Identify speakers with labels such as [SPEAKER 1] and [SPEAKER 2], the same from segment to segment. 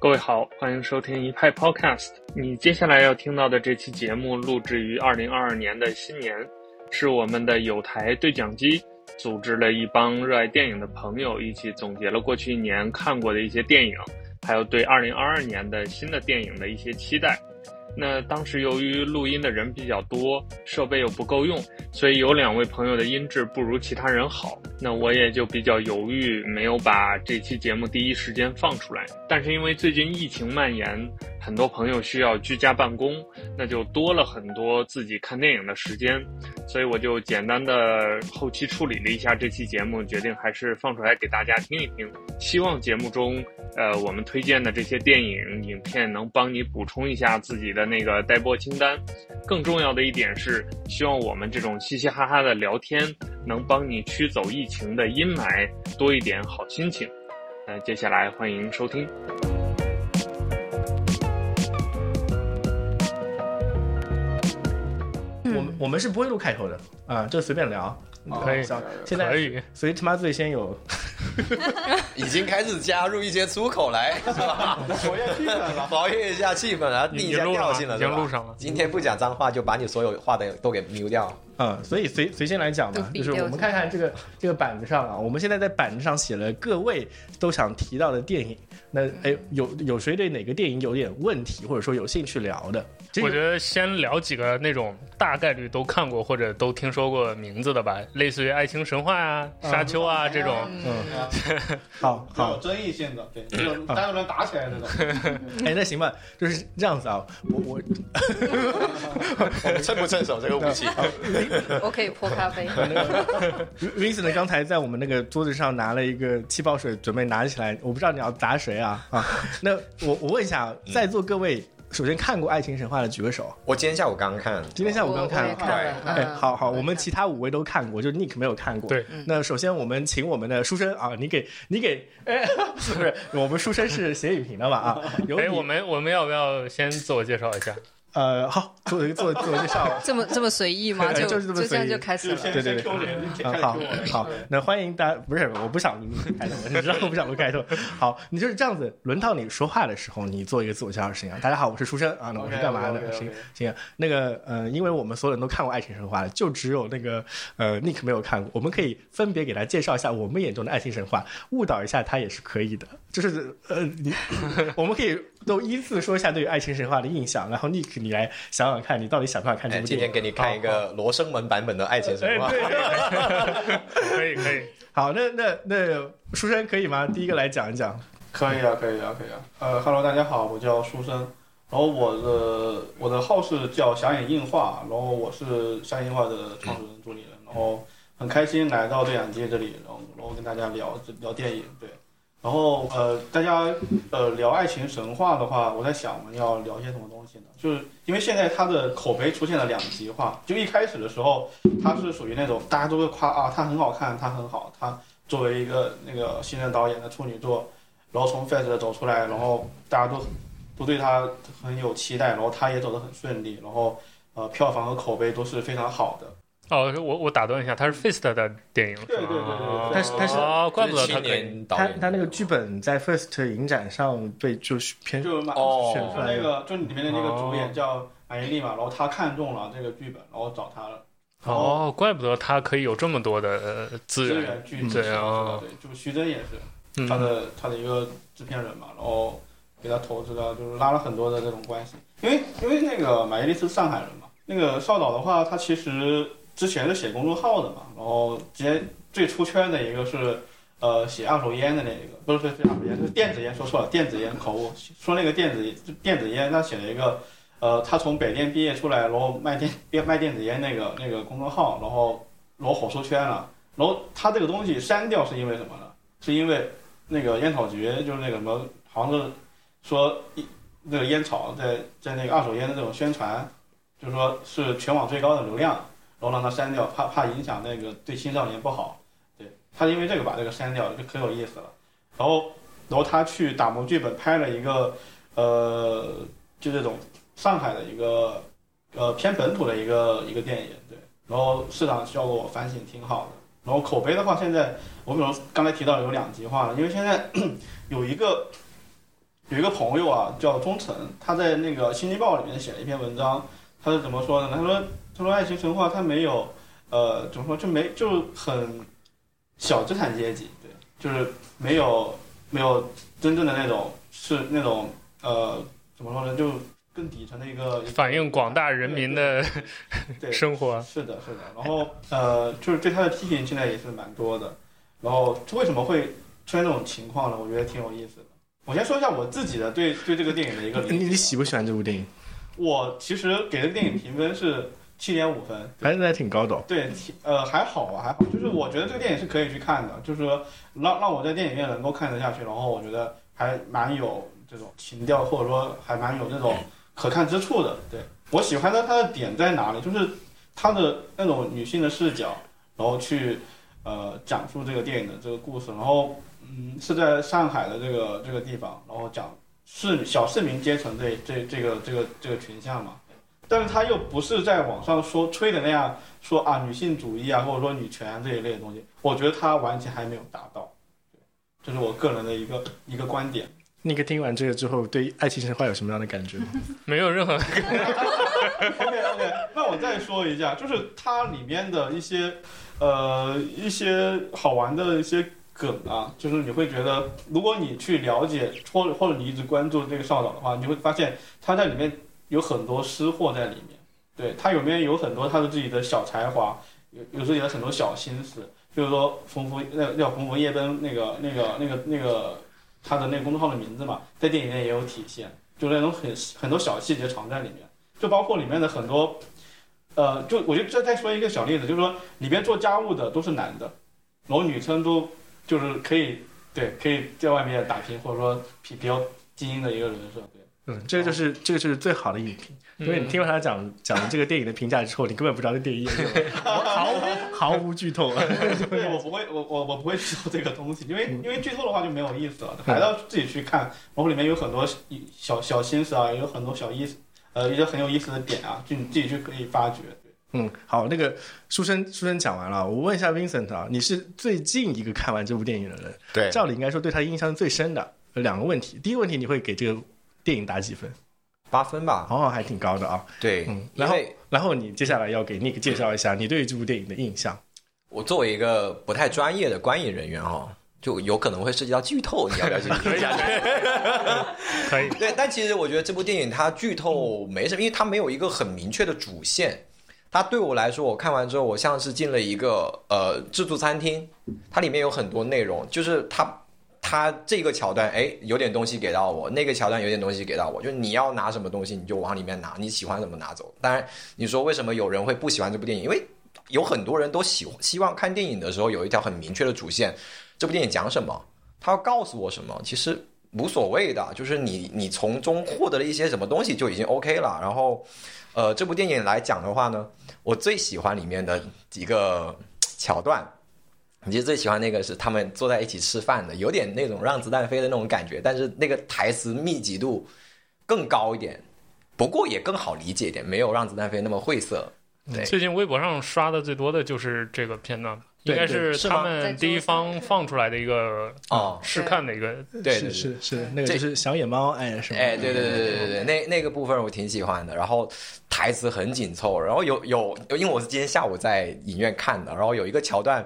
[SPEAKER 1] 各位好，欢迎收听一派 Podcast。你接下来要听到的这期节目录制于二零二二年的新年，是我们的有台对讲机组织了一帮热爱电影的朋友一起总结了过去一年看过的一些电影，还有对二零二二年的新的电影的一些期待。那当时由于录音的人比较多，设备又不够用，所以有两位朋友的音质不如其他人好。那我也就比较犹豫，没有把这期节目第一时间放出来。但是因为最近疫情蔓延，很多朋友需要居家办公，那就多了很多自己看电影的时间，所以我就简单的后期处理了一下这期节目，决定还是放出来给大家听一听。希望节目中，呃，我们推荐的这些电影影片能帮你补充一下自己的那个待播清单。更重要的一点是，希望我们这种嘻嘻哈哈的聊天能帮你驱走疫情的阴霾，多一点好心情。呃，接下来欢迎收听。
[SPEAKER 2] 我
[SPEAKER 3] 嗯
[SPEAKER 2] 们我们是不会录开头的啊，就随便聊。
[SPEAKER 1] 哦
[SPEAKER 2] 嗯
[SPEAKER 1] 可以
[SPEAKER 2] 像现在
[SPEAKER 1] 可以，
[SPEAKER 2] 所以他妈最先有，
[SPEAKER 4] 已经开始加入一些粗口来，是吧？活跃一下气氛，然后定一下调性了，
[SPEAKER 1] 已经
[SPEAKER 4] 是吧
[SPEAKER 1] 录上了
[SPEAKER 4] 今天不讲脏话，就把你所有话的都给 mute 掉。
[SPEAKER 2] 啊，所以随随先来讲
[SPEAKER 3] 都
[SPEAKER 2] 吧，
[SPEAKER 3] 比
[SPEAKER 2] 就是我们看看这个这个板子上啊，我们现在在板子上写了各位都想提到的电影。那哎，有有谁对哪个电影有点问题，或者说有兴趣聊的？其
[SPEAKER 5] 我
[SPEAKER 2] 实
[SPEAKER 5] 觉得先聊几个那种大概率都看过或者都听说过名字的吧，类似于《爱情神话》啊、《沙丘啊》这种。
[SPEAKER 2] 嗯，
[SPEAKER 6] 啊
[SPEAKER 2] 好
[SPEAKER 6] 比较
[SPEAKER 2] 好
[SPEAKER 6] 有，争议性的，对，
[SPEAKER 2] 嗯
[SPEAKER 6] 就是三个人打起来那种，
[SPEAKER 2] 哎，那行吧，就是这样子啊，我我
[SPEAKER 4] 我们趁不趁手这个武器？
[SPEAKER 2] 嗯
[SPEAKER 3] 我可以泼咖 啡。
[SPEAKER 2] Vincent 刚才在我们那个桌子上拿了一个气泡水，准备拿起来，我不知道你要砸谁啊啊！那我我问一下，
[SPEAKER 5] 嗯
[SPEAKER 2] 在座各位，首先看过《爱情神话》的举个手。
[SPEAKER 4] 我今天下午刚看，
[SPEAKER 2] 今天下午刚
[SPEAKER 3] 我也
[SPEAKER 2] 看。
[SPEAKER 3] 看了，
[SPEAKER 2] 哎，
[SPEAKER 3] 嗯
[SPEAKER 2] 好好，我们
[SPEAKER 3] 看
[SPEAKER 2] 其他五位都看过，就 Nick 没有看过。
[SPEAKER 5] 对，
[SPEAKER 3] 嗯
[SPEAKER 2] 那首先我们请我们的书生啊，你给你给，哎， 不是，我们书生是写影评的嘛 啊，由
[SPEAKER 5] 哎，
[SPEAKER 2] 你
[SPEAKER 5] 我们我们要不要先自我介绍一下？
[SPEAKER 2] 呃，好，做一个做做介绍，
[SPEAKER 3] 这么这么随意 吗？就
[SPEAKER 2] 就是这么随意
[SPEAKER 3] 这样就开始
[SPEAKER 6] 就
[SPEAKER 3] 了。
[SPEAKER 2] 嗯
[SPEAKER 6] 先
[SPEAKER 2] 对对对
[SPEAKER 6] 先 Q 你，你
[SPEAKER 2] 啊，
[SPEAKER 6] 开始
[SPEAKER 2] 好
[SPEAKER 6] Q 我
[SPEAKER 2] 好，
[SPEAKER 4] 嗯
[SPEAKER 2] 那欢迎大家，不是，我不想录开头，你知道我不想录开头。好，你就是这样子，轮到你说话的时候，你做一个自我介绍的声音啊。大家好，我是书生啊，那我是干嘛的？
[SPEAKER 6] OK，OK，OK
[SPEAKER 2] 行行，那个呃，因为我们所有人都看过《爱情神话》了，就只有那个呃 Nick 没有看过，我们可以分别给他介绍一下我们眼中的《爱情神话》，误导一下他也是可以的。就是呃，你我们可以都依次说一下对于《爱情神话》的印象，然后 Nick 你来想想看，你到底想不想看这
[SPEAKER 4] 哎，
[SPEAKER 2] 部
[SPEAKER 4] 今
[SPEAKER 2] 电影？
[SPEAKER 4] 天给你看一个罗生门版本的《爱情神话》。
[SPEAKER 5] 可以可以，
[SPEAKER 2] 好，那那那书生可以吗？第一个来讲一讲。
[SPEAKER 6] 可以啊，可以啊，可以啊。呃，Hello，大家好，我叫书生，然后我的我的号是叫想眼映画，然后我是想眼映画的创始人主理人，然后很开心来到对讲机这里，然后然后跟大家聊聊电影，对。然后呃，大家呃聊爱情神话的话，我在想我们要聊些什么东西呢？就是因为现在它的口碑出现了两极化，就一开始的时候，它是属于那种大家都会夸啊，它很好看，它很好，它作为一个那个新人导演的处女作，然后从 Fast 走出来，然后大家都都对他很有期待，然后他也走得很顺利，然后呃票房和口碑都是非常好的。
[SPEAKER 5] 哦，我我打断一下，它是 Fist 的电影，
[SPEAKER 6] 对对对对对
[SPEAKER 2] 但是但是
[SPEAKER 5] 哦，怪不得他
[SPEAKER 4] 青
[SPEAKER 5] 可以。
[SPEAKER 4] 年导
[SPEAKER 2] 他
[SPEAKER 4] 演
[SPEAKER 2] 他那个剧本在 First 影展上被就是偏
[SPEAKER 6] 就是马
[SPEAKER 4] 哦
[SPEAKER 6] 就是那个就里面的那个主演叫马伊琍嘛，然后他看中了这个剧本，然后找他了。然后
[SPEAKER 5] 哦，怪不得他可以有这么多的呃资
[SPEAKER 6] 资
[SPEAKER 5] 源。
[SPEAKER 6] 源去支
[SPEAKER 5] 对
[SPEAKER 6] 持他
[SPEAKER 5] 哦
[SPEAKER 6] 对，就徐峥也是他
[SPEAKER 5] 嗯，
[SPEAKER 6] 的他的一个制片人嘛，然后给他投资了，就是拉了很多的这种关系。因为因为那个马伊琍是上海人嘛，那个少导的话，他其实之前是写公众号的嘛，然后直接最出圈的一个是呃写二手烟的那一个，不是不是不是二手烟，是电子烟，说错了，电子烟口误，说那个电子电子烟，他写了一个。呃，他从北电毕业出来，然后卖电卖电子烟那个那个公众号，然后然后火出圈了。然后他这个东西删掉是因为什么呢？是因为那个烟草局就是那个什么，好像是说一那个烟草在在那个二手烟的这种宣传，就是说是全网最高的流量，然后让它删掉，怕怕影响那个对青少年不好。对他因为这个把这个删掉了，就可有意思了。然后然后他去打磨剧本，拍了一个呃就这种上海的一个呃偏本土的一个一个电影，对。然后市场效果反省挺好的，然后口碑 的话现在。我比如刚才提到有两极化了，因为现在有一个有一个朋友啊，叫钟诚，他在那个《新京报》里面写了一篇文章，他是怎么说的呢？他说，嗯他说爱情神话它没有，呃，怎么说就没就很小资产阶级，对，就是没有没有真正的那种是那种呃怎么说呢，就更底层的一个
[SPEAKER 5] 反映广大人民的
[SPEAKER 6] 对
[SPEAKER 5] 生活。啊
[SPEAKER 6] 是的，是的。然后呃，就是对他的批评现在也是蛮多的。然后为什么会出现这种情况呢？我觉得挺有意思的。我先说一下我自己的对对这个电影的一个理 解。
[SPEAKER 2] 你你喜不喜欢这部电影？
[SPEAKER 6] 我其实给这个电影评分是七点五分，
[SPEAKER 2] 还那还挺高的哦。
[SPEAKER 6] 对，挺呃还好吧，还好。就是我觉得这个电影是可以去看的，就是说让让我在电影院能够看得下去，然后我觉得还蛮有这种情调，或者说还蛮有那种可看之处的。对我喜欢的它的点在哪里？就是它的那种女性的视角，然后去呃讲述这个电影的这个故事，然后嗯是在上海的这个这个地方，然后讲市小市民阶层这这这个这个这个群像嘛。但是他又不是在网上说吹的那样说啊女性主义啊，或者说女权啊这一类的东西，我觉得他完全还没有达到。对这是我个人的一个一个观点。
[SPEAKER 2] 那个听完这个之后，对爱情神话有什么样的 感觉吗？
[SPEAKER 5] 没有任何
[SPEAKER 6] OK OK，那我再说一下，就是它里面的一些呃一些好玩的一些梗啊，就是你会觉得，如果你去了解或者或者你一直关注这个少导的话，你会发现他在里面有很多私货在里面，对他里面有很多他的自己的小才华，有有自己的很多小心思，就是说冯冯那叫冯冯夜奔那个那个那个那个他的那个公众号的名字嘛，在电影里面也有体现，就是那种很很多小细节藏在里面。就包括里面的很多，呃，就我就再再说一个小例子，就是说里面做家务的都是男的，然后女生都就是可以对可以在外面打拼，或者说比比较精英的一个人设，对。
[SPEAKER 2] 嗯，这个就是这个就是最好的影评，因
[SPEAKER 4] 嗯
[SPEAKER 2] 为你听完他讲、讲这个电影的评价之后，你根本不知道这电影演什么， 毫无毫无剧透。
[SPEAKER 6] 对，我不会，我我我不会知道这个东西，因为因为剧透的话就没有意思了，还要自己去看。然后里面有很多小小心思啊，有很多小意思，呃，一些很有意思的点啊，就你自己去可以发掘。
[SPEAKER 2] 嗯，好，那个书生书生讲完了，我问一下 Vincent 啊，你是最近一个看完这部电影的人，
[SPEAKER 4] 对，
[SPEAKER 2] 照理应该说对他印象最深的有两个问题。第一个问题，你会给这个电影打几分？
[SPEAKER 4] 八分吧。
[SPEAKER 2] 哦，还挺高的啊。
[SPEAKER 4] 对，
[SPEAKER 2] 嗯，
[SPEAKER 4] 因
[SPEAKER 2] 然后
[SPEAKER 4] 为
[SPEAKER 2] 然后你接下来要给 Nick 介绍一下你对于这部电影的印象。
[SPEAKER 4] 我作为一个不太专业的观影人员哈，就有可能会涉及到剧透，你要不要去 听一下？
[SPEAKER 5] 啊可以。
[SPEAKER 4] 对，但其实我觉得这部电影它剧透没什么，因为它没有一个很明确的主线。它对我来说，我看完之后，我像是进了一个呃自助餐厅，它里面有很多内容，就是它它这个桥段，哎，有点东西给到我，那个桥段有点东西给到我，就是你要拿什么东西你就往里面拿，你喜欢什么拿走。当然，你说为什么有人会不喜欢这部电影？因为有很多人都喜欢希望看电影的时候有一条很明确的主线，这部电影讲什么，它要告诉我什么，其实无所谓的，就是你你从中获得了一些什么东西就已经 OK 了。然后，呃，这部电影来讲的话呢，我最喜欢里面的几个桥段。其实最喜欢那个是他们坐在一起吃饭的，有点那种让子弹飞的那种感觉，但是那个台词密集度更高一点，不过也更好理解一点，没有让子弹飞那么晦涩。对，
[SPEAKER 5] 最近微博上刷的最多的就是这个片段，应
[SPEAKER 4] 对
[SPEAKER 5] 该
[SPEAKER 4] 对是吗
[SPEAKER 5] 他们第一方放出来的一个
[SPEAKER 4] 哦
[SPEAKER 5] 试看的一个，
[SPEAKER 4] 对
[SPEAKER 2] 是
[SPEAKER 4] 对
[SPEAKER 2] 是是，那个
[SPEAKER 4] 这
[SPEAKER 2] 就是小野猫哎什么？
[SPEAKER 4] 哎，对对对对对对，那那个部分我挺喜欢的，然后台词很紧凑，然后有有，因为我是今天下午在影院看的，然后有一个桥段，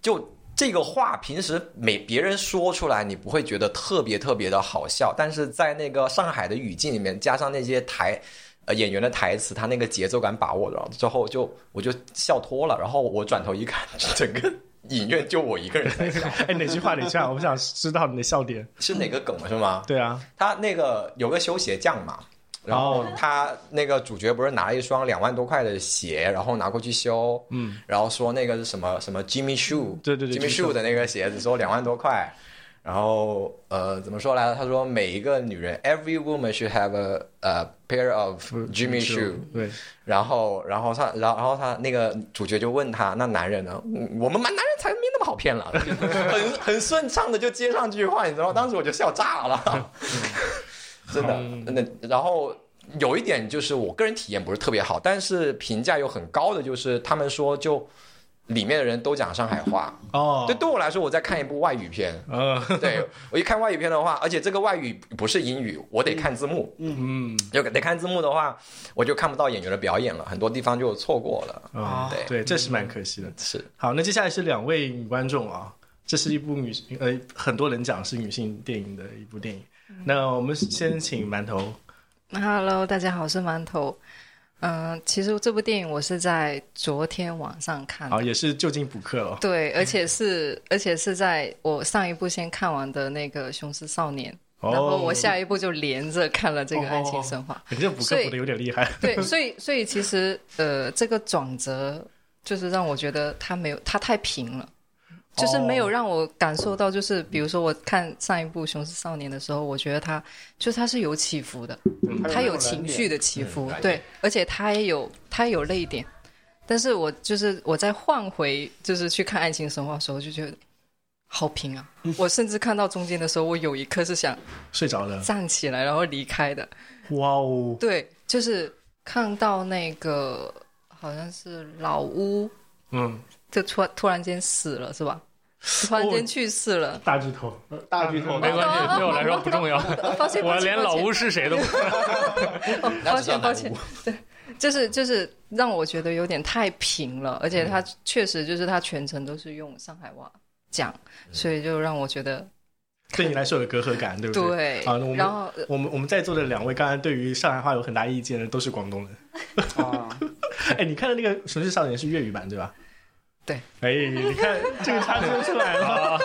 [SPEAKER 4] 就这个话平时每别人说出来，你不会觉得特别特别的好笑，但是在那个上海的语境里面，加上那些台。呃，演员的台词，他那个节奏感把握了，之后就我就笑脱了，然后我转头一看， 整个影院就我一个人在笑，
[SPEAKER 2] 哎，哪句话哪句话？我想知道你的笑点。
[SPEAKER 4] 是哪个梗是吗？
[SPEAKER 2] 对啊，
[SPEAKER 4] 他那个有个修鞋匠嘛，然后他那个主角不是拿了一双两万多块的鞋，然后拿过去修，嗯，然后说那个是什么什么 Jimmy Shoe，
[SPEAKER 2] 对对对
[SPEAKER 4] ，Jimmy
[SPEAKER 2] Jimmy
[SPEAKER 4] Shoe 的那个鞋子说两万多块，然后呃怎么说来着？他说每一个女人，every woman should have a 呃 pair of Jimmy Shoe，
[SPEAKER 2] 对，
[SPEAKER 4] 然后，然后他，然后，然后他那个主角就问他，那男人呢？嗯我们男男人才没那么好骗了，就很很顺畅的就接上这句话，你知道吗？当时我就笑炸了，真的。那然后有一点就是我个人体验不是特别好，但是评价又很高的就是他们说就里面的人都讲上海话。
[SPEAKER 2] 哦，
[SPEAKER 4] 对，对我来说，我在看一部外语片。
[SPEAKER 2] 呃，
[SPEAKER 4] 对我一看外语片的话，而且这个外语不是英语，我得看字幕。
[SPEAKER 2] 嗯
[SPEAKER 4] 就得看字幕的话，我就看不到演员的表演了，很多地方就错过了。
[SPEAKER 2] 啊，
[SPEAKER 4] 对
[SPEAKER 2] 对，这是蛮可惜的。
[SPEAKER 4] 是
[SPEAKER 2] 好，那接下来是两位女观众啊、这是一部女呃，很多人讲是女性电影的一部电影。
[SPEAKER 4] 嗯
[SPEAKER 2] 那我们先请馒头，
[SPEAKER 3] Hello，大家好，我是馒头。嗯、其实这部电影我是在昨天晚上看的
[SPEAKER 2] 好，，也是就近补课了。
[SPEAKER 3] 对，而且是而且是在我上一部先看完的那个《雄狮少年》
[SPEAKER 2] 哦
[SPEAKER 3] 然后我下一部就连着看了这个《爱情神话》
[SPEAKER 2] 你这补课补的有点厉害。
[SPEAKER 3] 对，所以所以其实呃，这个转折就是让我觉得它没有，它太平了。就是没有让我感受到，就是比如说我看上一部《雄狮少年》的时候，我觉得它就是它是有起伏的，
[SPEAKER 2] 嗯
[SPEAKER 3] 它有嗯情绪的起伏，对，而且它也有它也有泪点。但是我就是我再换回就是去看《爱情神话》的时候，就觉得好平 啊！我甚至看到中间的时候，我有一刻是想
[SPEAKER 2] 睡着了，
[SPEAKER 3] 站起来然后离开的，
[SPEAKER 2] 哇哦，
[SPEAKER 3] 对，就是看到那个好像是老乌，
[SPEAKER 2] 嗯，
[SPEAKER 3] 就突然突然间死了是吧？突然间去世了。
[SPEAKER 2] 大巨头，
[SPEAKER 6] 大巨头
[SPEAKER 5] 没关系，对我来说不重要。
[SPEAKER 2] 哦
[SPEAKER 3] 呃抱歉，抱
[SPEAKER 5] 我
[SPEAKER 3] 歉
[SPEAKER 5] 连
[SPEAKER 3] 抱
[SPEAKER 5] 老
[SPEAKER 3] 歉
[SPEAKER 5] 吴是谁都不知道。
[SPEAKER 3] 哦抱歉，抱
[SPEAKER 4] 那
[SPEAKER 3] 歉， 对，就是就是让我觉得有点太平了，而
[SPEAKER 2] 嗯
[SPEAKER 3] 且他确实就是他全程都是用上海话讲，
[SPEAKER 2] 嗯
[SPEAKER 3] 所以就让我觉得
[SPEAKER 2] 对你来说有隔阂感，对不对？啊
[SPEAKER 3] 对
[SPEAKER 2] 好那我们。
[SPEAKER 3] 然后呃
[SPEAKER 2] 我们我们在座的两位，刚才对于上海话有很大意见的都是广东人。
[SPEAKER 6] 啊，
[SPEAKER 2] 哎，你看的那个《雄狮少年》是粤语版对吧？
[SPEAKER 3] 对。啊
[SPEAKER 2] 哎，你看这个差距就出来 了。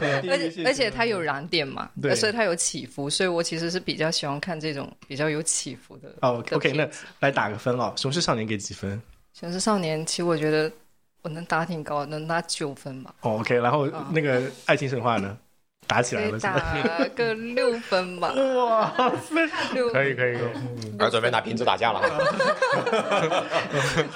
[SPEAKER 6] 而
[SPEAKER 3] 而且而且它有燃点嘛，
[SPEAKER 2] 对
[SPEAKER 3] 所以它有起伏，所以我其实是比较喜欢看这种比较有起伏的。
[SPEAKER 2] 哦
[SPEAKER 3] 的
[SPEAKER 2] ，OK，
[SPEAKER 3] 片
[SPEAKER 2] 那来打个分了，《雄狮少年》给几分？
[SPEAKER 3] 《雄狮少年》其实我觉得我能打挺高，能打九分吧，
[SPEAKER 2] 哦，OK，然后
[SPEAKER 3] 啊
[SPEAKER 2] 那个《爱情神话》呢？打起
[SPEAKER 3] 可
[SPEAKER 2] 来
[SPEAKER 3] 以
[SPEAKER 2] 了，是吧，
[SPEAKER 3] 打个六分吧
[SPEAKER 2] 哇，
[SPEAKER 3] 六
[SPEAKER 5] 可以可以，可以
[SPEAKER 2] 嗯
[SPEAKER 4] 而准备拿瓶子打架 了。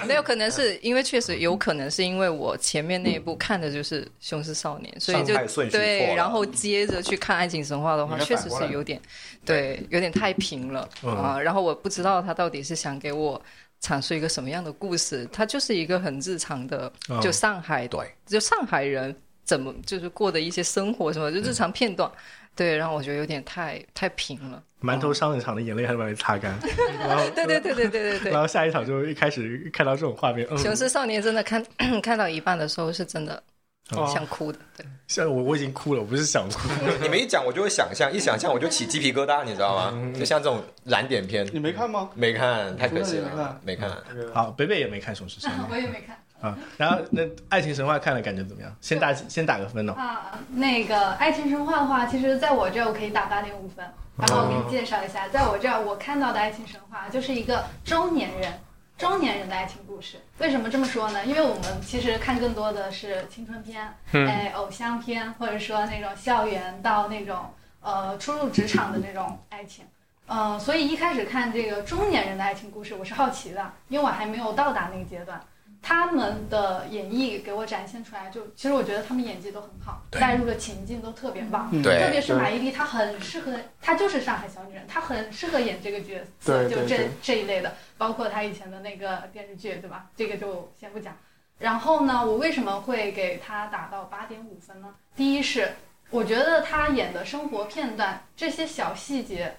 [SPEAKER 3] 没有可能是因为确实有可能是因为我前面那一部看的就是《雄狮少年》，所以就
[SPEAKER 4] 上菜顺序错
[SPEAKER 3] 对，
[SPEAKER 4] 了
[SPEAKER 3] 然后接着去看《爱情神话》的话，
[SPEAKER 6] 应该
[SPEAKER 3] 确
[SPEAKER 6] 反
[SPEAKER 3] 实
[SPEAKER 6] 过来
[SPEAKER 3] 是有点对，有点太平了、
[SPEAKER 2] 嗯
[SPEAKER 3] 啊。然后我不知道他到底是想给我。阐述一个什么样的故事？它就是一个很日常的，
[SPEAKER 2] 嗯
[SPEAKER 3] 就上海
[SPEAKER 4] 对，
[SPEAKER 3] 就上海人怎么就是过的一些生活什么，就日常片段，对，让我觉得有点太太平了。
[SPEAKER 2] 馒头上一场的眼泪还没 擦干，然后
[SPEAKER 3] 对对对对对对对
[SPEAKER 2] 然。后下一场就一开始看到这种画面，嗯，
[SPEAKER 3] 雄狮少年真的看 看到一半的时候是真的
[SPEAKER 2] 哦
[SPEAKER 3] 想哭的，对，
[SPEAKER 2] 像我我已经哭了，我不是想哭，
[SPEAKER 4] 你们一讲，我就会想象，一想象我就起鸡皮疙瘩，你知道
[SPEAKER 2] 嗯
[SPEAKER 4] 吗？就像这种燃点片，
[SPEAKER 6] 你没看吗？
[SPEAKER 4] 没看，太可惜了，没看。
[SPEAKER 2] 好，北北也没看《雄狮少年
[SPEAKER 7] 我也没看》
[SPEAKER 2] 啊，然后那《爱情神话》看了感觉怎么样？先打先打个分哦。
[SPEAKER 7] 啊。那个《爱情神话》的话，其实在我这儿我可以打八点五分。然后我给你介绍一下，在我这儿我看到的《爱情神话》就是一个中年人。中年人的爱情故事，为什么这么说呢？因为我们其实看更多的是青春片，
[SPEAKER 1] 嗯
[SPEAKER 7] 哎、偶像片，或者说那种校园到那种呃初入职场的那种爱情，呃，所以一开始看这个中年人的爱情故事，我是好奇的，因为我还没有到达那个阶段。他们的演绎给我展现出来，就其实我觉得他们演技都很好，带入的情境都特别棒。特
[SPEAKER 4] 对，
[SPEAKER 7] 别是马伊琍，她很适合，她就是上海小女人，她很适合演这个角色，
[SPEAKER 6] 对
[SPEAKER 7] 就
[SPEAKER 6] 对
[SPEAKER 7] 这
[SPEAKER 6] 对
[SPEAKER 7] 这一类的，包括她以前的那个电视剧，对吧？这个就先不讲。然后呢，我为什么会给她打到八点五分呢？第一是我觉得她演的生活片段这些小细节，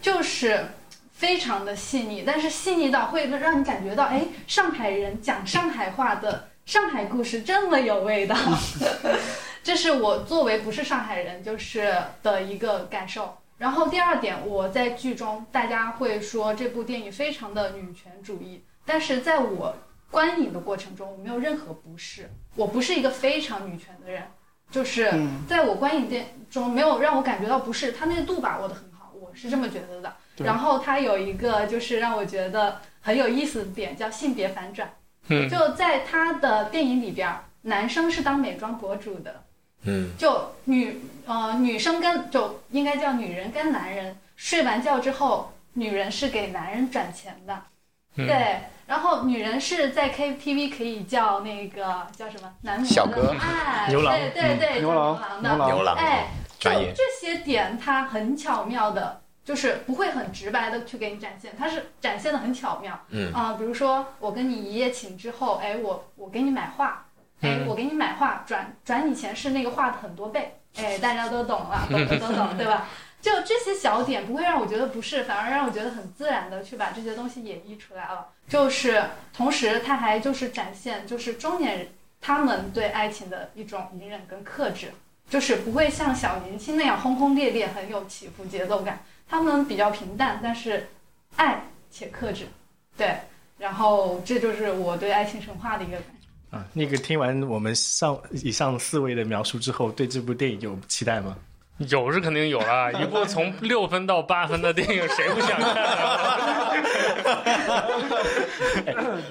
[SPEAKER 7] 就是非常的细腻，但是细腻到会让你感觉到，哎，上海人讲上海话的上海故事这么有味道。 这是我作为不是上海人就是的一个感受。然后第二点，我在剧中大家会说这部电影非常的女权主义，但是在我观影的过程中，我没有任何不适，我不是一个非常女权的人，就是
[SPEAKER 6] 嗯
[SPEAKER 7] 在我观影电中没有让我感觉到不适，他那个度把握的很好，我是这么觉得的。
[SPEAKER 6] 对
[SPEAKER 7] 然后他有一个就是让我觉得很有意思的点，叫性别反转。
[SPEAKER 5] 嗯
[SPEAKER 7] 就在他的电影里边儿，男生是当美妆博主的，
[SPEAKER 4] 嗯，
[SPEAKER 7] 就女呃女生跟就应该叫女人跟男人睡完觉之后，女人是给男人转钱的，
[SPEAKER 5] 嗯
[SPEAKER 7] 对，然后女人是在 KTV 可以叫那个叫什么男模的
[SPEAKER 4] 小哥
[SPEAKER 7] 哎，
[SPEAKER 2] 牛郎
[SPEAKER 7] 对对对，叫
[SPEAKER 6] 牛
[SPEAKER 7] 牛
[SPEAKER 6] 郎
[SPEAKER 7] 郎的，
[SPEAKER 6] 牛郎
[SPEAKER 4] 牛郎
[SPEAKER 7] 哎哎，就
[SPEAKER 4] 专业
[SPEAKER 7] 这些点，他很巧妙的就是不会很直白的去给你展现，它是展现的很巧妙。
[SPEAKER 4] 嗯
[SPEAKER 7] 啊、比如说我跟你一夜情之后，哎，我我给你买画，哎，
[SPEAKER 5] 嗯
[SPEAKER 7] 我给你买画，转转你钱是那个画的很多倍，哎，大家都懂了，懂的都懂，对吧？就这些小点不会让我觉得不适，反而让我觉得很自然的去把这些东西演绎出来了。就是同时，它还就是展现就是中年人他们对爱情的一种隐忍跟克制，就是不会像小年轻那样轰轰烈烈，很有起伏节奏感。他们比较平淡，但是爱且克制，对。然后这就是我对爱情神话的一个感觉。
[SPEAKER 2] 啊，那个听完我们上以上四位的描述之后，对这部电影有期待吗？
[SPEAKER 5] 有是肯定有 啦，一部从六分到八分的电影，谁不想看 啊？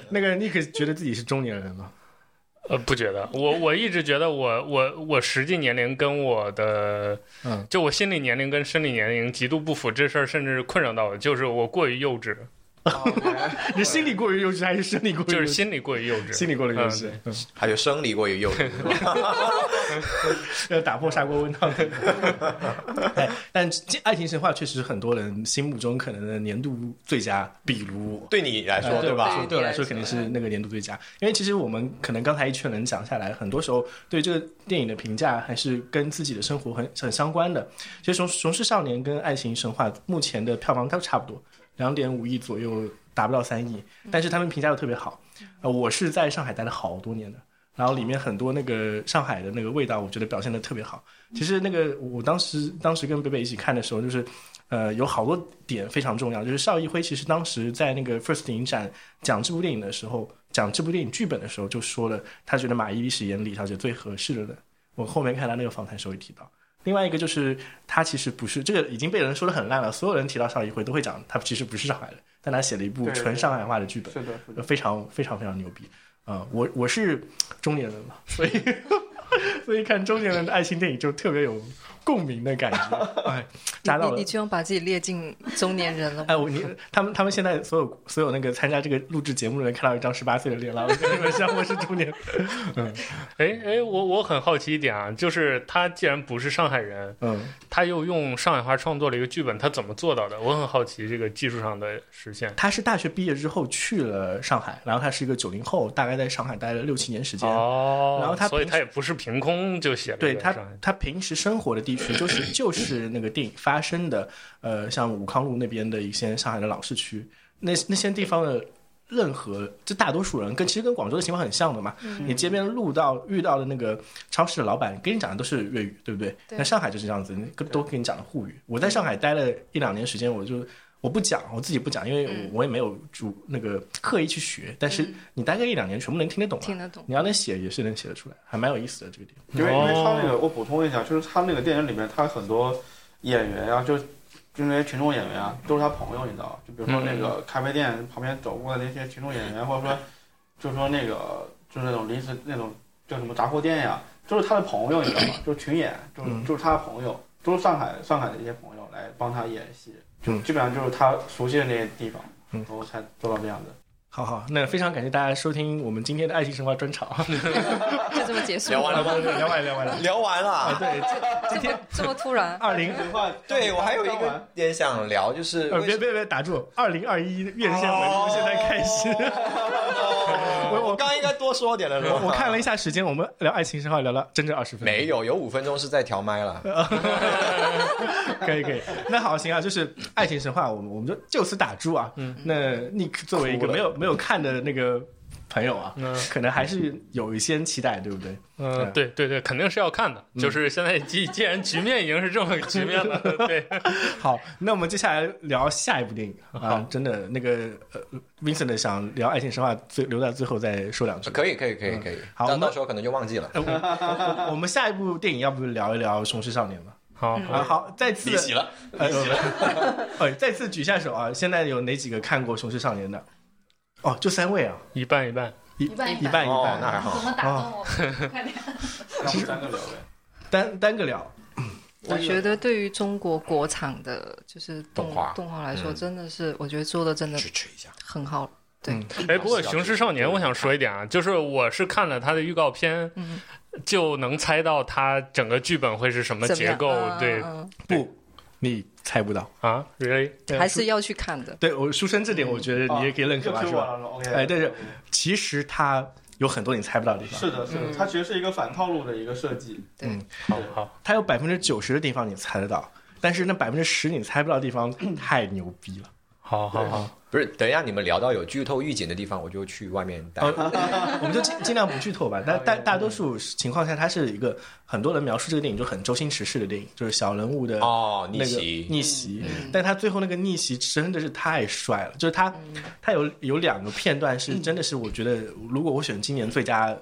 [SPEAKER 2] 那个 Nick 觉得自己是中年人吗？
[SPEAKER 5] 呃，不觉得，我我一直觉得我我我实际年龄跟我的，
[SPEAKER 2] 嗯，
[SPEAKER 5] 就我心理年龄跟生理年龄极度不符，这事儿甚至困扰到我，就是我过于幼稚，
[SPEAKER 2] 你心里过于幼稚还是生理过于
[SPEAKER 5] 就
[SPEAKER 2] 幼
[SPEAKER 5] 是
[SPEAKER 2] 稚？
[SPEAKER 5] 心理过于幼稚，
[SPEAKER 2] 心里过于幼稚，嗯
[SPEAKER 4] 还有生理过于幼 稚，
[SPEAKER 2] 要打破砂锅问到底。 哎，但《爱情神话》确实很多人心目中可能的年度最佳，比如我。
[SPEAKER 4] 对你来说
[SPEAKER 2] 呃
[SPEAKER 4] 哎对吧？
[SPEAKER 3] 对
[SPEAKER 2] 对我来说肯定是那个年度最佳，因为其实我们可能刚才一圈人讲下来，很多时候对这个电影的评价还是跟自己的生活很很相关的。其实《熊熊市少年》跟《爱情神话》目前的票房都差不多，两点五亿左右，达不到三亿，但是他们评价都特别好。呃，我是在上海待了好多年的，然后里面很多那个上海的那个味道，我觉得表现的特别好。其实那个我当时当时跟北北一起看的时候，就是。呃，有好多点非常重要，就是邵艺辉其实当时在那个 First 影展讲这部电影的时候，讲这部电影剧本的时候，就说了他觉得马伊琍是演李小姐最合适的人。我后面看他那个访谈时候也提到。另外一个就是他其实不是这个已经被人说的很烂了，所有人提到邵艺辉都会讲他其实不是上海人，但他写了一部
[SPEAKER 6] 对
[SPEAKER 2] 纯上海话的剧本。
[SPEAKER 6] 是的，是的。
[SPEAKER 2] 非常非常非常牛逼啊、呃我我是中年人嘛，所以 所以看中年人的爱情电影就特别有共鸣的感觉，哎，扎到
[SPEAKER 3] 你
[SPEAKER 2] 了
[SPEAKER 3] 你。居然把自己列进中年人了吗？
[SPEAKER 2] 哎，我你他们他们现在所有所有那个参加这个录制节目的人看到一张十八岁的脸了，我跟你们像我是中年人，
[SPEAKER 5] 哎哎，我我很好奇一点啊，就是他既然不是上海人，
[SPEAKER 2] 嗯，
[SPEAKER 5] 他又用上海话创作了一个剧本，他怎么做到的？我很好奇这个技术上的实现。
[SPEAKER 2] 他是大学毕业之后去了上海，然后他是一个九零后，大概在上海待了六七年时间，
[SPEAKER 5] 哦，
[SPEAKER 2] 然后他
[SPEAKER 5] 所以
[SPEAKER 2] 平时
[SPEAKER 5] 他也不是凭空就写了
[SPEAKER 2] 对
[SPEAKER 5] 一个
[SPEAKER 2] 他
[SPEAKER 5] 上海，
[SPEAKER 2] 他平时生活的地区就是就是那个电影发生的，呃，像武康路那边的一些上海的老市区，那那些地方的任何，就大多数人跟其实跟广州的情况很像的嘛。
[SPEAKER 3] 嗯
[SPEAKER 2] 你街边路到遇到的那个超市的老板，跟你讲的都是粤语，对不对？
[SPEAKER 3] 对
[SPEAKER 2] 那上海就是这样子，你跟都跟你讲的沪语。我在上海待了一两年时间，我就。我不讲，我自己不讲，因为
[SPEAKER 3] 嗯
[SPEAKER 2] 我我也没有主那个刻意去学，但是
[SPEAKER 3] 嗯
[SPEAKER 2] 你待个一两年，全部能听得懂、啊。
[SPEAKER 3] 听得懂
[SPEAKER 2] 你要能写，也是能写得出来，还蛮有意思的这个点。
[SPEAKER 6] 因为因
[SPEAKER 2] 哦
[SPEAKER 6] 为他那个，我补充一下，就是他那个电影里面，他很多演员啊，就就那些群众演员啊，都是他朋友，你知道吧？就比如说
[SPEAKER 2] 嗯
[SPEAKER 6] 那个咖啡店旁边走过的那些群众演员，或者说，就说那个就是那种临时那种叫什么杂货店呀、都是他的朋友，你知道吧？就是群演，就是
[SPEAKER 2] 嗯
[SPEAKER 6] 就是他的朋友，都是上海上海的一些朋友来帮他演戏，就
[SPEAKER 2] 嗯
[SPEAKER 6] 基本上就是他熟悉的那些地方，
[SPEAKER 2] 嗯
[SPEAKER 6] 然后才做到这样的。
[SPEAKER 2] 好好，那非常感谢大家收听我们今天的爱情神话专场，
[SPEAKER 3] 就 这么结束
[SPEAKER 4] 聊完了吗？
[SPEAKER 2] 聊完聊完了。
[SPEAKER 4] 聊完了。
[SPEAKER 2] 对，
[SPEAKER 3] 这么这么突然，
[SPEAKER 2] 二零
[SPEAKER 4] 对我还有一个点想聊，就是
[SPEAKER 2] 呃
[SPEAKER 4] 为
[SPEAKER 2] 别
[SPEAKER 4] 什
[SPEAKER 2] 别别打住，二零二一院线回顾现在开始。
[SPEAKER 4] 哦么
[SPEAKER 2] 我
[SPEAKER 4] 我哦刚应该多说点的，是吧
[SPEAKER 2] 我看了一下时间，我们聊爱情神话聊了整整二十分钟。
[SPEAKER 4] 没有，有五分钟是在调麦了。
[SPEAKER 2] 可以可以，那好行啊，就是《爱情神话》，我们我们就就此打住啊。嗯，那 Nick 作为一个
[SPEAKER 5] 哭了
[SPEAKER 2] 没有没有看的那个朋友啊，
[SPEAKER 5] 嗯
[SPEAKER 2] 可能还是有一些期待，对不对？
[SPEAKER 5] 嗯，对对对，肯定是要看的。就是现在既既然局面已经是这么个局面了，对，
[SPEAKER 2] 好，那我们接下来聊下一部电影啊，真的那个呃，Vincent 想聊《爱情神话》，最留在最后再说两句。
[SPEAKER 4] 可以，可以，可以，可以。
[SPEAKER 2] 好
[SPEAKER 4] 到
[SPEAKER 2] 那
[SPEAKER 4] 到时候可能就忘 记了。
[SPEAKER 2] 呃我 我我们下一部电影要不聊一聊《雄狮少年》吧？
[SPEAKER 5] 好，
[SPEAKER 2] 啊，好，再次
[SPEAKER 4] 离席 了，
[SPEAKER 2] 呃， 呃，再次举下手啊！现在有哪几个看过《雄狮少年》的？哦，就三位啊，
[SPEAKER 5] 一半一半。
[SPEAKER 2] 一
[SPEAKER 7] 一半一半
[SPEAKER 2] 一半哦一
[SPEAKER 4] 哦
[SPEAKER 2] 半，，
[SPEAKER 4] 那还好
[SPEAKER 7] 怎。么打动我？快 点！
[SPEAKER 6] 要不三个聊呗。
[SPEAKER 2] 单单个聊。
[SPEAKER 3] 我觉得对于中国国产的，就是动
[SPEAKER 4] 动画
[SPEAKER 3] 动画来说，
[SPEAKER 4] 嗯
[SPEAKER 3] 真的是我觉得做的真的
[SPEAKER 4] 支持一下。
[SPEAKER 3] 很好。
[SPEAKER 5] 哎，不过《雄狮少年》，我想说一点啊，就是我是看了他的预告片，
[SPEAKER 3] 嗯
[SPEAKER 5] 就能猜到他整个剧本会是什么
[SPEAKER 3] 怎么
[SPEAKER 5] 结
[SPEAKER 3] 样
[SPEAKER 5] 构。
[SPEAKER 3] 嗯
[SPEAKER 5] 对，
[SPEAKER 3] 嗯
[SPEAKER 2] 不，你猜不到。
[SPEAKER 5] 啊，really？
[SPEAKER 2] 呃
[SPEAKER 3] 还
[SPEAKER 2] 书
[SPEAKER 3] 是要去看的。
[SPEAKER 2] 对我书生这点，我觉 得你也可以认可吧，
[SPEAKER 6] 哦就是推
[SPEAKER 2] 吧？
[SPEAKER 6] 完了，OK。
[SPEAKER 2] 哎但是其实它有很多你猜不到的地方，
[SPEAKER 6] 是的，是的，它其实是一个反套路的一个设计。
[SPEAKER 3] 对
[SPEAKER 2] 嗯
[SPEAKER 5] 好好，
[SPEAKER 2] 它有百分之九十的地方你猜得到，但是那百分之十你猜不到的地方太牛逼了。
[SPEAKER 5] 好好好，
[SPEAKER 4] 不是，等一下你们聊到有剧透预警的地方，我就去外面待。
[SPEAKER 2] 我们就尽尽量不剧透吧。但但大多数情况下，它是一个很多人描述这个电影就很周星驰式的电影，就是小人物的
[SPEAKER 4] 哦，逆
[SPEAKER 2] 那个
[SPEAKER 4] 袭，
[SPEAKER 2] 逆袭，嗯但他最后那个逆袭真的是太帅了，就是他
[SPEAKER 3] 嗯
[SPEAKER 2] 他有有两个片段是真的是我觉得，如果我选今年最佳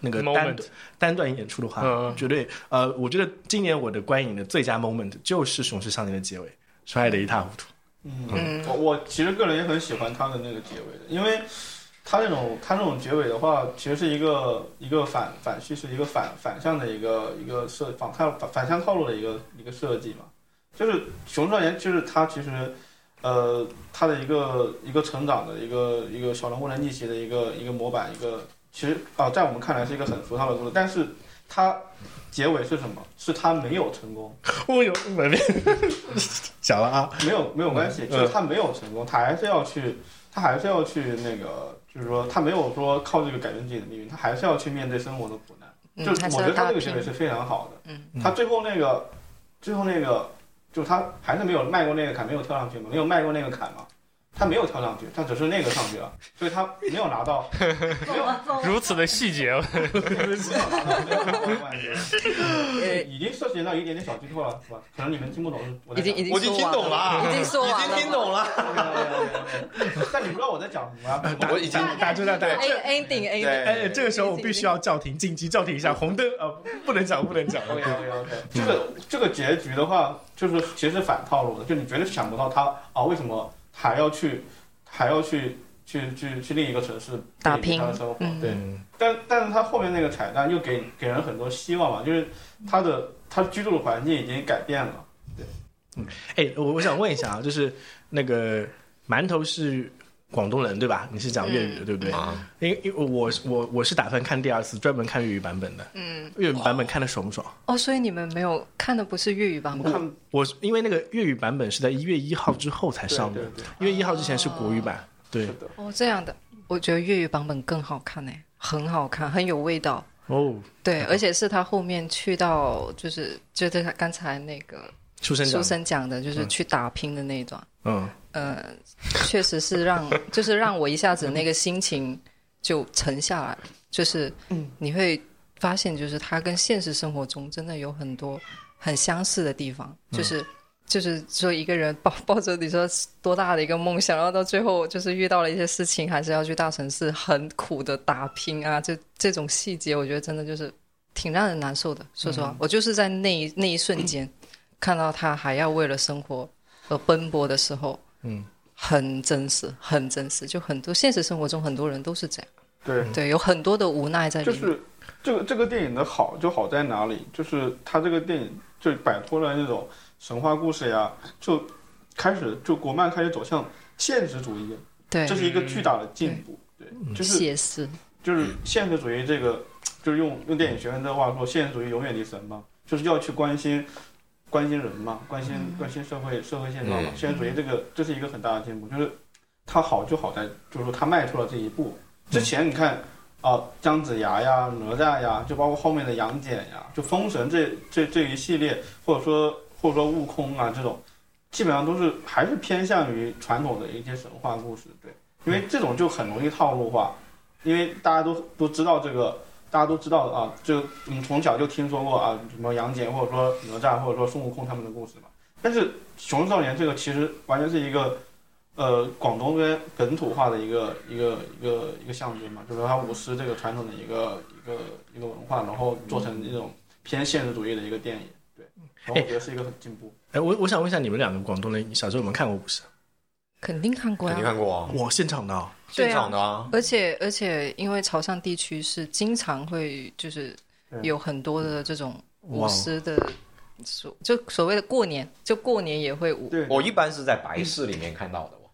[SPEAKER 2] 那个单
[SPEAKER 5] Moment
[SPEAKER 2] 单段演出的话，
[SPEAKER 5] 嗯嗯
[SPEAKER 2] 绝对呃，我觉得今年我的观影的最佳 moment 就是《雄狮少年》的结尾，摔得一塌糊涂。
[SPEAKER 6] 嗯，我我其实个人也很喜欢它的那个结尾的，因为它那种它那种结尾的话，其实是一个一个反反叙事，一个反反向的一个一个设反套反反向套路的一个一个设计嘛。就是《熊少年》，就是他其实，呃，他的一个一个成长的一个一个小人物的逆袭的一个一个模板，一个其实啊、在我们看来是一个很俗套的故事，但是它结尾是什么？是他没有成功。
[SPEAKER 2] 哦呦，没没讲了啊，
[SPEAKER 6] 没有没有关系，
[SPEAKER 2] 嗯
[SPEAKER 6] 就是他没有成功，他还是要去，他还是要去那个，就是说他没有说靠这个改变自己的命运，他还是要去面对生活的苦难。
[SPEAKER 3] 嗯
[SPEAKER 6] 就是
[SPEAKER 3] 还是
[SPEAKER 6] 我觉
[SPEAKER 3] 要
[SPEAKER 6] 得他
[SPEAKER 3] 大
[SPEAKER 6] 这个结
[SPEAKER 3] 拼
[SPEAKER 6] 尾是非常好的。
[SPEAKER 3] 嗯
[SPEAKER 6] 他最后那个，最后那个，就是他还是没有迈过那个坎，没有跳上去嘛，没有迈过那个坎嘛。他没有跳上去，他只是那个上去了，所以他没有拿到，
[SPEAKER 5] 如此的细节，
[SPEAKER 6] 没有拿到没有拿到冠军。
[SPEAKER 3] 呃，
[SPEAKER 6] 已经涉及到一点点小剧透了，是吧？可能你们听不懂，我在
[SPEAKER 3] 已经已
[SPEAKER 6] 讲
[SPEAKER 3] 经
[SPEAKER 4] 我已经
[SPEAKER 3] 说完
[SPEAKER 4] 听懂了
[SPEAKER 3] 已经说完了。
[SPEAKER 4] 懂了，
[SPEAKER 6] 但你不知道我在讲什么 啊？
[SPEAKER 4] 我已经
[SPEAKER 2] 大家知道对。
[SPEAKER 3] A ending ending，
[SPEAKER 2] 哎，这个时候我必须要叫停，紧急叫停一下，红灯呃，不能讲，不能讲。
[SPEAKER 6] OK OK OK，这
[SPEAKER 4] 嗯
[SPEAKER 6] 个这个结局的话，就是其实是反套路的，就你绝对想不到他啊，为什么还要去，还要去去去去另一个城市
[SPEAKER 3] 打拼
[SPEAKER 6] 他的生活，
[SPEAKER 3] 嗯
[SPEAKER 6] 对。但但是他后面那个彩蛋又给给人很多希望嘛，就是他的他居住的环境已经改变了，
[SPEAKER 2] 哎，我我想问一下啊，就是那个馒头是广东人对吧？你是讲粤
[SPEAKER 6] 嗯
[SPEAKER 2] 语的、对不对？
[SPEAKER 4] 啊
[SPEAKER 2] 因为因为我我我是打算看第二次，专门看粤语版本的。
[SPEAKER 3] 嗯，
[SPEAKER 2] 粤语版本看的爽不爽？
[SPEAKER 3] 哦，所以你们没有看的不是粤语版
[SPEAKER 6] 我
[SPEAKER 3] 本，
[SPEAKER 6] 看
[SPEAKER 2] 我是因为那个粤语版本是在一月一号之后才上的
[SPEAKER 6] 对对，
[SPEAKER 2] 一月一号之前是国语版。对
[SPEAKER 6] 是的，
[SPEAKER 3] 哦，这样的，我觉得粤语版本更好看呢，很好看，很有味道。
[SPEAKER 2] 哦，
[SPEAKER 3] 对，而且是他后面去到，就是就是他刚才那个
[SPEAKER 2] 出生
[SPEAKER 3] 书
[SPEAKER 2] 讲
[SPEAKER 3] 生讲的，嗯就是去打拼的那一段，
[SPEAKER 2] 嗯，
[SPEAKER 3] 呃，确实是让， 就是让我一下子那个心情就沉下来了，就是你会发现，就是它跟现实生活中真的有很多很相似的地方，就是、就是说一个人抱 抱着你说多大的一个梦想，然后到最后就是遇到了一些事情，还是要去大城市很苦的打拼啊，就这种细节，我觉得真的就是挺让人难受的。说实话，我就是在那一那一瞬间看到他还要为了生活而奔波的时候。很真实，很真实，就很多现实生活中很多人都是这样，
[SPEAKER 6] 对，
[SPEAKER 3] 对，有很多的无奈在里
[SPEAKER 6] 就
[SPEAKER 3] 面。
[SPEAKER 6] 是这个这个电影的好就好在哪里？就是它这个电影就摆脱了那种神话故事呀，就开始就国漫开始走向现实主义，
[SPEAKER 3] 对
[SPEAKER 6] 这，是一个巨大的进步。对，就是
[SPEAKER 3] 写实，
[SPEAKER 6] 就是现实主义这个，就是用用电影学院的话说，现实主义永远离神嘛，就是要去关心关心人嘛，关心关心社会社会现状嘛。
[SPEAKER 4] 嗯
[SPEAKER 6] 现实主义这个这是一个很大的进步，就是它好就好在就是说它迈出了这一步。之前你看啊、姜子牙呀、哪吒呀，就包括后面的杨戬呀，就封神这这这一系列，或者说或者说悟空啊这种，基本上都是还是偏向于传统的一些神话故事，对，因为这种就很容易套路化，因为大家都都知道这个，大家都知道啊，就我们从小就听说过啊，什么杨戬或者说哪吒或者说孙悟空他们的故事嘛。但是《熊出没少年》这个其实完全是一个，呃，广东跟本土化的一个一个一个一个象征嘛，就是它舞狮这个传统的一个一个一个文化，然后做成一种偏现实主义的一个电影，对，然后我觉得是一个很进步。
[SPEAKER 2] 哎，我我想问一下你们两个广东人，小时候有没有看过不是？
[SPEAKER 3] 肯定看过
[SPEAKER 4] 肯
[SPEAKER 3] 呀、
[SPEAKER 4] 定看过，
[SPEAKER 2] 我现场的哦，
[SPEAKER 3] 对啊
[SPEAKER 4] 现场的啊，
[SPEAKER 3] 而且而且，因为潮汕地区是经常会就是有很多的这种舞
[SPEAKER 2] 哇
[SPEAKER 3] 狮的所，就所
[SPEAKER 5] 哎
[SPEAKER 3] 谓的过年，就过年也会舞。
[SPEAKER 6] 对，
[SPEAKER 4] 我一般是在白事里面看到的。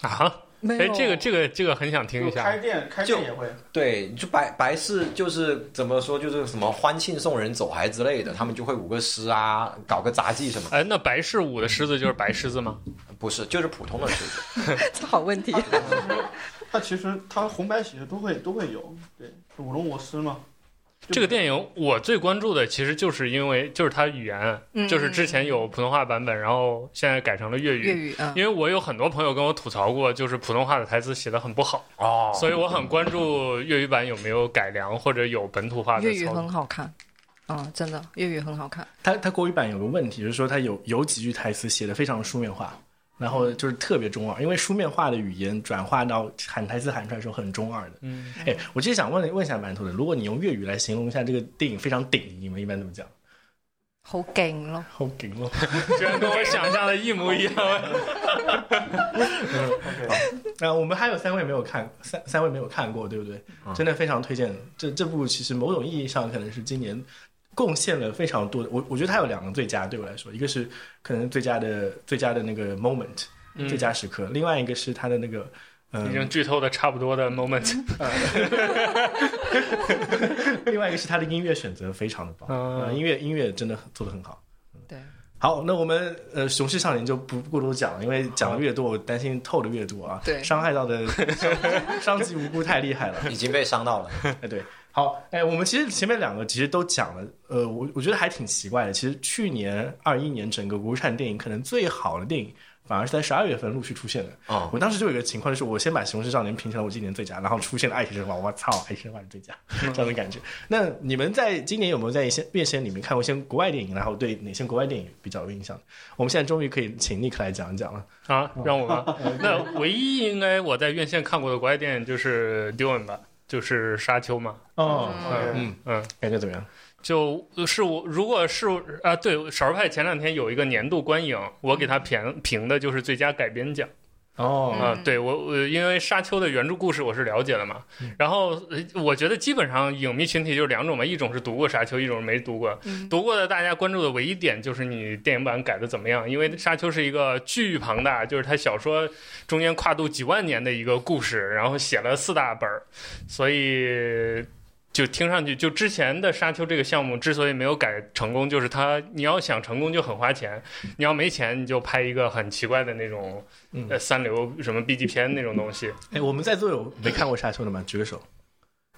[SPEAKER 5] 啊，
[SPEAKER 3] 没
[SPEAKER 5] 哎
[SPEAKER 3] 有，
[SPEAKER 5] 这个这个这个很想听
[SPEAKER 6] 就
[SPEAKER 5] 一下
[SPEAKER 6] 开。店开
[SPEAKER 4] 就
[SPEAKER 6] 店也会，
[SPEAKER 4] 对，就白白事就是怎么说，就是什么欢庆送人走还之类的，他们就会舞个狮啊，搞个杂技什么的。
[SPEAKER 5] 哎，那白狮舞的狮子就是白狮子吗？
[SPEAKER 4] 不是，就是普通的狮子。
[SPEAKER 3] 这好问题。
[SPEAKER 6] 它其实它红白喜事都会都会有，对，舞龙舞狮嘛。就
[SPEAKER 5] 这个电影我最关注的其实就是因为就是它语言，
[SPEAKER 3] 嗯
[SPEAKER 5] 就是之前有普通话版本，然后现在改成了粤
[SPEAKER 3] 粤
[SPEAKER 5] 语。
[SPEAKER 3] 语啊，
[SPEAKER 5] 因为我有很多朋友跟我吐槽过，就是普通话的台词写的很不好，
[SPEAKER 4] 哦
[SPEAKER 5] 所以我很关注粤语版有没有改良或者有本土化的
[SPEAKER 3] 粤语
[SPEAKER 5] 操作
[SPEAKER 3] 很好看，嗯，真的粤语很好看。
[SPEAKER 2] 他他国语版有个问题，就是说他有有几句台词写的非常书面化，然后就是特别中二，因为书面化的语言转化到喊台词喊出来的时候很中二的。
[SPEAKER 5] 嗯，
[SPEAKER 2] 哎，我其实想问问一下馒头的，如果你用粤语来形容一下这个电影非常顶，你们一般怎么讲？
[SPEAKER 3] 好劲咯！
[SPEAKER 2] 好顶 哦！
[SPEAKER 5] 居然跟我想象的一模一样。
[SPEAKER 2] 那、啊我们还有三位没有看，三三位没有看过，对不对？真的非常推荐这这部，其实某种意义上可能是今年贡献了非常多的。我我觉得它有两个最佳，对我来说，一个是可能最佳的最佳的那个 moment，、最
[SPEAKER 5] 嗯
[SPEAKER 2] 佳时刻，另外一个是它的那个呃
[SPEAKER 5] 已，经剧透的差不多的 moment，
[SPEAKER 2] 另外一个是它的音乐选择非常的棒，
[SPEAKER 5] 嗯
[SPEAKER 2] 呃音乐音乐真的做的很好。嗯
[SPEAKER 3] 对，
[SPEAKER 2] 好，那我们呃，熊市少年就不过多讲了，因为讲的越多，我担心透的越多啊，
[SPEAKER 3] 对
[SPEAKER 2] 伤害到的 伤及无辜太厉害了。
[SPEAKER 4] 已经被伤到 了。
[SPEAKER 2] 哎，对，好，哎，我们其实前面两个其实都讲了，呃，我我觉得还挺奇怪的。其实去年二一年整个国产电影可能最好的电影，反而是在十二月份陆续出现的。
[SPEAKER 4] 哦
[SPEAKER 2] 我当时就有一个情况，就是我先把《熊市少年》评成了我今年最佳，然后出现了《爱情神话》，我操，《爱情神话》是最佳，这样的感觉。那你们在今年有没有在一些院线里面看过一些国外电影？然后对哪些国外电影比较有印象？我们现在终于可以请尼克来讲一讲了。
[SPEAKER 5] 啊，让我吗？那唯一应该我在院线看过的国外电影就是 Dune 吧，就是沙丘嘛。
[SPEAKER 2] 哦，
[SPEAKER 6] OK，
[SPEAKER 5] 嗯嗯，
[SPEAKER 2] 感觉怎么样？
[SPEAKER 5] 就是我如果是啊，对，少儿派前两天有一个年度观影，我给他评评的就是最佳改编奖。
[SPEAKER 2] 哦，
[SPEAKER 5] 啊、
[SPEAKER 3] 嗯
[SPEAKER 5] 对我我因为《沙丘》的原著故事我是了解的嘛，然后呃我觉得基本上影迷群体就是两种嘛，一种是读过《沙丘》，一种是没读过。
[SPEAKER 3] 嗯
[SPEAKER 5] 读过的大家关注的唯一点就是你电影版改的怎么样，因为《沙丘》是一个巨庞大，就是它小说中间跨度几万年的一个故事，然后写了四大本儿，所以。就听上去，就之前的《沙丘》这个项目之所以没有改成功，就是它你要想成功就很花钱，你要没钱你就拍一个很奇怪的那种
[SPEAKER 2] 嗯
[SPEAKER 5] 呃，三流什么 B 级片那种东西，
[SPEAKER 2] 哎，我们在座有没看过《沙丘》的吗？举个手。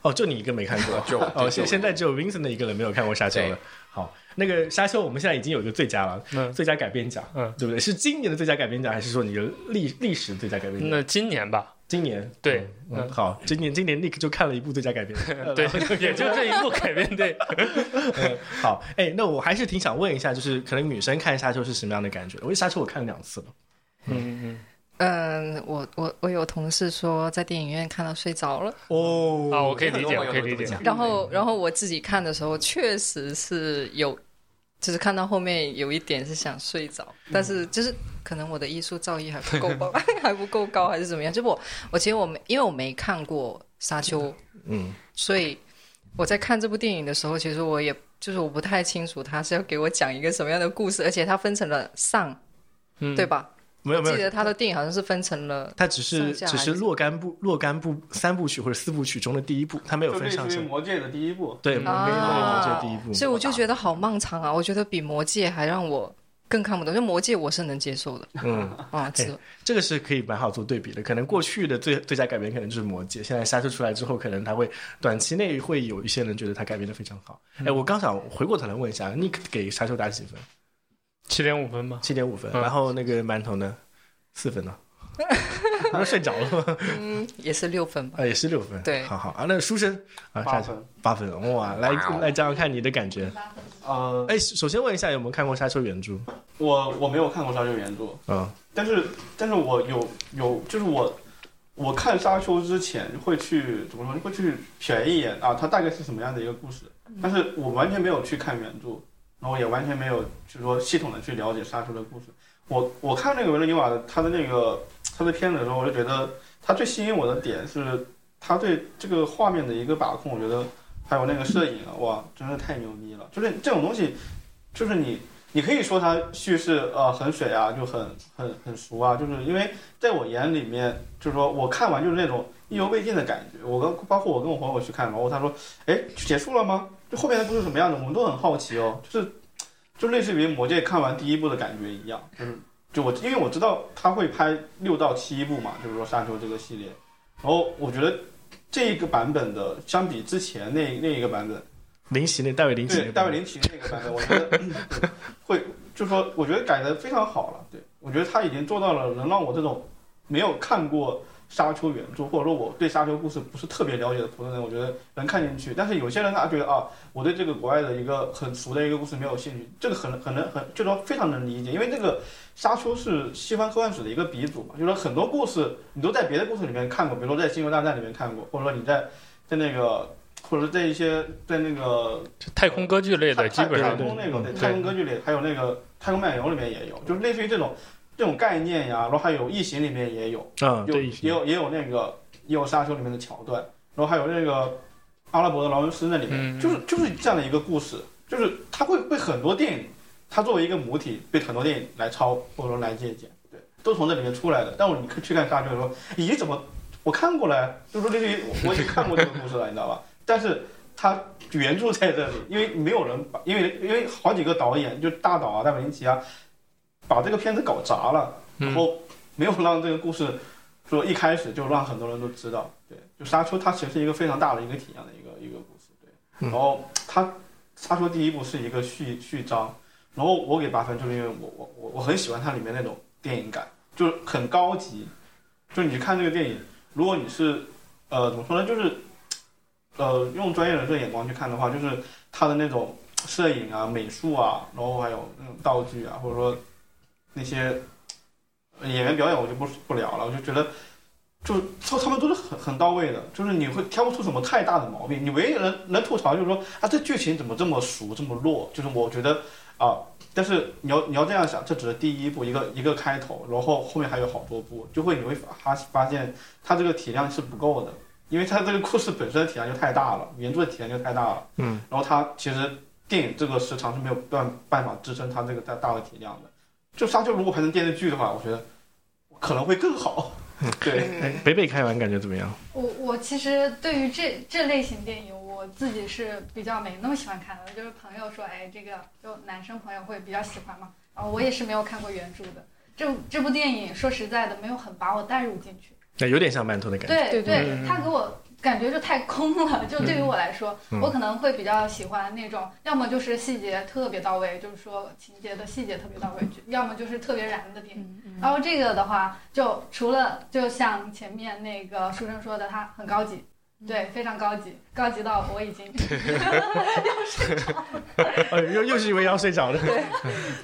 [SPEAKER 2] 哦，就你一个没看过，
[SPEAKER 4] 就
[SPEAKER 2] 哦，现现在只有 Vincent 的一个人没有看过《沙丘》了
[SPEAKER 4] 对。
[SPEAKER 2] 好，那个《沙丘》我们现在已经有一个最佳了，
[SPEAKER 5] 嗯
[SPEAKER 2] 最佳改编奖，
[SPEAKER 5] 嗯
[SPEAKER 2] 对不对？是今年的最佳改编奖，还是说你的历历史最佳改编奖？
[SPEAKER 5] 那今年吧，
[SPEAKER 2] 今年
[SPEAKER 5] 对
[SPEAKER 2] 嗯
[SPEAKER 5] 嗯
[SPEAKER 2] 好，今年今年 Nick 就看了一部最佳改编，
[SPEAKER 5] 呃对，也就这一部改编，对，
[SPEAKER 2] 嗯好，哎，那我还是挺想问一下，就是可能女生看《沙丘》是什么样的感觉？我《沙丘》我看了两次了，
[SPEAKER 5] 嗯
[SPEAKER 3] 嗯，我我我有同事说在电影院看到睡着了，
[SPEAKER 2] 哦
[SPEAKER 5] 嗯，啊，我可以理
[SPEAKER 4] 很多
[SPEAKER 5] 解，
[SPEAKER 4] 网
[SPEAKER 5] 我
[SPEAKER 4] 友
[SPEAKER 5] 可以
[SPEAKER 4] 都这么
[SPEAKER 5] 理
[SPEAKER 2] 嗯
[SPEAKER 5] 解
[SPEAKER 4] 讲，
[SPEAKER 3] 然后然后我自己看的时候确实是有，就是看到后面有一点是想睡着，但是
[SPEAKER 2] 嗯
[SPEAKER 3] 就是可能我的艺术造诣还不够 吧，还不够高还是怎么样？就我我其实我没因为我没看过《沙丘》，
[SPEAKER 2] 嗯，
[SPEAKER 3] 所以我在看这部电影的时候，其实我也就是我不太清楚他是要给我讲一个什么样的故事，而且它分成了上，
[SPEAKER 5] 嗯
[SPEAKER 3] 对吧？
[SPEAKER 2] 没有没
[SPEAKER 3] 记
[SPEAKER 2] 有，
[SPEAKER 3] 得他的电影好像是分成了，
[SPEAKER 2] 它只是
[SPEAKER 3] 上下
[SPEAKER 2] 只是若干部若干部三部曲或者四部曲中的第一部，它没有
[SPEAKER 6] 就
[SPEAKER 2] 分
[SPEAKER 6] 类
[SPEAKER 2] 上
[SPEAKER 6] 似于
[SPEAKER 2] 下。
[SPEAKER 6] 魔戒的第一部，
[SPEAKER 2] 对，
[SPEAKER 5] 嗯
[SPEAKER 2] 我跟
[SPEAKER 3] 啊
[SPEAKER 2] 你说，这第一部。
[SPEAKER 3] 所以我就觉得好漫长啊！我觉得比《魔戒》还让我更看不懂，就《魔戒》我是能接受的
[SPEAKER 2] 嗯，
[SPEAKER 3] 啊，
[SPEAKER 2] 哎
[SPEAKER 3] 这
[SPEAKER 2] 这个是可以蛮好做对比的。可能过去的最最佳改编可能就是《魔戒》，现在《沙丘》出来之后，可能它会短期内会有一些人觉得它改编的非常好。哎、我刚想回过头来问一下，你给《沙丘》打几分？
[SPEAKER 5] 七点五分吧，
[SPEAKER 2] 七点五分。
[SPEAKER 5] 嗯
[SPEAKER 2] 然后那个馒头呢？四分呢？你说睡着了吗？
[SPEAKER 3] 嗯也是六分吧。
[SPEAKER 2] 啊，也是六分。
[SPEAKER 3] 对
[SPEAKER 2] 好好啊。那书生啊，
[SPEAKER 6] 八
[SPEAKER 2] 沙丘
[SPEAKER 6] 分。
[SPEAKER 2] 八分哇！来
[SPEAKER 4] 哇哦
[SPEAKER 2] 来讲讲看你的感觉。
[SPEAKER 7] 八分
[SPEAKER 6] 呃，
[SPEAKER 2] 哎，首先问一下，有没有看过《沙丘》原著？
[SPEAKER 6] 我我没有看过沙丘原著，
[SPEAKER 2] 嗯
[SPEAKER 6] 但是但是我有有就是我我看沙丘之前会去怎么说会去瞥一眼啊，它大概是什么样的一个故事，但是我完全没有去看原著，然后也完全没有就是说系统的去了解沙丘的故事。我我看那个维伦纽瓦的他的那个他的片子的时候，我就觉得他最吸引我的点是他对这个画面的一个把控，我觉得还有那个摄影啊，哇，真是太牛逼了！就是这种东西，就是你你可以说它叙事呃很水啊，就很很很俗啊，就是因为在我眼里面，就是说我看完就是那种意犹未尽的感觉。我跟包括我跟我朋友去看，然后他说，哎，就结束了吗？就后面的故事什么样的，我们都很好奇哦，就是就类似于《魔戒》看完第一部的感觉一样，就是就我因为我知道他会拍六到七部嘛，就是说沙丘这个系列，然后我觉得这一个版本的相比之前那那一个版本。
[SPEAKER 2] 林奇那大卫林奇那
[SPEAKER 6] 对，
[SPEAKER 2] 个，
[SPEAKER 6] 大卫林奇那个版本，我觉得嗯对会，就说我觉得改的非常好了。对，我觉得他已经做到了能让我这种没有看过沙丘原著，或者说我对沙丘故事不是特别了解的普通人，我觉得能看进去。但是有些人他觉得啊，我对这个国外的一个很俗的一个故事没有兴趣，这个很很能很，就说非常能理解，因为这个沙丘是西方科幻史的一个鼻祖嘛，就说很多故事你都在别的故事里面看过，比如说在《星球大战》里面看过，或者说你在在那个。或者是在一些在那个
[SPEAKER 5] 太空歌剧类的基
[SPEAKER 6] 太
[SPEAKER 5] 本上
[SPEAKER 6] 太空那个对
[SPEAKER 5] 嗯
[SPEAKER 6] 太空歌剧里，还有那个《太空漫游》里面也有，就是类似于这种这种概念呀，然后还有《异形》里面也有，
[SPEAKER 2] 嗯，
[SPEAKER 6] 有
[SPEAKER 2] 对，
[SPEAKER 6] 也有也有那个也有《沙丘》里面的桥段，然后还有那个阿拉伯的劳伦斯那里面，
[SPEAKER 5] 嗯
[SPEAKER 6] 就是就是这样的一个故事，就是它会被很多电影，它作为一个母体被很多电影来抄或者说来借鉴，对，都从这里面出来的。但我你去看沙丘的时候，咦，怎么我看过了？就是说类似于我我已经看过这个故事了，你知道吧？但是它原著在这里，因为没有人把，因为因为好几个导演，就大导啊、大本林奇啊，把这个片子搞砸了，
[SPEAKER 5] 嗯
[SPEAKER 6] 然后没有让这个故事说一开始就让很多人都知道。对，就沙丘它其实是一个非常大的一个体量的一个一个故事。对，
[SPEAKER 2] 嗯
[SPEAKER 6] 然后它沙丘第一部是一个序序章，然后我给八分就是因为我我我我很喜欢它里面那种电影感，就是很高级。就你看这个电影，如果你是呃怎么说呢，就是呃用专业人士的眼光去看的话，就是它的那种摄影啊、美术啊，然后还有那种道具啊，或者说那些呃演员表演，我就不不聊了。我就觉得，就是他他们都是很很到位的，就是你会挑不出什么太大的毛病。你唯一能能吐槽就是说啊，这剧情怎么这么俗这么弱？就是我觉得啊，但是你要你要这样想，这只是第一步，一个一个开头，然后后面还有好多步，就会你会发发现它这个体量是不够的，因为它这个故事本身的体量就太大了，原著的体量就太大了。
[SPEAKER 2] 嗯，
[SPEAKER 6] 然后它其实电影这个时长是没有办办法支撑它这个大大的体量的。就沙丘如果拍成电视剧的话，我觉得可能会更好。对，
[SPEAKER 2] 哎，北北看完感觉怎么样？
[SPEAKER 7] 我我其实对于这这类型电影，我自己是比较没那么喜欢看的，就是朋友说，哎，这个就男生朋友会比较喜欢嘛，然后我也是没有看过原著的。这这部电影说实在的，没有很把我带入进去。
[SPEAKER 2] 哎，有点像馒头的感觉。
[SPEAKER 7] 对
[SPEAKER 3] 对
[SPEAKER 5] 嗯
[SPEAKER 7] 他给我感觉就太空了。就对于我来说，
[SPEAKER 2] 嗯
[SPEAKER 7] 我可能会比较喜欢那种，要么就是细节特别到位，就是说情节的细节特别到位，就要么就是特别燃的电影。
[SPEAKER 3] 嗯嗯
[SPEAKER 7] 然后这个的话，就除了就像前面那个书生说的，它很高级，对，非常高级，高级到我已经
[SPEAKER 2] 呃，又又是因为要睡着了，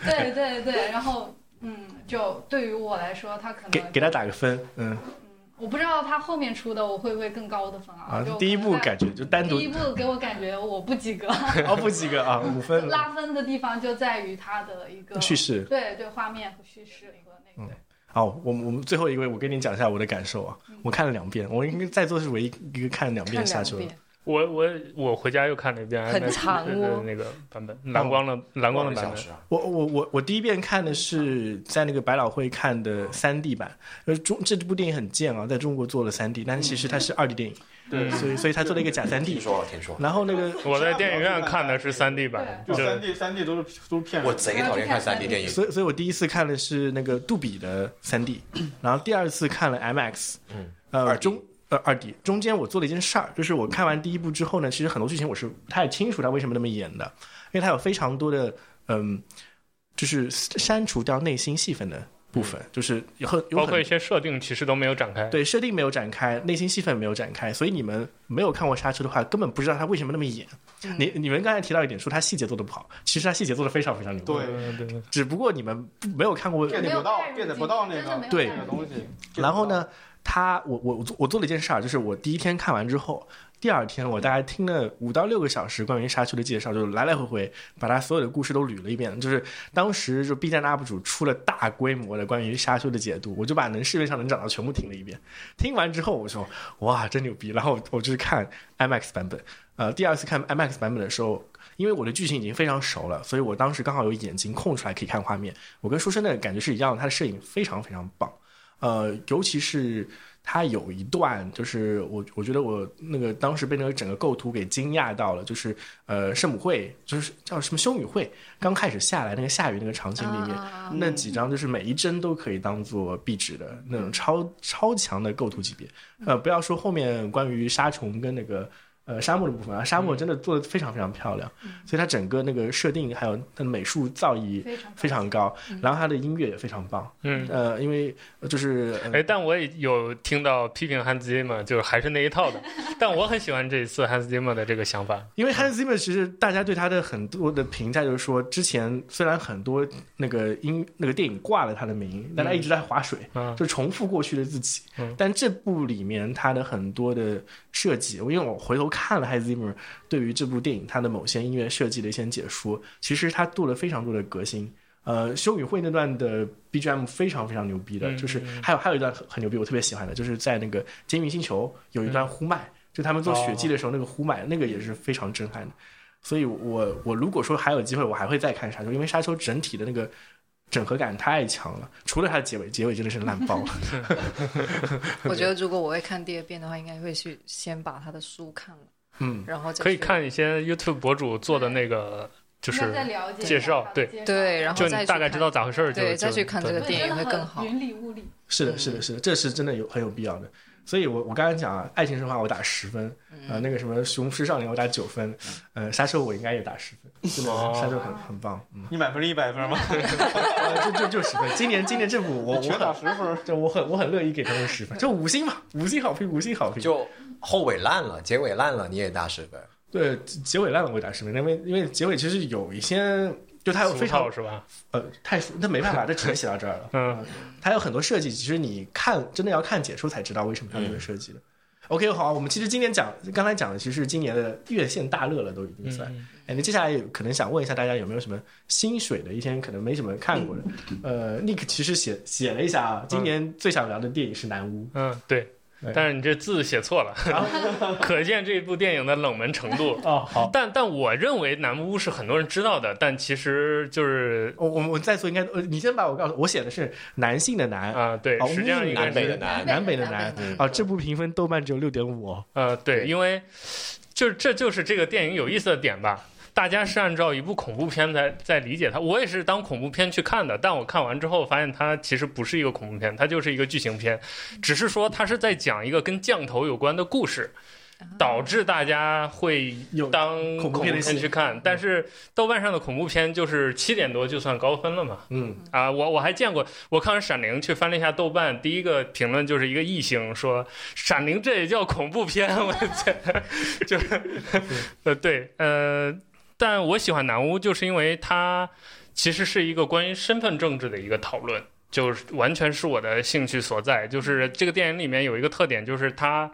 [SPEAKER 7] 对对对，然后嗯，就对于我来说，它可
[SPEAKER 2] 给
[SPEAKER 7] 能
[SPEAKER 2] 给他打个分，嗯
[SPEAKER 7] 嗯，我不知道它后面出的我会不会更高的分啊
[SPEAKER 2] 啊
[SPEAKER 7] 就，
[SPEAKER 2] 第一
[SPEAKER 7] 可
[SPEAKER 2] 部
[SPEAKER 7] 能在
[SPEAKER 2] 感觉就单独
[SPEAKER 7] 第一部给我感觉我不及格，
[SPEAKER 2] 哦不及格啊，五分了。
[SPEAKER 7] 拉分的地方就在于它的一个
[SPEAKER 2] 叙事
[SPEAKER 7] 对对，画面和叙事和那个。
[SPEAKER 2] 好，我们我们最后一位，我跟你讲一下我的感受啊。
[SPEAKER 7] 嗯
[SPEAKER 2] 我看了两遍，我应该在座是唯一一个看了两遍
[SPEAKER 3] 看
[SPEAKER 2] 《沙
[SPEAKER 3] 两
[SPEAKER 2] 丘》的。
[SPEAKER 3] 遍，
[SPEAKER 5] 我我我回家又看了一遍
[SPEAKER 3] 很
[SPEAKER 5] IMAX
[SPEAKER 3] 长哦
[SPEAKER 5] 的那个版本，蓝光的蓝光的版
[SPEAKER 4] 小
[SPEAKER 5] 本。
[SPEAKER 4] 时啊，
[SPEAKER 2] 我我我我第一遍看的是在那个百老汇看的三 D 版，呃，中这部电影很贱啊，在中国做了三 D，但是其实它是二 D 电影，
[SPEAKER 7] 嗯
[SPEAKER 6] 对，
[SPEAKER 2] 所以所以它做了一个假三
[SPEAKER 4] 听
[SPEAKER 2] D。
[SPEAKER 4] 说了，听说了，
[SPEAKER 2] 然后那个
[SPEAKER 5] 我在电影院看的是3 D 版，
[SPEAKER 6] 就
[SPEAKER 5] 就
[SPEAKER 6] 三 D 三 D 都是都是骗人
[SPEAKER 4] 我
[SPEAKER 6] 的。
[SPEAKER 4] 贼讨厌看三 D 电影，
[SPEAKER 2] 所以，所以我第一次看的是那个杜比的三 D，然后第二次看了 MX，
[SPEAKER 4] 嗯，
[SPEAKER 2] 呃
[SPEAKER 4] 2D
[SPEAKER 2] 中呃二 D，中间我做了一件事儿，就是我看完第一部之后呢，其实很多剧情我是不太清楚他为什么那么演的，因为它有非常多的嗯，就是删除掉内心戏份的部分，就是有很有
[SPEAKER 5] 包
[SPEAKER 2] 很
[SPEAKER 5] 括一些设定其实都没有展开。
[SPEAKER 2] 对设定没有展开，内心戏份没有展开，所以你们没有看过《刹车》的话，根本不知道他为什么那么演。
[SPEAKER 5] 嗯
[SPEAKER 2] 你你们刚才提到一点，说他细节做的不好，其实他细节做的非常非常牛，
[SPEAKER 6] 对，
[SPEAKER 5] 对对对，
[SPEAKER 2] 只不过你们不没有看过
[SPEAKER 6] 变
[SPEAKER 7] 没
[SPEAKER 6] 得
[SPEAKER 7] 有
[SPEAKER 6] 不到
[SPEAKER 7] 带，入
[SPEAKER 6] 变得
[SPEAKER 7] 进
[SPEAKER 6] 不
[SPEAKER 7] 去
[SPEAKER 6] 到那
[SPEAKER 7] 真的没
[SPEAKER 6] 个
[SPEAKER 7] 有
[SPEAKER 2] 对
[SPEAKER 6] 那个东西。
[SPEAKER 2] 然后呢，他我我我做我做了一件事儿，就是我第一天看完之后，第二天我大概听了五到六个小时关于沙丘的介绍，就是来来回回把他所有的故事都捋了一遍。就是当时就 B 站的 UP 主出了大规模的关于沙丘的解读，我就把能市面上能找到全部听了一遍。听完之后我说哇真牛逼，然后我就去看 IMAX 版本。呃，第二次看 IMAX 版本的时候，因为我的剧情已经非常熟了，所以我当时刚好有眼睛空出来可以看画面。我跟书生的感觉是一样的，他的摄影非常非常棒。呃，尤其是他有一段，就是我我觉得我那个当时被那个整个构图给惊讶到了，就是呃圣母会，就是叫什么修女会，刚开始下来那个下雨那个场景里面，
[SPEAKER 3] 啊
[SPEAKER 2] 那几张就是每一帧都可以当做壁纸的那种超超强的构图级别。呃，不要说后面关于沙虫跟那个呃沙漠的部分啊，沙漠真的做的非常非常漂亮，所以它整个那个设定还有它的美术造诣
[SPEAKER 7] 非常
[SPEAKER 2] 嗯非常高，然后它的音乐也非常棒。
[SPEAKER 5] 嗯，
[SPEAKER 2] 呃，因为呃就是呃
[SPEAKER 5] 哎，但我也有听到批评汉斯季嘛，就是还是那一 套的。但我很喜欢这一次汉斯季嘛的这个想法。
[SPEAKER 2] 因为 Hans Zimmer 其实大家对他的很多的评价就是说，之前虽然很多那个音那个电影挂了他的名，但他一直在划水，
[SPEAKER 5] 嗯
[SPEAKER 2] 就重复过去的自己。
[SPEAKER 5] 嗯
[SPEAKER 2] 但这部里面他的很多的设计，因为我回头看了 Hans Zimmer 对于这部电影他的某些音乐设计的一些解说，其实他做了非常多的革新。呃，修女会那段的 BGM 非常非常牛逼的，
[SPEAKER 5] 嗯
[SPEAKER 2] 就是还有还有一段很很牛逼，我特别喜欢的，就是在那个《监狱星球》有一
[SPEAKER 5] 嗯
[SPEAKER 2] 段呼麦，就他们
[SPEAKER 6] 哦
[SPEAKER 2] 做血祭的时候那个呼麦，那个也是非常震撼的。所以我我如果说还有机会，我还会再看沙丘，因为沙丘整体的那个整合感太强了，除了它的结尾，结尾真的是烂爆 了。
[SPEAKER 3] 我觉得如果我会看第二遍的话，应该会去先把他的书看了，
[SPEAKER 2] 嗯，
[SPEAKER 3] 然后再
[SPEAKER 5] 可以
[SPEAKER 3] 去
[SPEAKER 5] 看一些 YouTube 博主做的那个，就是
[SPEAKER 7] 应该再了解
[SPEAKER 5] 介绍对
[SPEAKER 3] 对然后
[SPEAKER 5] 就
[SPEAKER 3] 再
[SPEAKER 5] 你
[SPEAKER 3] 去
[SPEAKER 5] 大概知道咋回事儿就，
[SPEAKER 3] 对
[SPEAKER 5] 就
[SPEAKER 3] 再去看这
[SPEAKER 5] 对
[SPEAKER 3] 个
[SPEAKER 7] 对
[SPEAKER 3] 电影
[SPEAKER 7] 真的
[SPEAKER 3] 会
[SPEAKER 7] 很
[SPEAKER 3] 更好
[SPEAKER 7] 云里 雾里，
[SPEAKER 2] 是的，是的，是的，这是真的有很有必要的。所以我我刚才讲啊，《爱情神话》我打十分，
[SPEAKER 6] 嗯
[SPEAKER 2] 呃，那个什么《雄狮少年》我打九分，呃，《沙丘》我应该也打十分，真的，
[SPEAKER 5] 哦
[SPEAKER 2] 沙丘很很棒，嗯，
[SPEAKER 6] 你满分是一百分吗？
[SPEAKER 2] 呃就就就十分。今年今年这部我我
[SPEAKER 6] 全打
[SPEAKER 2] 很
[SPEAKER 6] 十分。
[SPEAKER 2] 就我很我很乐意给他们十分，就五星嘛，五星好评，五星好评。
[SPEAKER 4] 就后尾烂了，结尾烂了，你也打十分。
[SPEAKER 2] 对结结尾烂了我也打十分，因为因为结尾其实有一些。就它有
[SPEAKER 5] 俗
[SPEAKER 2] 非常
[SPEAKER 5] 套是吧？
[SPEAKER 2] 呃太俗，那没办法，这只能写到这儿了。
[SPEAKER 5] 嗯，
[SPEAKER 2] 它有很多设计，其实你看真的要看解说才知道为什么它这个设计
[SPEAKER 5] 嗯
[SPEAKER 2] 的。OK，好，我们其实今天讲刚才讲的，其实是今年的院线大热了，都已经算。
[SPEAKER 5] 嗯
[SPEAKER 2] 哎，那接下来有可能想问一下大家有没有什么新水的一些可能没什么看过的？呃，Nick 其实写写了一下啊，今年最想聊的电影是《南巫
[SPEAKER 5] 嗯，对
[SPEAKER 2] 对。
[SPEAKER 5] 但是你这字写错了， 可见这部电影的冷门程度》。。
[SPEAKER 2] 哦，好，
[SPEAKER 5] 但但我认为南巫是很多人知道的，但其实就是
[SPEAKER 2] 我我我在座应该，呃你先把我告诉我写的是男性的男，
[SPEAKER 5] 啊、对
[SPEAKER 2] 哦，
[SPEAKER 5] 实际上应该
[SPEAKER 4] 南北的
[SPEAKER 5] 是
[SPEAKER 4] 南，
[SPEAKER 2] 南北的
[SPEAKER 3] 南
[SPEAKER 2] 南
[SPEAKER 3] 北的
[SPEAKER 2] 啊，这部评分豆瓣只有六点五哦。
[SPEAKER 5] 呃，对，
[SPEAKER 4] 对
[SPEAKER 5] 因为就是这就是这个电影有意思的点吧。大家是按照一部恐怖片来在理解它，我也是当恐怖片去看的，但我看完之后发现它其实不是一个恐怖片，它就是一个剧情片，只是说它是在讲一个跟降头有关的故事，导致大家会
[SPEAKER 2] 有
[SPEAKER 5] 当
[SPEAKER 2] 恐
[SPEAKER 5] 恐
[SPEAKER 2] 怖
[SPEAKER 5] 怖
[SPEAKER 2] 片
[SPEAKER 5] 片
[SPEAKER 2] 的戏
[SPEAKER 5] 去看。但是豆瓣上的恐怖片就是七点多就算高分了嘛，
[SPEAKER 2] 嗯，
[SPEAKER 5] 啊，我我还见过，我看完《闪灵》去翻了一下豆瓣，第一个评论就是一个异星说《闪灵》这也叫恐怖片，我天，就是，呃，对，呃，但我喜欢《南巫》，就是因为它其实是一个关于身份政治的一个讨论，就是完全是我的兴趣所在。就是这个电影里面有一个特点，就是它。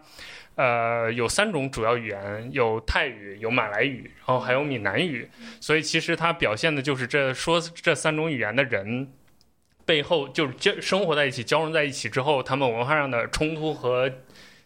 [SPEAKER 5] 呃，有三种主要语言，有泰语，有马来语，然后还有闽南语，所以其实它表现的就是这说这三种语言的人背后就是交生活在一起、交融在一起之后，他们文化上的冲突和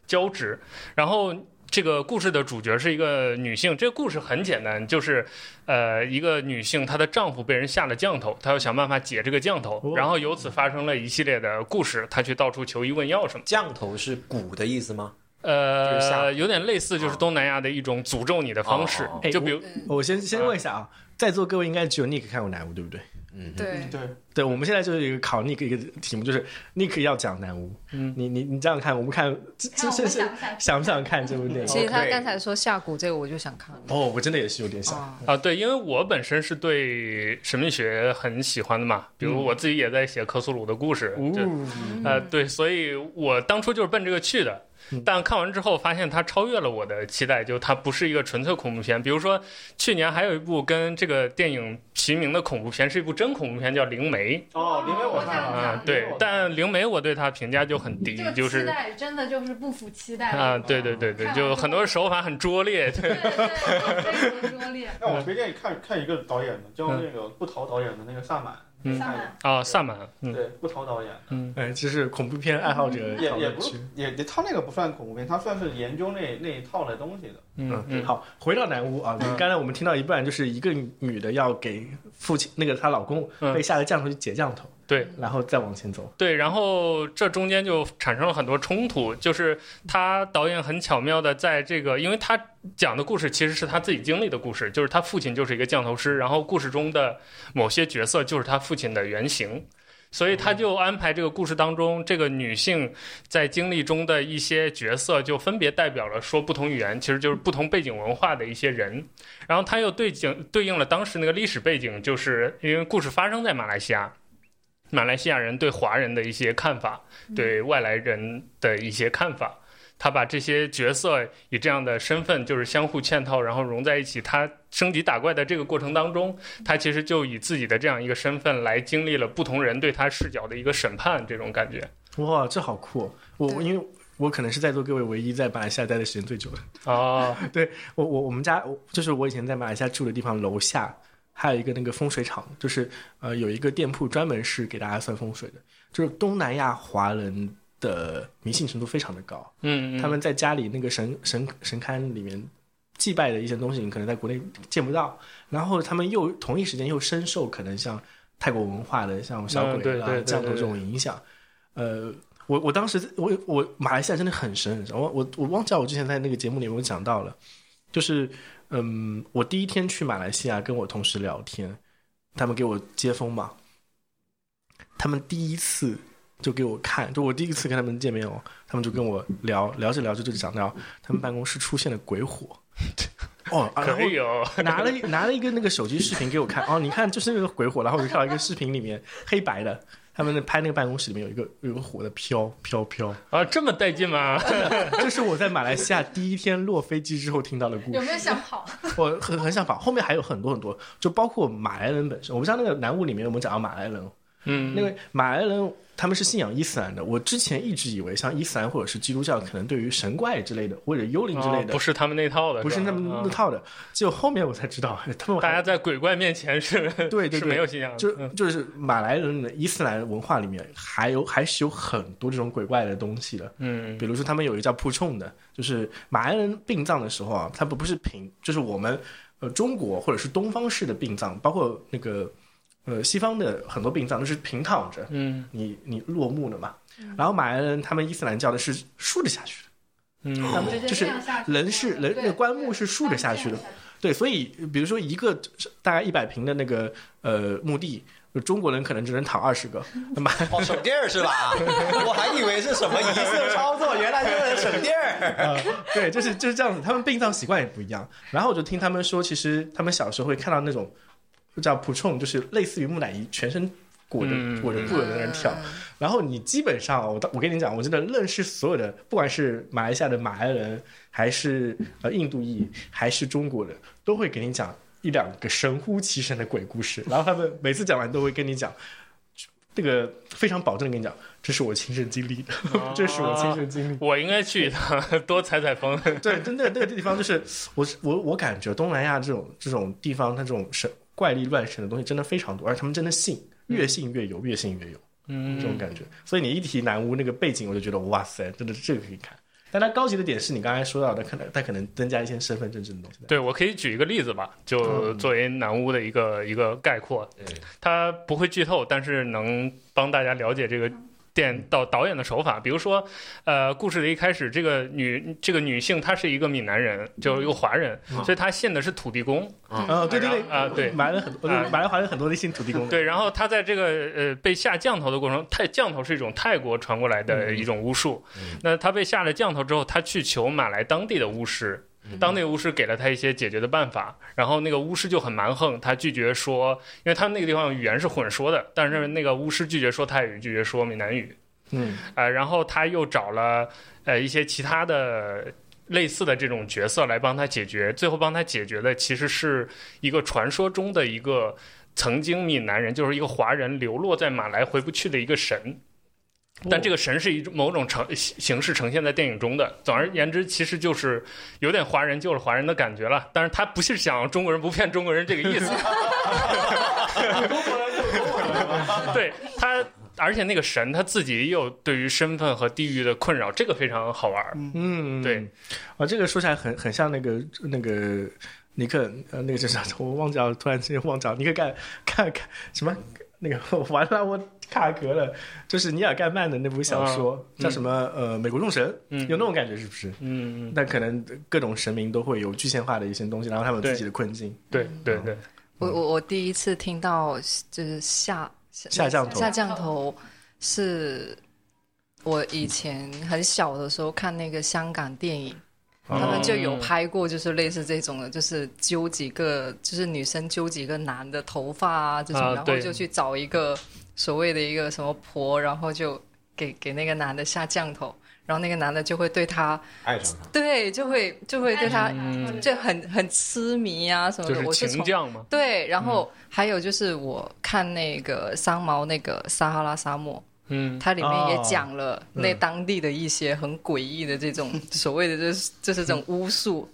[SPEAKER 5] 交织。然后这个故事的主角是一个女性，这个故事很简单，就是呃，一个女性她的丈夫被人下了降头，她要想办法解这个降头
[SPEAKER 2] 哦，
[SPEAKER 5] 然后由此发生了一系列的故事，她去到处求医问药什么的。
[SPEAKER 4] 降头是鼓的意思吗？就是下啊
[SPEAKER 5] 呃，有点类似就是东南亚的一种诅咒你的方式
[SPEAKER 4] 哦，
[SPEAKER 2] 哎
[SPEAKER 5] 就比如
[SPEAKER 3] 嗯
[SPEAKER 2] 我先先问一下啊，在座各位应该只有 Nick 看过《南巫》，对不对？
[SPEAKER 4] 嗯，
[SPEAKER 3] 对，
[SPEAKER 6] 对，
[SPEAKER 2] 对，我们现在就是一个考 Nick 一个题目，就是 Nick 要讲南巫。
[SPEAKER 5] 嗯
[SPEAKER 2] 你你你这样看，我们看这
[SPEAKER 7] 看
[SPEAKER 2] 这
[SPEAKER 7] 我
[SPEAKER 2] 这
[SPEAKER 7] 们
[SPEAKER 2] 是
[SPEAKER 7] 想不想
[SPEAKER 2] 想不想看这部电
[SPEAKER 3] 其
[SPEAKER 2] 影？
[SPEAKER 3] 实他
[SPEAKER 4] OK
[SPEAKER 3] 刚才说下蛊这个，我就想看了。
[SPEAKER 2] 哦，我真的也是有点想。
[SPEAKER 3] 啊，
[SPEAKER 5] 啊，对，因为我本身是对神秘学很喜欢的嘛，比
[SPEAKER 4] 嗯
[SPEAKER 5] 如我自己也在写克苏鲁的故事，就
[SPEAKER 3] 嗯
[SPEAKER 2] 哦，
[SPEAKER 5] 呃，对，所以我当初就是奔这个去的
[SPEAKER 2] 嗯。
[SPEAKER 5] 但看完之后发现它超越了我的期待，就它不是一个纯粹恐怖片。比如说，去年还有一部跟这个电影齐名的恐怖片，是一部真恐怖片，叫《灵媒
[SPEAKER 6] 哦，因为我看》
[SPEAKER 7] 啊
[SPEAKER 6] 了。
[SPEAKER 5] 啊、对，但《灵媒》我对它评价就很低，就
[SPEAKER 7] 期
[SPEAKER 5] 是
[SPEAKER 7] 待真的就是不服期待
[SPEAKER 5] 啊、对对对对，就很多手法很拙劣，
[SPEAKER 7] 对对对，非常拙劣。
[SPEAKER 6] 那我推荐你看看一个导演的，叫那个不逃导演的那个萨满，
[SPEAKER 5] 嗯
[SPEAKER 7] 萨满，
[SPEAKER 5] 啊，萨满，嗯
[SPEAKER 6] 对，不同导演，
[SPEAKER 5] 嗯
[SPEAKER 2] 哎，这是恐怖片爱好者
[SPEAKER 6] 也
[SPEAKER 2] 讨
[SPEAKER 6] 也
[SPEAKER 2] 论
[SPEAKER 6] 不
[SPEAKER 2] 区。
[SPEAKER 6] 也也他那个不算恐怖片，他算是研究那那一套的东西的。
[SPEAKER 5] 嗯
[SPEAKER 2] 嗯，
[SPEAKER 5] 嗯，
[SPEAKER 2] 好，回到南屋啊，刚才我们听到一半，就是一个女的要给父亲那个她老公
[SPEAKER 5] 嗯
[SPEAKER 2] 被下了降头去截降头，
[SPEAKER 5] 对，
[SPEAKER 2] 然后再往前走。
[SPEAKER 5] 对，然后这中间就产生了很多冲突，就是他导演很巧妙的在这个，因为他讲的故事其实是他自己经历的故事，就是他父亲就是一个降头师，然后故事中的某些角色就是他父亲的原型。所以他就安排这个故事当中，这个女性在经历中的一些角色，就分别代表了说不同语言，其实就是不同背景文化的一些人。然后他又对景对应了当时那个历史背景，就是因为故事发生在马来西亚，马来西亚人对华人的一些看法，对外来人的一些看法。他把这些角色以这样的身份就是相互嵌套，然后融在一起。他升级打怪的这个过程当中，他其实就以自己的这样一个身份来经历了不同人对他视角的一个审判，这种感觉。
[SPEAKER 2] 哇，这好酷！哦我
[SPEAKER 3] 对
[SPEAKER 2] 因为我可能是在座各位唯一在马来西亚待的时间最久的。啊
[SPEAKER 5] 哦，
[SPEAKER 2] 我我我们家我就是我以前在马来西亚住的地方楼下。还有一个那个风水场，就是呃有一个店铺专门是给大家算风水的，就是东南亚华人的迷信程度非常的高，
[SPEAKER 5] 嗯，嗯
[SPEAKER 2] 他们在家里那个神神神龛里面祭拜的一些东西，你可能在国内见不到。然后他们又同一时间又深受可能像泰国文化的像小
[SPEAKER 5] 嗯对
[SPEAKER 2] 鬼
[SPEAKER 5] 对
[SPEAKER 2] 啊
[SPEAKER 5] 对、对
[SPEAKER 2] 降头这种影响。呃，我我当时我我马来西亚真的很神很神，我我我忘记了我之前在那个节目里面我讲到了，就是嗯，我第一天去马来西亚跟我同事聊天，他们给我接风嘛，他们第一次就给我看，就我第一次跟他们见面哦，他们就跟我聊聊着聊着就讲到他们办公室出现了鬼 火，哦，啊然
[SPEAKER 5] 可
[SPEAKER 2] 后
[SPEAKER 5] 以哦，
[SPEAKER 2] 拿了一拿了一个那个手机视频给我看，哦，你看就是那个鬼火，然后我就看到一个视频里面 黑白的，他们那拍那个办公室里面有一个有个火的飘飘 飘，
[SPEAKER 5] 啊，这么带劲吗？
[SPEAKER 2] 这是我在马来西亚第一天落飞机之后听到的故
[SPEAKER 7] 有没
[SPEAKER 2] 事，
[SPEAKER 7] 有想跑？
[SPEAKER 2] 我很很想法，后面还有很多很多，就包括马来人本身，我不知道那个南屋里面有没有讲到马来人，哦
[SPEAKER 5] 嗯，
[SPEAKER 2] 那个马来人他们是信仰伊斯兰的，我之前一直以为像伊斯兰或者是基督教，可能对于神怪之类的或者幽灵之类
[SPEAKER 5] 哦
[SPEAKER 2] 的，
[SPEAKER 5] 不是他们那套的，
[SPEAKER 2] 不是
[SPEAKER 5] 吧
[SPEAKER 2] 那么那
[SPEAKER 5] 嗯
[SPEAKER 2] 套的。只有后面我才知道，哎他们
[SPEAKER 5] 大
[SPEAKER 2] 还
[SPEAKER 5] 家在鬼怪面前是
[SPEAKER 2] 对对
[SPEAKER 5] 是没
[SPEAKER 2] 对，
[SPEAKER 5] 有信仰的，
[SPEAKER 2] 就
[SPEAKER 5] 嗯
[SPEAKER 2] 就是马来人的伊斯兰文化里面还有还是有很多这种鬼怪的东西的。
[SPEAKER 5] 嗯
[SPEAKER 2] 比如说他们有一个叫扑冲的，就是马来人殡葬的时候啊，他不不是平，就是我们呃中国或者是东方式的殡葬，包括那个呃西方的很多殡葬都是平躺着，
[SPEAKER 5] 嗯
[SPEAKER 2] 你你落幕了嘛。然后马来人他们伊斯兰教的是竖着下去的，
[SPEAKER 5] 嗯
[SPEAKER 2] 他们
[SPEAKER 7] 直接
[SPEAKER 2] 就是
[SPEAKER 7] 这样下去
[SPEAKER 2] 人是人
[SPEAKER 7] 对
[SPEAKER 2] 那棺木是竖着下去的
[SPEAKER 7] 这样
[SPEAKER 2] 对，所以比如说一个大概一百平的那个呃墓地，中国人可能只能躺二十个，马
[SPEAKER 4] 哦，省地儿是吧？我还以为是什么仪式操作，原来是为了省地儿。
[SPEAKER 2] 呃，对，就是就是这样子，他们殡葬习惯也不一样。然后我就听他们说，其实他们小时候会看到那种就叫普冲，就是类似于木乃伊，全身裹着
[SPEAKER 5] 嗯
[SPEAKER 2] 裹着布的在那跳。
[SPEAKER 3] 嗯
[SPEAKER 2] 然后你基本上，我我跟你讲，我真的认识所有的，不管是马来西亚的马来人，还是呃印度裔，还是中国人，都会给你讲一两个神乎其神的鬼故事。 然后他们每次讲完都会跟你讲。这个非常保证地跟你讲，这是我亲身经历的， 这是我亲身经历的。
[SPEAKER 5] 我应该去一趟， 多采采风。
[SPEAKER 2] 对，真的那个地方就是我是我我感觉东南亚这种这种地方，它这种神怪力乱神的东西真的非常多，而且他们真的信，越信越有，越信越有
[SPEAKER 5] 嗯
[SPEAKER 2] 这种感觉。所以你一提南屋那个背景，我就觉得哇塞，真的是这个可以看。但它高级的点是你刚才说到的，可能它可能增加一些身份政治的东西。
[SPEAKER 5] 对，我可以举一个例子吧，就作为南屋的一个、一个概括
[SPEAKER 4] 嗯，
[SPEAKER 5] 它不会剧透，但是能帮大家了解这个。电到导演的手法，比如说，呃，故事的一开始，这个女这个女性她是一个闽南人，就是一个华人，所以她信的是土地公，
[SPEAKER 2] 啊、对对对
[SPEAKER 5] 啊对
[SPEAKER 2] 马来人很多，
[SPEAKER 5] 啊
[SPEAKER 2] 马来华人很多的信土地公。
[SPEAKER 5] 对，然后他在这个呃被下降头的过程，泰降头是一种泰国传过来的一种巫术。那他被下了降头之后，他去求马来当地的巫师，当地巫师给了他一些解决的办法。然后那个巫师就很蛮横，他拒绝说，因为他们那个地方语言是混说的，但是那个巫师拒绝说泰语，拒绝说闽南语。
[SPEAKER 2] 嗯，
[SPEAKER 5] 呃，然后他又找了呃一些其他的类似的这种角色来帮他解决，最后帮他解决的其实是一个传说中的一个曾经闽南人，就是一个华人流落在马来回不去的一个神。但这个神是一种某种呈形形式呈现在电影中的。总而言之，其实就是有点华人就是华人的感觉了。但是他不是想中国人不骗中国人这个意思，
[SPEAKER 6] 中国人就中国人，
[SPEAKER 5] 对他，而且那个神他自己也有对于身份和地域的困扰，这个非常好玩儿。
[SPEAKER 2] 嗯，
[SPEAKER 5] 对，
[SPEAKER 2] 啊，这个说起来很很像那个那个尼克，呃，那个叫啥？ 我忘记了，突然之间忘记了，尼克盖盖盖什么？那个 完了，我卡壳了，就是尼尔盖曼的那部小说、叫什么？呃，美国众神，
[SPEAKER 5] 啊嗯
[SPEAKER 2] 有那种感觉是不是？
[SPEAKER 5] 嗯，嗯
[SPEAKER 2] 那可能各种神明都会有具象化的一些东西，然后他们有自己的困境。
[SPEAKER 5] 对对对，
[SPEAKER 3] 我我我第一次听到就是下
[SPEAKER 2] 下降头
[SPEAKER 3] 下降头是我以前很小的时候看那个香港电影，
[SPEAKER 2] 哦
[SPEAKER 3] 他们就
[SPEAKER 5] 哦
[SPEAKER 3] 有拍过，就是类似这种的，就是揪几个，就是女生揪几个男的头发啊这种，
[SPEAKER 5] 啊
[SPEAKER 3] 然后
[SPEAKER 5] 对
[SPEAKER 3] 就去找一个所谓的一个什么婆，然后就给给那个男的下降头，然后那个男的就会对他，
[SPEAKER 4] 爱上他，
[SPEAKER 3] 对，就会就会对他
[SPEAKER 5] 嗯
[SPEAKER 3] 就很很痴迷啊什么
[SPEAKER 5] 就
[SPEAKER 3] 的。
[SPEAKER 5] 是
[SPEAKER 3] 我是
[SPEAKER 5] 情
[SPEAKER 3] 从
[SPEAKER 5] 将嘛。
[SPEAKER 3] 对，然后还有就是我看那个三毛那个撒哈拉沙漠，
[SPEAKER 5] 嗯，
[SPEAKER 3] 它里面也
[SPEAKER 2] 哦
[SPEAKER 3] 讲了那
[SPEAKER 2] 嗯
[SPEAKER 3] 当地的一些很诡异的这种所谓的就是 就是这种巫术，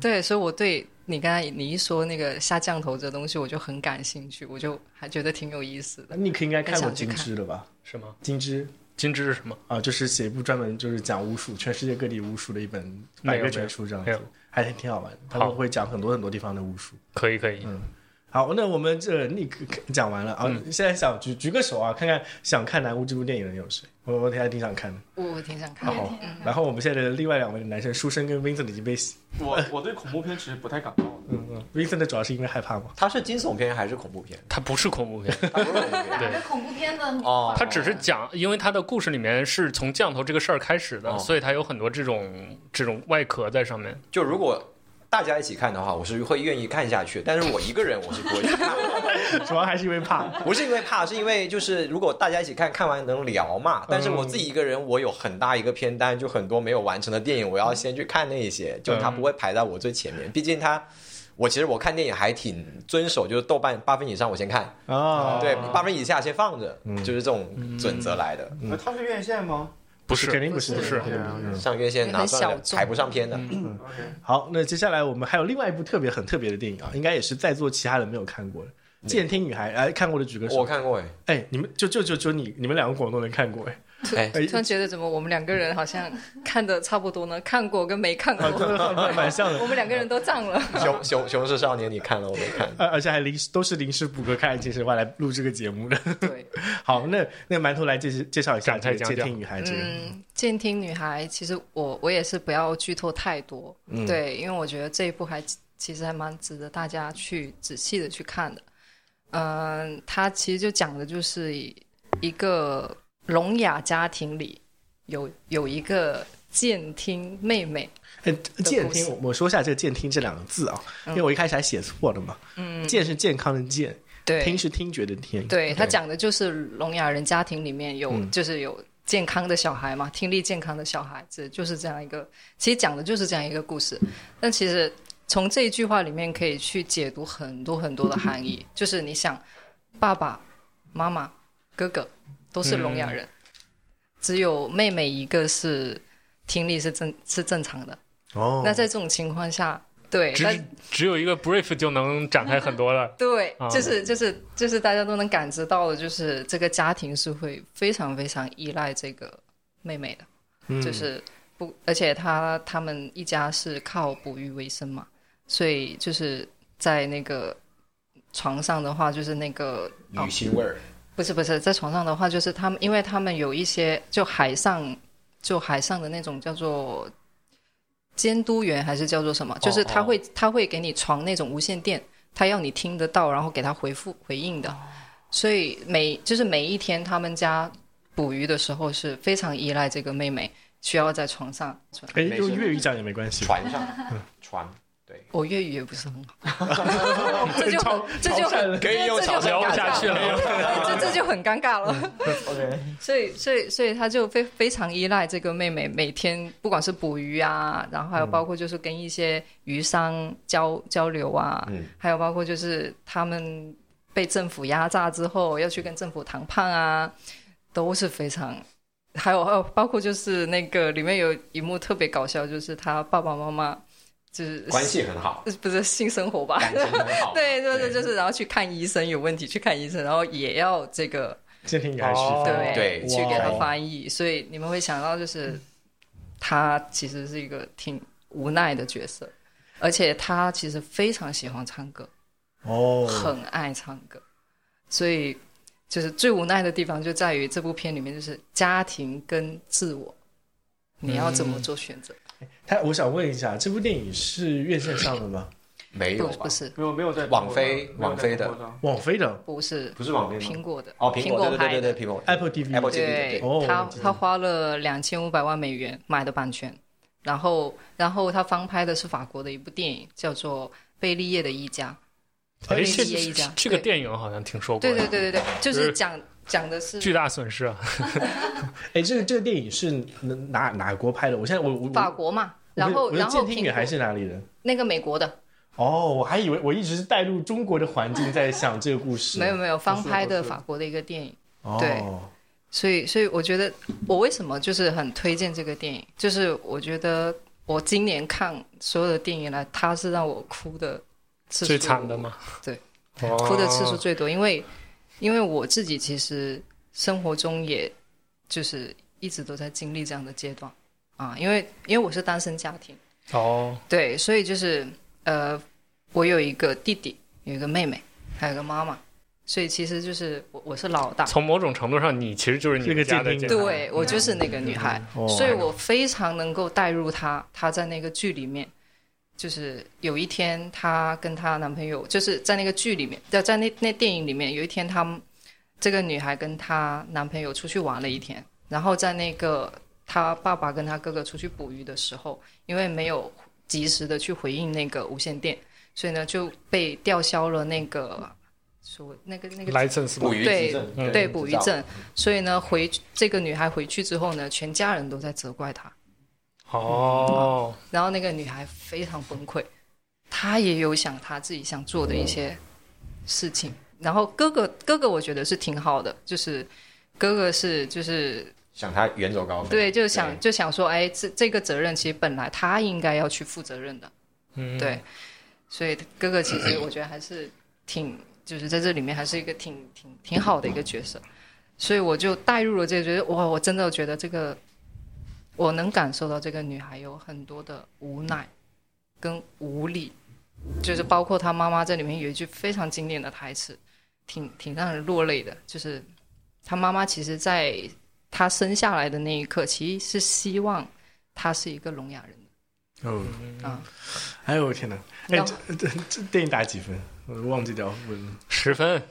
[SPEAKER 3] 对，所以我对你刚才你一说那个下降头这东西，我就很感兴趣，我就还觉得挺有意思的。
[SPEAKER 2] 那尼克应该看
[SPEAKER 3] 很
[SPEAKER 2] 过
[SPEAKER 3] 想去
[SPEAKER 2] 金
[SPEAKER 3] 看
[SPEAKER 2] 枝了吧？
[SPEAKER 5] 是吗？
[SPEAKER 2] 金枝
[SPEAKER 5] 金枝是什么？
[SPEAKER 2] 啊、就是写一部专门就是讲巫术，全世界各地巫术的一本百科全书这样
[SPEAKER 5] 没有
[SPEAKER 2] 子
[SPEAKER 5] 没有，
[SPEAKER 2] 还挺挺好玩的。他
[SPEAKER 5] 好
[SPEAKER 2] 们会讲很多很多地方的巫术。
[SPEAKER 5] 可以可以，
[SPEAKER 2] 好，那我们这尼克讲完了啊，
[SPEAKER 5] 嗯
[SPEAKER 2] 现在想举举个手啊，看看想看《南巫》这部电影的人有谁？我我还挺想看的。
[SPEAKER 3] 我我挺想看
[SPEAKER 2] 然
[SPEAKER 3] 的，
[SPEAKER 2] 后，然后我们现在的另外两位男生，书生跟 Vincent 已经被
[SPEAKER 6] 我我对恐怖片其实不太感冒的。
[SPEAKER 2] 嗯嗯，Vincent 主要是因为害怕嘛。
[SPEAKER 4] 他是惊悚片还是恐怖片？
[SPEAKER 5] 它不是恐怖片，
[SPEAKER 4] 他不是恐怖片。
[SPEAKER 7] 打着恐怖片的
[SPEAKER 4] 哦
[SPEAKER 5] 它只是讲，因为它的故事里面是从降头这个事儿开始的，
[SPEAKER 4] 哦
[SPEAKER 5] 所以它有很多这种这种外壳在上面。
[SPEAKER 4] 就如果大家一起看的话，我是会愿意看下去，但是我一个人我是不会去看的。
[SPEAKER 2] 主要还是因为 怕。啊
[SPEAKER 4] 不是因为怕，是因为就是如果大家一起看看完能聊
[SPEAKER 3] 嗯
[SPEAKER 4] 嘛。但是我自己一个人，我有很大一个片单，就很多没有完成的电影，我要先去看那一些，
[SPEAKER 3] 嗯
[SPEAKER 4] 就它不会排在我最前面。毕竟它，我其实我看电影还挺遵守，就是豆瓣八分以上我先看，
[SPEAKER 2] 啊，
[SPEAKER 3] 哦
[SPEAKER 4] 对，八分以下先放着，
[SPEAKER 3] 嗯
[SPEAKER 4] 就是这种准则来的。
[SPEAKER 6] 那它是院线吗？
[SPEAKER 5] 不
[SPEAKER 2] 肯
[SPEAKER 5] 是，
[SPEAKER 2] 定不是，
[SPEAKER 3] 不是
[SPEAKER 2] 肯定不是。
[SPEAKER 4] 上院线拿算
[SPEAKER 3] 很
[SPEAKER 4] 了
[SPEAKER 3] 小，众
[SPEAKER 4] 排不上片的。
[SPEAKER 3] 嗯
[SPEAKER 2] 好，那接下来我们还有另外一部特别很特别的电影啊，应该也是在座其他人没有看过的《
[SPEAKER 5] 嗯
[SPEAKER 2] 监听女孩》。哎，看过的举个
[SPEAKER 4] 我
[SPEAKER 2] 手。
[SPEAKER 4] 看过哎，
[SPEAKER 2] 哎，你们就就就就你你们两个广东人看过哎，
[SPEAKER 4] 哎，
[SPEAKER 2] 哎
[SPEAKER 3] 突 然觉得怎么我们两个人好像看的差不多呢？看过跟没看过
[SPEAKER 2] 啊，真， 的蛮蛮像的
[SPEAKER 3] 我。们两个人都占了。
[SPEAKER 4] 熊熊熊市少年你看了我没看？
[SPEAKER 2] 而而且还临时都是临时补个看爱情神话来录这个节目的。
[SPEAKER 3] 对，
[SPEAKER 2] 好，那那馒头来介绍介绍一下这个
[SPEAKER 5] 展开
[SPEAKER 2] 监
[SPEAKER 5] 讲讲
[SPEAKER 2] 听女孩这个。
[SPEAKER 3] 嗯，监听女孩，其实我我也是不要剧透太多，
[SPEAKER 2] 嗯
[SPEAKER 3] 对，因为我觉得这一部还其实还蛮值得大家去仔细的去看的。嗯，它其实就讲的就是一个聋哑家庭里有有一个监听妹妹，
[SPEAKER 2] 哎，监
[SPEAKER 3] 故事嗯
[SPEAKER 2] 听，我我说一下这个“监听”这两个字啊，因为我一开始还写错了嘛。嗯，健是健康的健，
[SPEAKER 3] 对，
[SPEAKER 2] 听是听觉的听。
[SPEAKER 3] 对他讲的就是聋哑人家庭里面有、
[SPEAKER 2] 嗯
[SPEAKER 3] 就是有健康的小孩嘛，听力健康的小孩子就是这样一个，其实讲的就是这样一个故事。但其实从这一句话里面可以去解读很多很多的含义，就是你想，爸爸妈妈、哥哥都是聋
[SPEAKER 2] 嗯
[SPEAKER 3] 哑人，只有妹妹一个是听力是正是正常的。
[SPEAKER 2] 哦，
[SPEAKER 3] 那在这种情况下，对，那
[SPEAKER 5] 只只有一个 brief 就能展开很 多了。
[SPEAKER 3] 对
[SPEAKER 5] 啊，
[SPEAKER 3] 就是就是就是大家都能感知到的，就是这个家庭是会非常非常依赖这个妹妹的，
[SPEAKER 2] 嗯
[SPEAKER 3] 就是不，而且他他们一家是靠捕鱼为生嘛，所以就是在那个床上的话，就是那个
[SPEAKER 4] 女性味儿，
[SPEAKER 3] 不是不是，在床上的话，就是他们，因为他们有一些就海上，就海上的那种叫做监督员还是叫做什么，就是他会、他会给你传那种无线电，他要你听得到，然后给他回复回应的。所以每就是每一天他们家捕鱼的时候是非常依赖这个妹妹，需要在床上。
[SPEAKER 2] 哎，用粤语讲也没关系。
[SPEAKER 4] 船上船，对，
[SPEAKER 3] 我粤语也不是很好，这就很
[SPEAKER 2] 超
[SPEAKER 3] 这就
[SPEAKER 2] 超善
[SPEAKER 3] 很
[SPEAKER 2] 了
[SPEAKER 3] 这
[SPEAKER 4] 以用
[SPEAKER 3] 这就
[SPEAKER 4] 嘲
[SPEAKER 3] 很
[SPEAKER 5] 聊不
[SPEAKER 3] 尴
[SPEAKER 5] 下
[SPEAKER 3] 尬
[SPEAKER 5] 去了，
[SPEAKER 3] 这这就很尴尬了。
[SPEAKER 4] 嗯
[SPEAKER 6] OK，
[SPEAKER 3] 所以，所以，所以他就非非常依赖这个妹妹，每天不管是捕鱼啊，然后还有
[SPEAKER 4] 嗯
[SPEAKER 3] 包括就是跟一些鱼商交交流啊，
[SPEAKER 4] 嗯
[SPEAKER 3] 还有包括就是他们被政府压榨之后要去跟政府谈判啊，都是非常。还有还有，包括就是那个里面有一幕特别搞笑，就是他爸爸妈妈就是
[SPEAKER 4] 关系很好，
[SPEAKER 3] 不是性生活吧？。
[SPEAKER 4] 感情很 好
[SPEAKER 3] 对，就是就是，然后去看医生，有问题去看医生，然后也要这个
[SPEAKER 2] 监听感是
[SPEAKER 5] 哦
[SPEAKER 3] 对
[SPEAKER 4] 对
[SPEAKER 3] 去给他
[SPEAKER 2] 哇
[SPEAKER 3] 翻译，所以你们会想到就是他其实是一个挺无奈的角色，而且他其实非常喜欢唱歌，
[SPEAKER 2] 哦，
[SPEAKER 3] 很爱唱歌，所以就是最无奈的地方就在于这部片里面就是家庭跟自我，你要怎么
[SPEAKER 4] 嗯
[SPEAKER 3] 做选择？
[SPEAKER 2] 他哎我想问一下，这部电影是院线上的 吗？
[SPEAKER 4] 没有
[SPEAKER 3] 不
[SPEAKER 4] 吧
[SPEAKER 3] 不？是
[SPEAKER 6] 没有没有在
[SPEAKER 4] 网飞
[SPEAKER 6] 没有在
[SPEAKER 4] 网飞的
[SPEAKER 6] 中国上
[SPEAKER 2] 网飞的
[SPEAKER 3] 不是
[SPEAKER 4] 不是网飞吗
[SPEAKER 3] 苹果的
[SPEAKER 4] 哦，苹果，对对
[SPEAKER 3] 拍
[SPEAKER 4] 对
[SPEAKER 3] 的
[SPEAKER 4] 对对，苹果
[SPEAKER 2] Apple TV
[SPEAKER 4] Apple
[SPEAKER 3] 对
[SPEAKER 4] 对
[SPEAKER 2] 哦
[SPEAKER 3] 他
[SPEAKER 2] 我知道
[SPEAKER 3] 他花了两千五百万美元买的版权，然后然后他翻拍的是法国的一部电影，叫做《贝利叶的一家》。
[SPEAKER 5] 哎，
[SPEAKER 3] 贝
[SPEAKER 5] 这
[SPEAKER 3] 利叶一家，
[SPEAKER 5] 这个电影好像听说过，
[SPEAKER 3] 对对，对对对，就
[SPEAKER 5] 就是
[SPEAKER 3] 是讲讲的是
[SPEAKER 5] 巨大损失啊！
[SPEAKER 2] 哎，这个这个电影是哪哪国拍的？我现在我我
[SPEAKER 3] 法
[SPEAKER 2] 我
[SPEAKER 3] 国嘛，
[SPEAKER 2] 我
[SPEAKER 3] 然后
[SPEAKER 2] 我
[SPEAKER 3] 然后
[SPEAKER 2] 监听
[SPEAKER 3] 苹
[SPEAKER 2] 员还
[SPEAKER 3] 果
[SPEAKER 2] 是哪里人？
[SPEAKER 3] 那个美国的，
[SPEAKER 2] 哦，我还以为我一直是带入中国的环境在想这个故事。
[SPEAKER 3] 没有没有翻拍的
[SPEAKER 6] 不是
[SPEAKER 3] 法国的一个电影。
[SPEAKER 2] 哦，
[SPEAKER 3] 对所以，所以我觉得我为什么就是很推荐这个电影，就是我觉得我今年看所有的电影来，它是让我哭的次数
[SPEAKER 5] 最惨的嘛，
[SPEAKER 3] 对，
[SPEAKER 5] 哭
[SPEAKER 4] 哦
[SPEAKER 3] 哭的次数最多，因为因为我自己其实生活中也就是一直都在经历这样的阶段啊，因为因为我是单身家庭，
[SPEAKER 5] 哦，
[SPEAKER 3] 对，所以就是呃，我有一个弟弟，有一个妹妹，还有个妈妈，所以其实就是我我是老大，
[SPEAKER 5] 从某种程度上，你其实就是你们
[SPEAKER 2] 这个
[SPEAKER 5] 家的家，
[SPEAKER 2] 鉴定
[SPEAKER 3] 对我就是那个女孩，
[SPEAKER 2] 哦
[SPEAKER 3] 所以我非常能够带入她。她在那个剧里面，就是有一天她跟她男朋友，就是在那个剧里面，在在那那电影里面，有一天她们这个女孩跟她男朋友出去玩了一天，然后在那个她爸爸跟她哥哥出去捕鱼的时候，因为没有及时的去回应那个无线电，所以呢就被吊销了那个所那个那个
[SPEAKER 5] license
[SPEAKER 4] 捕
[SPEAKER 5] 嘛，
[SPEAKER 4] 鱼
[SPEAKER 3] 对
[SPEAKER 4] 集镇，
[SPEAKER 5] 嗯
[SPEAKER 3] 对捕鱼证，所以呢，回这个女孩回去之后呢，全家人都在责怪她，
[SPEAKER 5] 哦，
[SPEAKER 3] 然后那个女孩非常崩溃，她也有想她自己想做的一些事情。然后哥哥哥哥，我觉得是挺好的，就是哥哥是就是
[SPEAKER 4] 想他远走高飞，
[SPEAKER 3] 对，就想就想说，哎，这这个责任其实本来他应该要去负责任的，
[SPEAKER 5] 嗯，
[SPEAKER 3] 对，所以哥哥其实我觉得还是挺，就是在这里面还是一个挺挺挺好的一个角色，所以我就带入了这个角色，哇，我真的觉得这个，我能感受到这个女孩有很多的无奈跟无力，就是包括她妈妈这里面有一句非常经典的台词，挺挺让人落泪的，就是她妈妈其实在她生下来的那一刻，其实是希望她是一个聋哑人的。
[SPEAKER 2] 哦，
[SPEAKER 3] 啊，
[SPEAKER 2] 哎呦我天哪！
[SPEAKER 3] 你
[SPEAKER 2] 哎
[SPEAKER 3] 知道，
[SPEAKER 2] 这这这电影打几分？我忘记掉问。
[SPEAKER 5] 十分，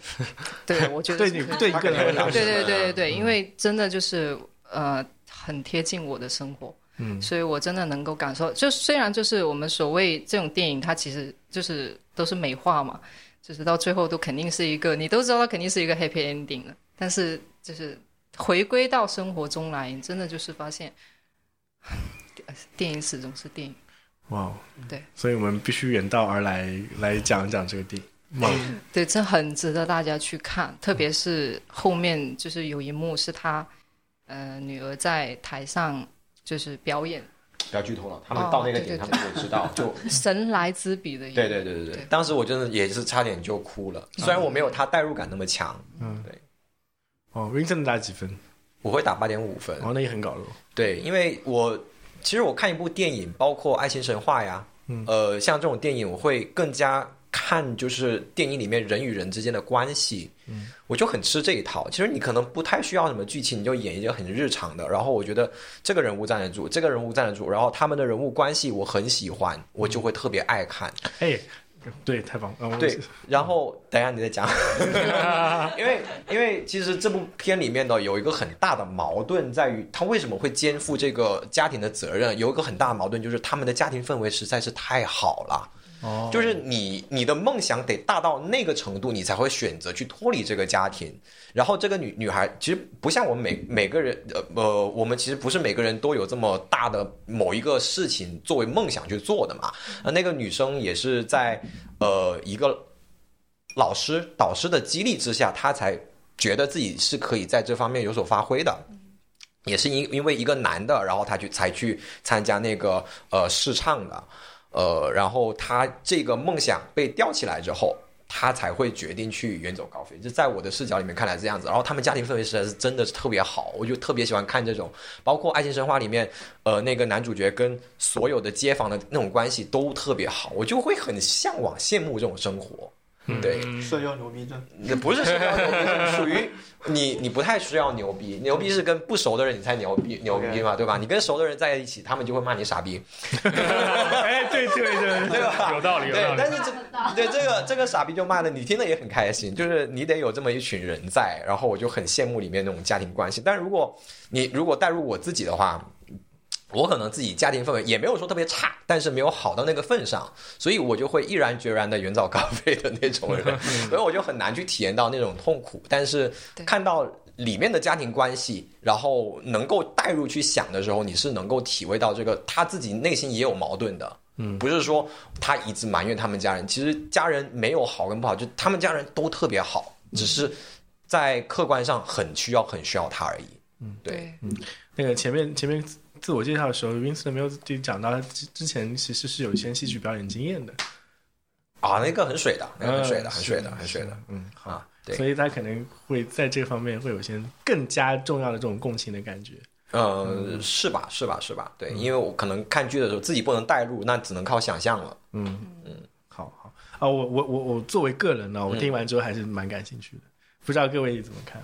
[SPEAKER 3] 对，我觉得
[SPEAKER 2] 对
[SPEAKER 3] 是
[SPEAKER 2] 你嗯
[SPEAKER 3] 这样
[SPEAKER 2] 对一个人来
[SPEAKER 4] 他
[SPEAKER 2] 讲，
[SPEAKER 4] 肯定
[SPEAKER 3] 对
[SPEAKER 4] 是
[SPEAKER 3] 对
[SPEAKER 4] 的
[SPEAKER 3] 对对对，因为真的就是呃，很贴近我的生活，
[SPEAKER 2] 嗯，
[SPEAKER 3] 所以我真的能够感受。就虽然就是我们所谓这种电影，它其实就是都是美化嘛，就是到最后都肯定是一个，你都知道它肯定是一个 happy ending 的，但是就是回归到生活中来，你真的就是发现，电影始终是电影。
[SPEAKER 2] 哇哦，
[SPEAKER 3] 对，
[SPEAKER 2] 所以我们必须远道而来来讲一讲这个电影。哇哦，
[SPEAKER 3] 对，这很值得大家去看，特别是后面就是有一幕是他，呃，女儿在台上就是表 演
[SPEAKER 4] 不要剧透了，他们到那个点
[SPEAKER 3] 哦
[SPEAKER 4] 他
[SPEAKER 3] 对对
[SPEAKER 4] 们就知 道，就
[SPEAKER 3] 神来之笔的一幕，
[SPEAKER 4] 对对对对对
[SPEAKER 3] 对，
[SPEAKER 4] 当时我真的也是差点就哭了，虽然我没有他代入感那么强，
[SPEAKER 2] 嗯
[SPEAKER 4] 对，
[SPEAKER 2] 哦，Vincent 打几分？
[SPEAKER 4] 我会打八点五分，
[SPEAKER 2] 哦，那也很搞了。
[SPEAKER 4] 对，因为我其实我看一部电影，包括《爱情神话》呀，
[SPEAKER 2] 嗯
[SPEAKER 4] 呃，像这种电影，我会更加看就是电影里面人与人之间的关系，嗯，我就很吃这一套。其实你可能不太需要什么剧情，你就演一些很日常的。然后我觉得这个人物站得住，这个人物站得住，然后他们的人物关系我很喜欢，我就会特别爱看。
[SPEAKER 2] 哎，对，太棒了。哦
[SPEAKER 4] 对，然后等一下你再讲， 因为因为其实这部片里面呢有一个很大的矛盾在于他为什么会肩负这个家庭的责任，有一个很大的矛盾就是他们的家庭氛围实在是太好了。
[SPEAKER 2] 哦，
[SPEAKER 4] 就是你你的梦想得大到那个程度，你才会选择去脱离这个家庭。然后这个女女孩其实不像我们每每个人，呃呃，我们其实不是每个人都有这么大的某一个事情作为梦想去做的嘛。那那个女生也是在呃一个老师导师的激励之下，她才觉得自己是可以在这方面有所发挥的。也是因因为一个男的，然后他去才去参加那个呃试唱的，呃，然后他这个梦想被吊起来之后，他才会决定去远走高飞。就在我的视角里面看来是这样子。然后他们家庭氛围实在是真的是特别好，我就特别喜欢看这种，包括《爱情神话》里面，呃，那个男主角跟所有的街坊的那种关系都特别好，我就会很向往、羡慕这种生活。对，
[SPEAKER 5] 嗯
[SPEAKER 6] 社交牛逼症，
[SPEAKER 4] 那不是社交牛逼，属于你你不太需要牛逼，牛逼是跟不熟的人你才牛逼牛逼嘛，对吧？你跟熟的人在一起，他们就会骂你傻逼，
[SPEAKER 5] 哎，对对对
[SPEAKER 4] 对吧
[SPEAKER 5] 有道理，有
[SPEAKER 4] 对
[SPEAKER 5] 道，理
[SPEAKER 4] 但。是这
[SPEAKER 7] 看得到
[SPEAKER 4] 对这个这个傻逼就骂的，你听了也很开心，就是你得有这么一群人在，然后我就很羡慕里面那种家庭关系。但如果你如果带入我自己的话，我可能自己家庭氛围也没有说特别差，但是没有好到那个份上，所以我就会毅然决然的远走高飞的那种人，所以我就很难去体验到那种痛苦。但是
[SPEAKER 3] 对
[SPEAKER 4] 看到里面的家庭关系，然后能够带入去想的时候，你是能够体会到这个他自己内心也有矛盾的。嗯，不是说他一直埋怨他们家人，其实家人没有好跟不好，就他们家人都特别好，只是在客观上很需要很需要他而已。嗯，对，
[SPEAKER 3] 对，
[SPEAKER 2] 那个前面前面自我介绍的时候，Vincent 没有讲到，之之前其实是有一些戏曲表演经验的，
[SPEAKER 4] 啊，那个很水的，那个很水的，
[SPEAKER 2] 嗯
[SPEAKER 4] 很水的，
[SPEAKER 2] 是
[SPEAKER 4] 很水的。
[SPEAKER 2] 嗯，好。
[SPEAKER 4] 啊，对，
[SPEAKER 2] 所以他可能会在这方面会有些更加重要的这种共情的感觉。嗯
[SPEAKER 4] 呃，是吧？是吧？是吧？对，因为我可能看剧的时候自己不能代入，那只能靠想象了。
[SPEAKER 2] 嗯好好啊，我我我我作为个人呢，
[SPEAKER 4] 嗯
[SPEAKER 2] 我听完之后还是蛮感兴趣的，不知道各位怎么看？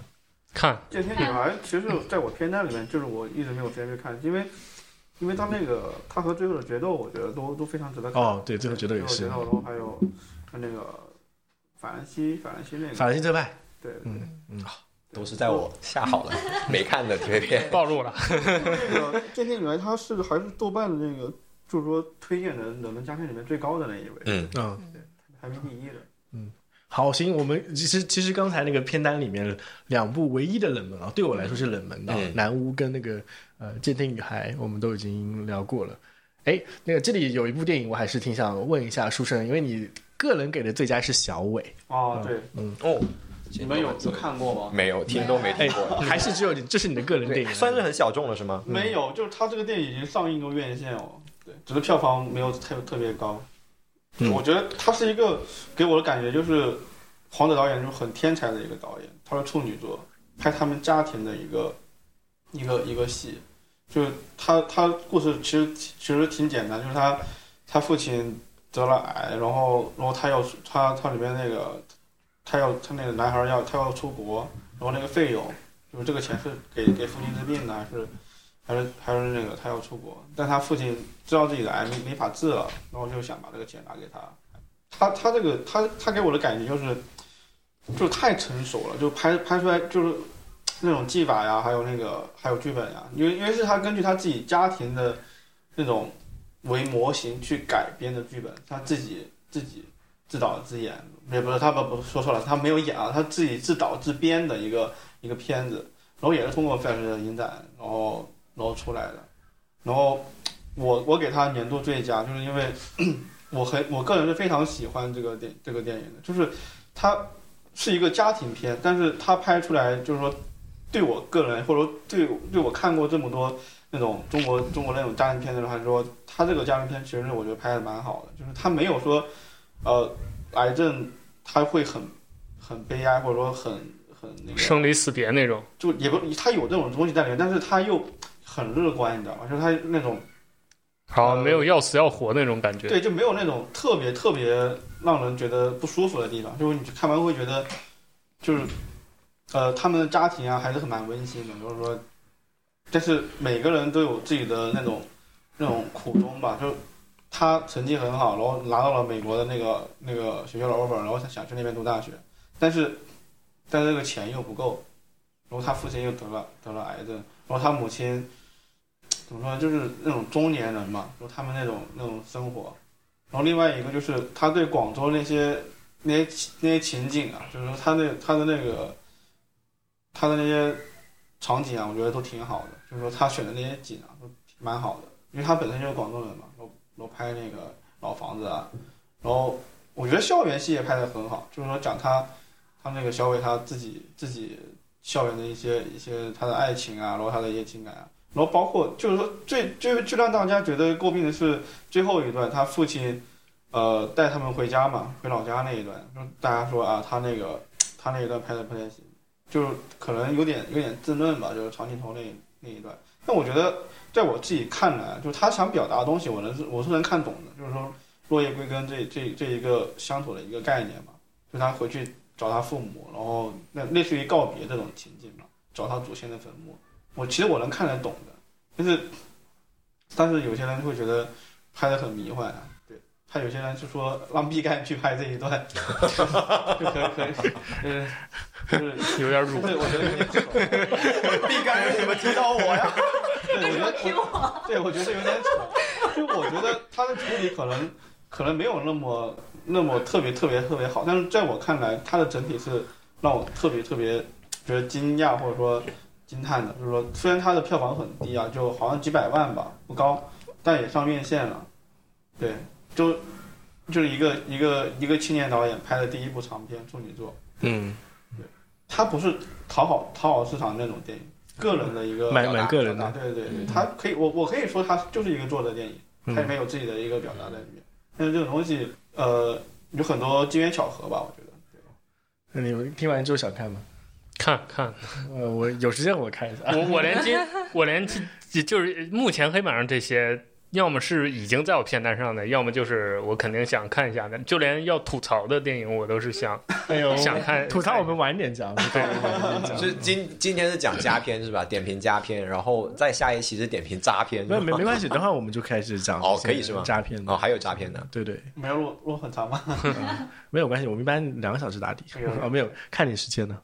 [SPEAKER 5] 看，
[SPEAKER 6] 《见天女孩》其实在我片单里面，就是我一直没有时间去看，因为因为他那个他和最后的决斗，我觉得都都非常值得看。
[SPEAKER 2] 哦对最后决斗也是
[SPEAKER 6] 最后决斗，然后还有他那个法兰西，法兰西那个，
[SPEAKER 2] 法兰西特派，
[SPEAKER 6] 对，
[SPEAKER 2] 嗯嗯，
[SPEAKER 4] 都是在我下好了 没看的推片。
[SPEAKER 5] 暴露了。
[SPEAKER 6] 那个《鉴定女孩》，她是还是豆瓣的那个，就是说推荐的冷门佳片里面最高的那一位，
[SPEAKER 4] 嗯，
[SPEAKER 2] 嗯。
[SPEAKER 6] 排名第一的。
[SPEAKER 2] 好，行，我们其实其实刚才那个片单里面两部唯一的冷门啊，对我来说是冷门的啊，
[SPEAKER 4] 嗯
[SPEAKER 2] 南屋》跟那个呃《鉴定女孩》，我们都已经聊过了。哎，那个这里有一部电影，我还是挺想问一下书生，因为你个人给的最佳是小伟，
[SPEAKER 6] 哦，对，
[SPEAKER 4] 哦，
[SPEAKER 6] 你们有有看过吗？
[SPEAKER 4] 没有听都没听过？
[SPEAKER 2] 还是只有你，这哎是你的个人电
[SPEAKER 4] 对，
[SPEAKER 2] 影，啊
[SPEAKER 4] 算是很小众了是吗？嗯
[SPEAKER 6] 没有，就是他这个电影已经上映过院线哦，对，只是票房没有特特别高。
[SPEAKER 2] 嗯
[SPEAKER 6] 我觉得他是一个给我的感觉就是黄子导演就是很天才的一个导演，他是处女座，拍他们家庭的一个一个一个戏，就是他他故事其实其实挺简单，就是他他父亲得了癌，然后然后他要他他里面那个他要他那个男孩要他要出国，然后那个费用就是这个钱是给给父亲治病的还是还是还是那个他要出国，但他父亲知道自己的癌没没法治了，然后就想把这个钱拿给他。他他这个他他给我的感觉就是，就是太成熟了，就拍拍出来就是那种技法呀，还有那个还有剧本呀，因为因为是他根据他自己家庭的那种为模型去改编的剧本，他自己自己自导自演，也不是他不不说错了，他没有演啊，他自己自导自编的一个一个片子，然后也是通过费老师的影展，然后然后出来的。然后我我给他年度最佳，就是因为我很我个人是非常喜欢这个电这个电影的，就是它是一个家庭片，但是它拍出来就是说对我个人或者说对对我看过这么多那种中国中国那种家庭片的人来说，他这个家庭片其实我觉得拍的蛮好的，就是他没有说呃癌症他会很很悲哀或者说很很那个
[SPEAKER 5] 生离死别那种，
[SPEAKER 6] 就也不，他有这种东西在里面，但是他又很乐观，你知道吗？就是他那种
[SPEAKER 5] 好
[SPEAKER 6] 呃
[SPEAKER 5] 没有要死要活那种感觉。
[SPEAKER 6] 对，就没有那种特别特别让人觉得不舒服的地方，就是你看完会觉得，就是，呃，他们的家庭啊还是很蛮温馨的，就是说，但是每个人都有自己的那种那种苦衷吧，就他成绩很好，然后拿到了美国的那个那个学校的 offer，然后他想去那边读大学，但是但是这个钱又不够，然后他父亲又得了得了癌症，然后他母亲怎么说呢，就是那种中年人嘛，就他们那种那种生活。然后另外一个就是他对广州那些那些情那些情景啊，就是说他那他的那个他的那些场景啊，我觉得都挺好的。就是说他选的那些景啊，都挺蛮好的，因为他本身就是广州人嘛，然后然后拍那个老房子啊，然后我觉得校园戏也拍得很好，就是说讲他他那个小伟他自己自己校园的一些一些他的爱情啊，然后他的一些情感啊。然后包括就是说最最最让大家觉得诟病的是最后一段，他父亲呃带他们回家嘛，回老家那一段，就大家说啊，他那个他那一段拍的不太行，就是可能有点有点自论吧，就是长镜头那那一段。但我觉得在我自己看来，就是他想表达的东西，我能我是能看懂的，就是说落叶归根这这这一个乡土的一个概念嘛，就他回去找他父母，然后那类似于告别这种情景嘛，找他祖先的坟墓，我其实我能看得懂的，但是但是有些人会觉得拍的很迷幻啊。对他有些人就说让毕赣去拍这一段， 就可以可以，嗯，就是
[SPEAKER 5] 有点辱。
[SPEAKER 6] 对，我觉得有点丑。
[SPEAKER 4] 毕赣为什么提到我呀？
[SPEAKER 6] 对，我觉得我
[SPEAKER 7] 听我
[SPEAKER 6] 对，我觉得有点丑。就我觉得他的处理可能可能没有那么那么特别特别特别好，但是在我看来，他的整体是让我特别特别觉得惊讶或者说惊叹的。就是说，虽然它的票房很低啊，就好像几百万吧，不高，但也上院线了。对，就就是一个一个一个青年导演拍的第一部长片处女作，
[SPEAKER 2] 嗯，
[SPEAKER 6] 他不是讨好讨好市场那种电影，个人的一个
[SPEAKER 2] 蛮蛮个人
[SPEAKER 6] 表达
[SPEAKER 2] 的，嗯
[SPEAKER 6] 对对对，他可以，我我可以说他就是一个作者电影，他里面有自己的一个表达在里面。但是这种东西，呃，有很多机缘巧合吧，我觉得。
[SPEAKER 2] 那你们听完之后想看吗？
[SPEAKER 5] 看看，
[SPEAKER 2] 呃，我有时间我看 一下。
[SPEAKER 5] 我我连今我连今就是目前黑板上这些，要么是已经在我片单上的，要么就是我肯定想看一下的。就连要吐槽的电影，我都是想
[SPEAKER 2] 哎呦，
[SPEAKER 5] 想看
[SPEAKER 2] 吐槽我们晚点 讲，对，晚点
[SPEAKER 4] 是
[SPEAKER 2] 讲。
[SPEAKER 4] 今今天是讲佳片是吧？点评佳片，然后再下一期是点评渣片，
[SPEAKER 2] 没
[SPEAKER 4] 是
[SPEAKER 2] 没
[SPEAKER 4] 吧
[SPEAKER 2] 没关系，等会儿我们就开始讲
[SPEAKER 4] 哦
[SPEAKER 2] 这些
[SPEAKER 4] 可以是吗
[SPEAKER 2] 诈骗
[SPEAKER 4] 哦，
[SPEAKER 2] 的，
[SPEAKER 4] 还有渣片呢。
[SPEAKER 2] 对对，
[SPEAKER 6] 没有路路很长吗？
[SPEAKER 2] 没有关系，我们一般两个小时打底
[SPEAKER 6] 哎呦。
[SPEAKER 2] 哦，没有，看你时间呢，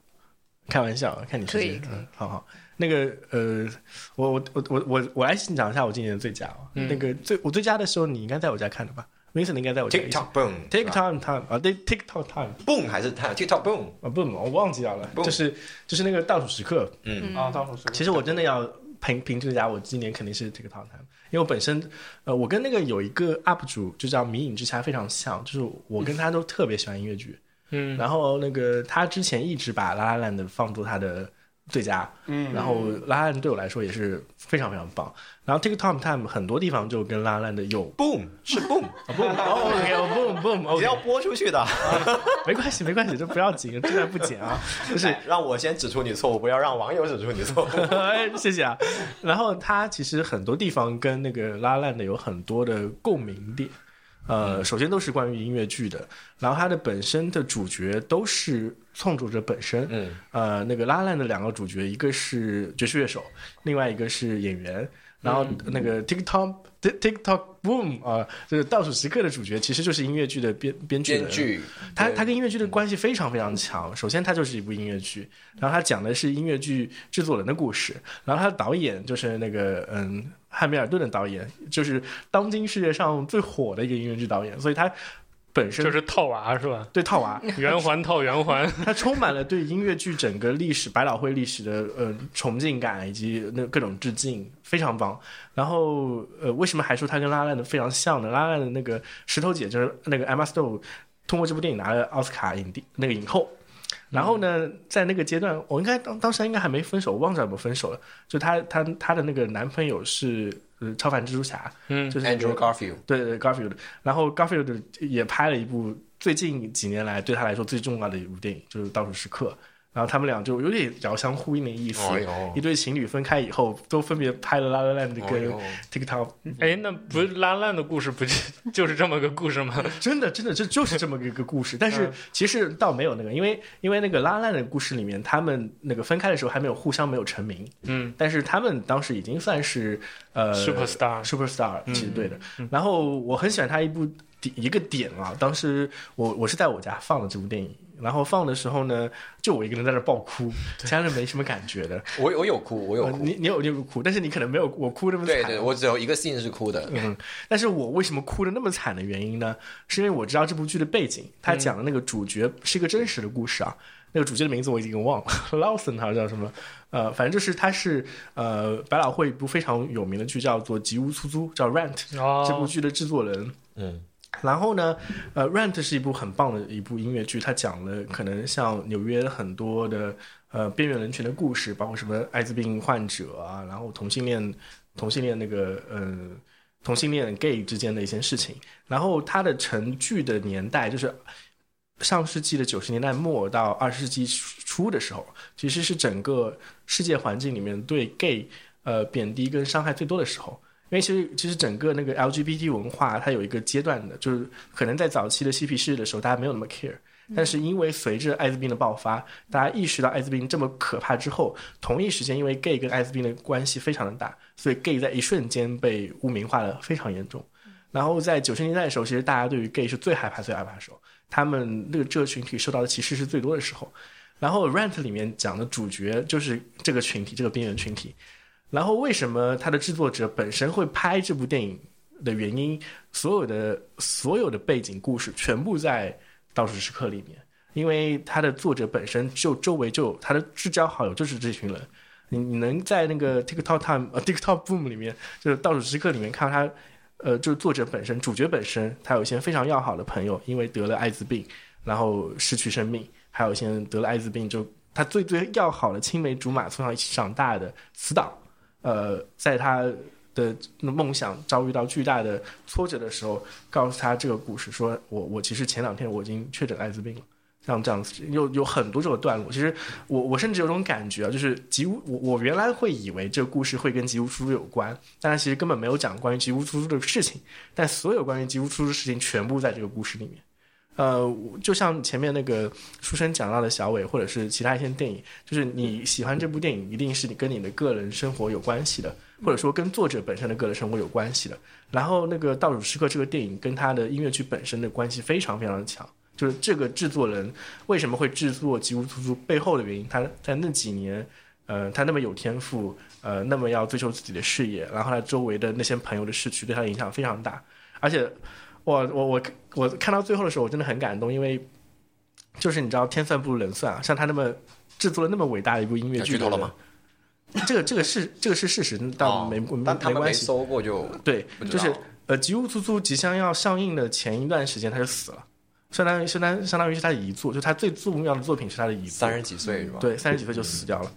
[SPEAKER 2] 开玩笑，看你时
[SPEAKER 3] 可以
[SPEAKER 2] 间。
[SPEAKER 3] 可以
[SPEAKER 2] 嗯，好好。那个呃，我我我我我我来讲一下我今年的最佳哦。
[SPEAKER 5] 嗯
[SPEAKER 2] 那个最我最佳的时候，你应该在我家看的吧？Vincent 应该在我家一起。
[SPEAKER 4] TikTok boom
[SPEAKER 2] Take time time 啊，对，TikTok time
[SPEAKER 4] boom 还是 TikTok boom？
[SPEAKER 2] 啊，不，我忘记掉了，
[SPEAKER 4] 不
[SPEAKER 2] 就是就是那个倒数时刻，
[SPEAKER 4] 嗯，
[SPEAKER 6] 啊，倒数十秒。
[SPEAKER 2] 其实我真的要评评论一下，我今年肯定是这个 top 因为我本身，呃，我跟那个有一个 UP 主就叫迷影之虾非常像，就是我跟他都特别喜欢音乐剧，
[SPEAKER 5] 嗯
[SPEAKER 2] 然后那个他之前一直把拉拉烂的放作他的最佳，
[SPEAKER 6] 嗯，
[SPEAKER 2] 然后拉拉烂对我来说也是非常非常棒，然后这个 Tom Time 很多地方就跟拉拉烂的有
[SPEAKER 4] boom 是 boom，
[SPEAKER 2] 哦不哦 OK 哦不不 OK
[SPEAKER 4] 要播出去的。
[SPEAKER 2] 没关系没关系，这不要紧，这段不剪啊， 就是
[SPEAKER 4] 哎让我先指出你错误，不要让网友指出你 错误。
[SPEAKER 2] 哎谢谢啊。然后它其实很多地方跟那个拉烂的有很多的共鸣点，呃，首先都是关于音乐剧的，然后它的本身的主角都是创作者本身，
[SPEAKER 4] 嗯，
[SPEAKER 2] 呃，那个拉烂的两个主角，一个是爵士乐手，另外一个是演员。然
[SPEAKER 4] 嗯
[SPEAKER 2] 后那个 TikTok TikTok Boom 啊、就是倒数时刻的主角，其实就是音乐剧的编编剧人
[SPEAKER 4] 编剧
[SPEAKER 2] 它
[SPEAKER 4] 对嗯
[SPEAKER 2] 它跟音乐剧的关系非常非常强。首先，它就是一部音乐剧，然后它讲的是音乐剧制作人的故事，然后它的导演就是那个嗯汉密尔顿的导演，就是当今世界上最火的一个音乐剧导演，所以他本身
[SPEAKER 5] 就是套娃是 吧？
[SPEAKER 2] 对套娃，
[SPEAKER 5] 圆环套圆环，
[SPEAKER 2] 它充满了对音乐剧整个历史、百老汇历史的呃崇敬感，以及那各种致敬，非常棒。然后呃，为什么还说它跟拉烂的非常像呢？拉烂的那个石头姐就是那个 Emma Stone，通过这部电影拿了奥斯卡影帝那个影后。然后呢，在那个阶段，我应该当当时应该还没分手，我忘记有没有分手了。就她她她的那个男朋友是呃超凡蜘蛛侠，
[SPEAKER 5] 嗯
[SPEAKER 2] 就是那个
[SPEAKER 4] Andrew Garfield，
[SPEAKER 2] 对对对，Garfield，然后 Garfield 也拍了一部最近几年来对他来说最重要的一部电影，就是《倒数时刻》，然后他们俩就有点遥相呼应的意思。
[SPEAKER 4] 哎呦
[SPEAKER 2] 一对情侣分开以后，都分别拍了《La La Land》
[SPEAKER 4] 哎
[SPEAKER 2] 跟
[SPEAKER 4] 呦
[SPEAKER 2] TikTok，、
[SPEAKER 5] 哎，那不是拉烂的故事，不就就是这么个故事吗？
[SPEAKER 2] 真的真的这就是这么一个故事。但
[SPEAKER 4] 嗯
[SPEAKER 2] 是其实倒没有那个，因为因为那个《La La Land》的故事里面，他们那个分开的时候还没有互相没有成名，
[SPEAKER 5] 嗯
[SPEAKER 2] 但是他们当时已经算是呃
[SPEAKER 4] 啊
[SPEAKER 5] ，Superstar，
[SPEAKER 2] Superstar
[SPEAKER 4] 嗯
[SPEAKER 2] 其实对的。然后我很喜欢他一部点一个点啊，当时我我是在我家放了这部电影，然后放的时候呢，就我一个人在那爆哭，其他人没什么感觉的。
[SPEAKER 4] 我我有哭， 我有
[SPEAKER 2] 呃
[SPEAKER 4] 哭。
[SPEAKER 2] 你你有你有哭，但是你可能没有我哭那么惨。
[SPEAKER 4] 对对，我只有一个 scene 是哭的。
[SPEAKER 2] 嗯，但是我为什么哭的那么惨的原因呢？是因为我知道这部剧的背景，它讲的那个主角是一个真实的故事啊。那个主角的名字我已经忘了 ，Lawson 还是叫什么？呃，反正就是他是呃百老汇一部非常有名的剧，叫做《吉屋出租》，叫 Rent。这部
[SPEAKER 5] 哦，
[SPEAKER 2] 剧的制作人，
[SPEAKER 4] 嗯，
[SPEAKER 2] 然后呢，呃，《Rent》是一部很棒的一部音乐剧，它讲了可能像纽约很多的呃边缘人群的故事，包括什么艾滋病患者啊，然后同性恋、同性恋那个呃同性恋 gay 之间的一些事情。然后它的成剧的年代就是上世纪的九十年代末到二十世纪初的时候，其实是整个世界环境里面对 gay 呃贬低跟伤害最多的时候。因为其实其实整个那个 LGBT 文化，它有一个阶段的，就是可能在早期的嬉皮士的时候，大家没有那么 care，但是因为随着艾滋病的爆发，大家意识到艾滋病这么可怕之后，同一时间因为 gay 跟艾滋病的关系非常的大，所以 gay 在一瞬间被污名化的非常严重。然后在九十年代的时候，其实大家对于 gay 是最害怕、最害怕的时候，他们那个这个群体受到的歧视是最多的时候。然后 Rent 里面讲的主角就是这个群体，这个边缘群体。然后为什么它的制作者本身会拍这部电影的原因，所有的所有的背景故事全部在《倒数时刻》里面，因为它的作者本身就周围就有他的至交好友就是这群人，你你能在那个 TikTok Time 呃 TikTok Boom 里面，就是《倒数时刻》里面看到他，呃，就是作者本身主角本身，他有一些非常要好的朋友，因为得了艾滋病，然后失去生命，还有一些人得了艾滋病就他最最要好的青梅竹马从小一起长大的死党。呃，在他的梦想遭遇到巨大的挫折的时候，告诉他这个故事，说我我其实前两天我已经确诊艾滋病了，像这样子有有很多这种段落。其实我我甚至有种感觉啊，就是吉屋，我我原来会以为这个故事会跟吉屋出租有关，但是其实根本没有讲关于吉屋出租的事情，但所有关于吉屋出租的事情全部在这个故事里面。呃，就像前面那个书生讲到的小伟，或者是其他一些电影，就是你喜欢这部电影，一定是你跟你的个人生活有关系的，或者说跟作者本身的个人生活有关系的。然后那个《倒数时刻》这个电影跟他的音乐剧本身的关系非常非常的强，就是这个制作人为什么会制作《吉屋出租》背后的原因，他在那几年，呃，他那么有天赋，呃，那么要追求自己的事业，然后他周围的那些朋友的逝去对他的影响非常大，而且。我我我我看到最后的时候，我真的很感动，因为就是你知道天算不如人算啊，像他那么制作了那么伟大的一部音乐剧，
[SPEAKER 4] 剧透了吗？
[SPEAKER 2] 这个这个是这个是事实，但没、
[SPEAKER 4] 哦
[SPEAKER 2] 没
[SPEAKER 4] 但他
[SPEAKER 2] 没
[SPEAKER 4] 们
[SPEAKER 2] 关
[SPEAKER 4] 没
[SPEAKER 2] 系。
[SPEAKER 4] 搜过就
[SPEAKER 2] 对
[SPEAKER 4] 不，
[SPEAKER 2] 就
[SPEAKER 4] 知道
[SPEAKER 2] 是呃，《吉屋出租》即将要上映的前一段时间，他就死了，相当于相当相当于是他的遗作，就他最重要的作品是他的遗作。
[SPEAKER 4] 三十几岁是吧？，
[SPEAKER 2] 对，三十几岁就死掉了，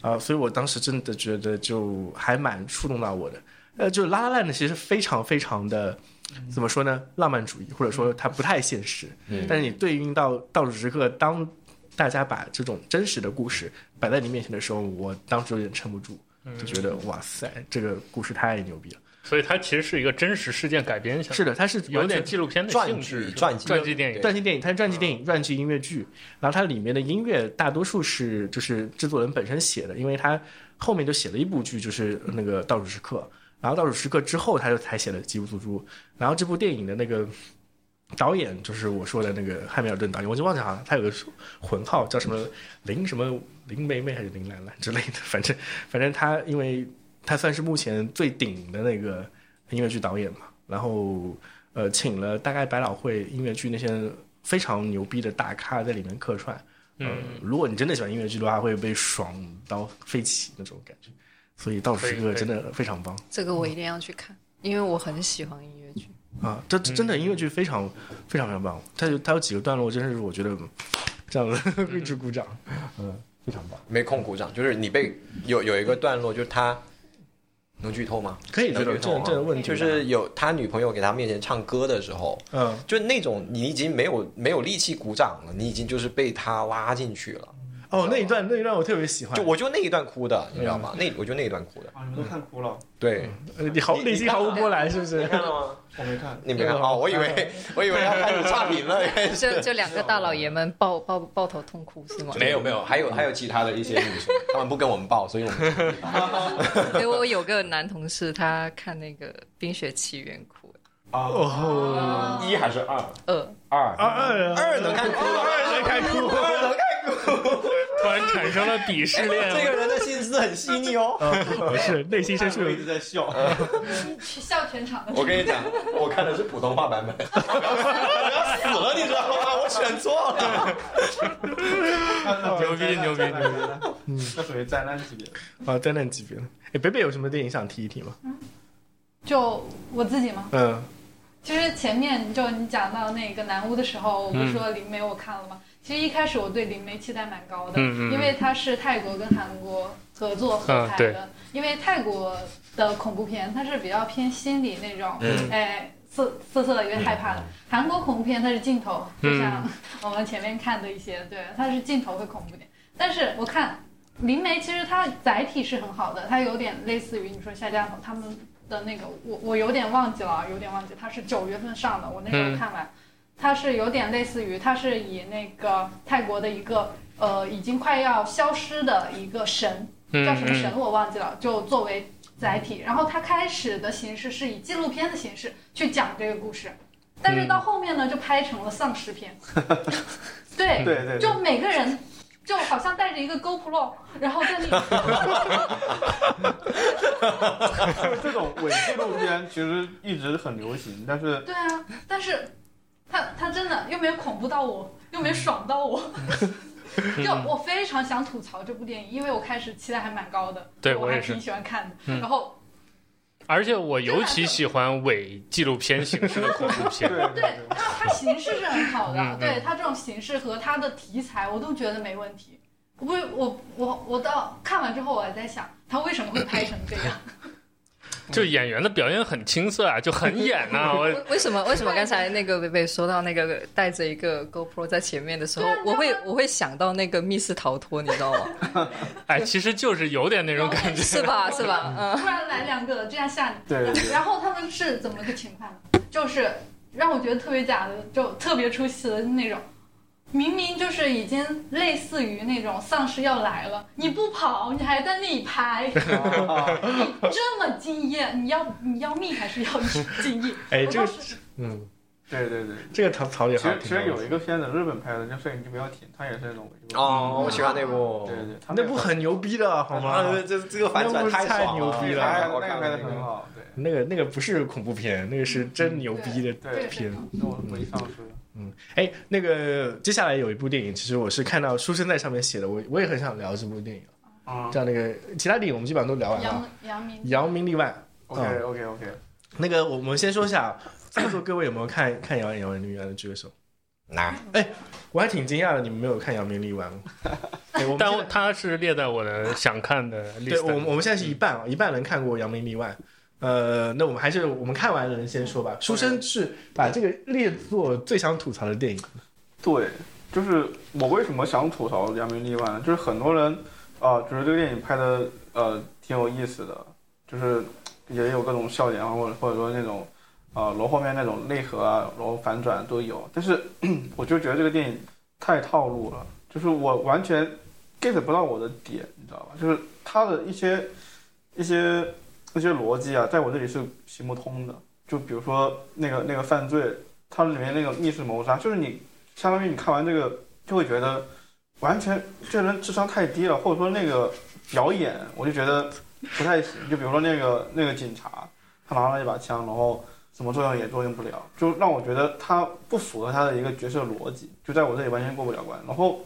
[SPEAKER 2] 啊、所以我当时真的觉得就还蛮触动到我的。呃，就拉拉烂的其实非常非常的，怎么说呢，浪漫主义，或者说它不太现实。
[SPEAKER 4] 嗯
[SPEAKER 2] 但是你对应到倒数时刻，当大家把这种真实的故事摆在你面前的时候，我当时有点撑不住，就觉得哇塞，这个故事太牛逼了。
[SPEAKER 5] 所以它其实是一个真实事件改编下来，
[SPEAKER 2] 是的，它是
[SPEAKER 5] 有
[SPEAKER 2] 完全
[SPEAKER 5] 点纪录片的性
[SPEAKER 4] 传
[SPEAKER 5] 质
[SPEAKER 4] 记，
[SPEAKER 5] 是吧
[SPEAKER 4] 传记
[SPEAKER 5] 传记电影。
[SPEAKER 2] 传记电影，它是传记电影、传记音乐剧，然后它里面的音乐大多数是就是制作人本身写的，因为他后面就写了一部剧，就是那个《倒数时刻》，然呃后《倒数时刻》之后他就才写了《吉屋出租》，然后这部电影的那个导演就是我说的那个汉密尔顿导演，我就忘记了，他有个混号叫什么林什么林梅梅还是林兰兰之类的，反正反正他因为他算是目前最顶的那个音乐剧导演嘛，然后呃请了大概百老汇音乐剧那些非常牛逼的大咖在里面客串，嗯、如果你真的喜欢音乐剧的话，会被爽到飞起那种感觉，所以倒数这
[SPEAKER 5] 可以可
[SPEAKER 2] 个
[SPEAKER 5] 以
[SPEAKER 2] 真的非常棒。
[SPEAKER 3] 这个我一定要去看，因为我很喜欢音乐剧。
[SPEAKER 2] 啊，这这真的音乐剧非常、非常非常棒，它有它有几个段落，真是我觉得这样 子一直鼓掌，嗯，非常棒。
[SPEAKER 4] 没空鼓掌，就是你被有有一个段落，就是他能剧透吗？
[SPEAKER 2] 可以
[SPEAKER 4] 能
[SPEAKER 2] 觉得
[SPEAKER 4] 剧透
[SPEAKER 2] 这
[SPEAKER 4] 吗
[SPEAKER 2] 这问题啊
[SPEAKER 4] 就是有他女朋友给他面前唱歌的时候，
[SPEAKER 2] 嗯，
[SPEAKER 4] 就那种你已经没有没有力气鼓掌了，你已经就是被他拉进去了。
[SPEAKER 2] 哦，那一段那一段我特别喜欢，
[SPEAKER 4] 就我就那一段哭的，
[SPEAKER 2] 嗯
[SPEAKER 4] 你知道吗？那我就那一段哭的。
[SPEAKER 6] 啊，你们都看哭了，
[SPEAKER 4] 对，
[SPEAKER 2] 呃你毫
[SPEAKER 4] 你
[SPEAKER 2] 内心毫无波澜，是不是？
[SPEAKER 4] 了吗？
[SPEAKER 6] 我没看。
[SPEAKER 4] 你没看哦，我以为 我以为要开始差评了，原来是
[SPEAKER 3] 就就两个大老爷们抱抱抱头痛哭是吗？
[SPEAKER 4] 没有没有，还有还有其他的一些女生， 她们不跟我们报，所以我们
[SPEAKER 3] 对，我有个男同事，他看那个《冰雪奇缘》哭了，
[SPEAKER 2] 哦，
[SPEAKER 4] 一还是二
[SPEAKER 3] 呃，
[SPEAKER 4] 二
[SPEAKER 2] 二二
[SPEAKER 4] 二能看哭了，
[SPEAKER 2] 二开哭，
[SPEAKER 4] 二能 看
[SPEAKER 5] 突然产生了鄙视链。
[SPEAKER 2] 啊
[SPEAKER 4] 这个人的心思很细腻哦。
[SPEAKER 2] 不是内心深处
[SPEAKER 6] 我一直
[SPEAKER 2] 有
[SPEAKER 6] 在笑，
[SPEAKER 7] 笑全场的
[SPEAKER 4] 我跟你讲，我看的是普通话版本，我要死了，你知道吗？我选错了。
[SPEAKER 5] 牛逼牛逼牛
[SPEAKER 6] 逼！这属于灾难级别。
[SPEAKER 2] 啊灾难级别了。哎，北北有什么电影想提一提吗？
[SPEAKER 7] 就我自己吗？
[SPEAKER 2] 嗯，
[SPEAKER 7] 其实前面就你讲到那个南屋的时候，我不是说灵媒我看了吗？其实一开始我对灵媒期待蛮高的，
[SPEAKER 5] 嗯嗯嗯
[SPEAKER 7] 因为它是泰国跟韩国合作合拍的。因为泰国的恐怖片它是比较偏心理那种，
[SPEAKER 4] 嗯
[SPEAKER 7] 哎，瑟瑟瑟的有点害怕的。韩国恐怖片它是镜头，就像 我们前面看的一些，对，它是镜头会恐怖点。但是我看灵媒其实它载体是很好的，它有点类似于你说夏家头他们的那个，我我有点忘记了，啊有点忘记，它是九月份上的，我那时候看完，它是有点类似于，它是以那个泰国的一个呃已经快要消失的一个神，
[SPEAKER 5] 嗯
[SPEAKER 7] 叫什么神我忘记了，就作为载体，然后它开始的形式是以纪录片的形式去讲这个故事，但
[SPEAKER 5] 嗯
[SPEAKER 7] 是到后面呢就拍成了丧尸 片，对
[SPEAKER 6] 对
[SPEAKER 5] 嗯
[SPEAKER 6] 对对
[SPEAKER 7] 就每个人就好像带着一个 GoPro，然后在那里，
[SPEAKER 6] 就是这种伪纪录片其实一直很流行，但是
[SPEAKER 7] 对啊，但是他他真的又没有恐怖到我，又没有爽到 我。就
[SPEAKER 5] 嗯
[SPEAKER 7] 我非常想吐槽这部电影，因为我开始期待还蛮高的，
[SPEAKER 5] 对
[SPEAKER 7] 我
[SPEAKER 5] 我也
[SPEAKER 7] 还
[SPEAKER 5] 是
[SPEAKER 7] 挺喜欢看的。
[SPEAKER 5] 嗯
[SPEAKER 7] 然后
[SPEAKER 5] 而且我尤其喜欢伪纪录片形式的 恐怖
[SPEAKER 6] 对
[SPEAKER 5] 片。
[SPEAKER 6] 对
[SPEAKER 7] 对它它形式是很好
[SPEAKER 5] 嗯
[SPEAKER 7] 的，
[SPEAKER 5] 嗯
[SPEAKER 7] 对它这种形式和它的题材我都觉得没问题。我不我我我到看完之后我还在想，他为什么会拍成这样？
[SPEAKER 5] 就演员的表演很青涩啊，就很演呐、 我
[SPEAKER 3] 为为什么为什么刚才那个贝贝说到那个带着一个 GoPro 在前面的时候
[SPEAKER 7] 对啊，
[SPEAKER 3] 我
[SPEAKER 7] 你知
[SPEAKER 3] 会
[SPEAKER 7] 道吗
[SPEAKER 3] 我会想到那个密室逃脱，你知道吗？
[SPEAKER 5] 哎，其实就是有点那 种感 觉。
[SPEAKER 3] 是吧？是吧？嗯，
[SPEAKER 7] 突然来两个这样吓你。
[SPEAKER 6] 对对对
[SPEAKER 7] 然后他们是怎么个情况呢？就是让我觉得特别假的，就特别出戏的那种。明明就是已经类似于那种丧尸要来了，你不跑，你还在那里拍，你这么敬业，你要你要命还是要 敬业？
[SPEAKER 2] 哎
[SPEAKER 7] 我
[SPEAKER 2] 这个
[SPEAKER 7] 当时
[SPEAKER 2] 嗯，
[SPEAKER 6] 对对对。
[SPEAKER 2] 这个曹曹也
[SPEAKER 6] 其
[SPEAKER 2] 好
[SPEAKER 6] 实
[SPEAKER 2] 像
[SPEAKER 6] 其
[SPEAKER 2] 挺
[SPEAKER 6] 实
[SPEAKER 2] 好
[SPEAKER 6] 有一个片子，日本拍的叫《摄影机不要停》，它也是那种伪纪录片
[SPEAKER 4] 哦，我喜欢那部，
[SPEAKER 6] 对对，它
[SPEAKER 2] 那部很牛逼的好
[SPEAKER 4] 啊
[SPEAKER 2] 吗？，
[SPEAKER 4] 这这个反转太爽
[SPEAKER 2] 那部太牛逼了
[SPEAKER 4] 太
[SPEAKER 6] 那
[SPEAKER 4] 好
[SPEAKER 6] 个
[SPEAKER 4] 看
[SPEAKER 6] 拍的
[SPEAKER 4] 了。
[SPEAKER 6] 很好，对
[SPEAKER 2] 那个那个不是恐怖片，那个是真牛逼的
[SPEAKER 6] 对
[SPEAKER 2] 呃片。
[SPEAKER 6] 那我我一丧尸，
[SPEAKER 2] 嗯，哎，那个接下来有一部电影，其实我是看到书生在上面写的，我我也很想聊这部电影。
[SPEAKER 6] 啊
[SPEAKER 2] 这样那个其他电影我们基本上都聊完
[SPEAKER 7] 扬
[SPEAKER 2] 了，
[SPEAKER 7] 扬明
[SPEAKER 2] 《扬名立万》。
[SPEAKER 6] ，OK OK OK，
[SPEAKER 2] 那个我们先说一下，在座各位有没有看看《扬扬名立万》的举个手？哎
[SPEAKER 4] 哪？
[SPEAKER 2] 我还挺惊讶的，你们没有看《扬名立 万》哎。我们
[SPEAKER 5] 但
[SPEAKER 2] 现
[SPEAKER 5] 我
[SPEAKER 2] 在
[SPEAKER 5] 它是列在我的想看的 list 里。
[SPEAKER 2] 对，我们我们现在是一半，啊一半人看过《扬名立万》。呃，那我们还是我们看完的人先说吧。书生是把这个列作最想吐槽的电影。
[SPEAKER 6] 对，就是我为什么想吐槽《扬名立万》呢，就是很多人啊、觉得这个电影拍的呃挺有意思的，就是也有各种笑点啊，或者或者说那种啊、呃、罗后面那种内核啊，然后反转都有，但是 我就觉得这个电影太套路了，就是我完全 get 不到我的点，你知道吧？就是它的一些一些一些逻辑啊，在我这里是行不通的。就比如说那个那个犯罪，它里面那个密室谋杀，就是你相当于你看完这个就会觉得完全这人智商太低了，或者说那个表演我就觉得不太行。就比如说那个那个警察，他拿了一把枪，然后什么作用也作用不了，就让我觉得他不符合他的一个角色逻辑，就在我这里完全过不了关。然后，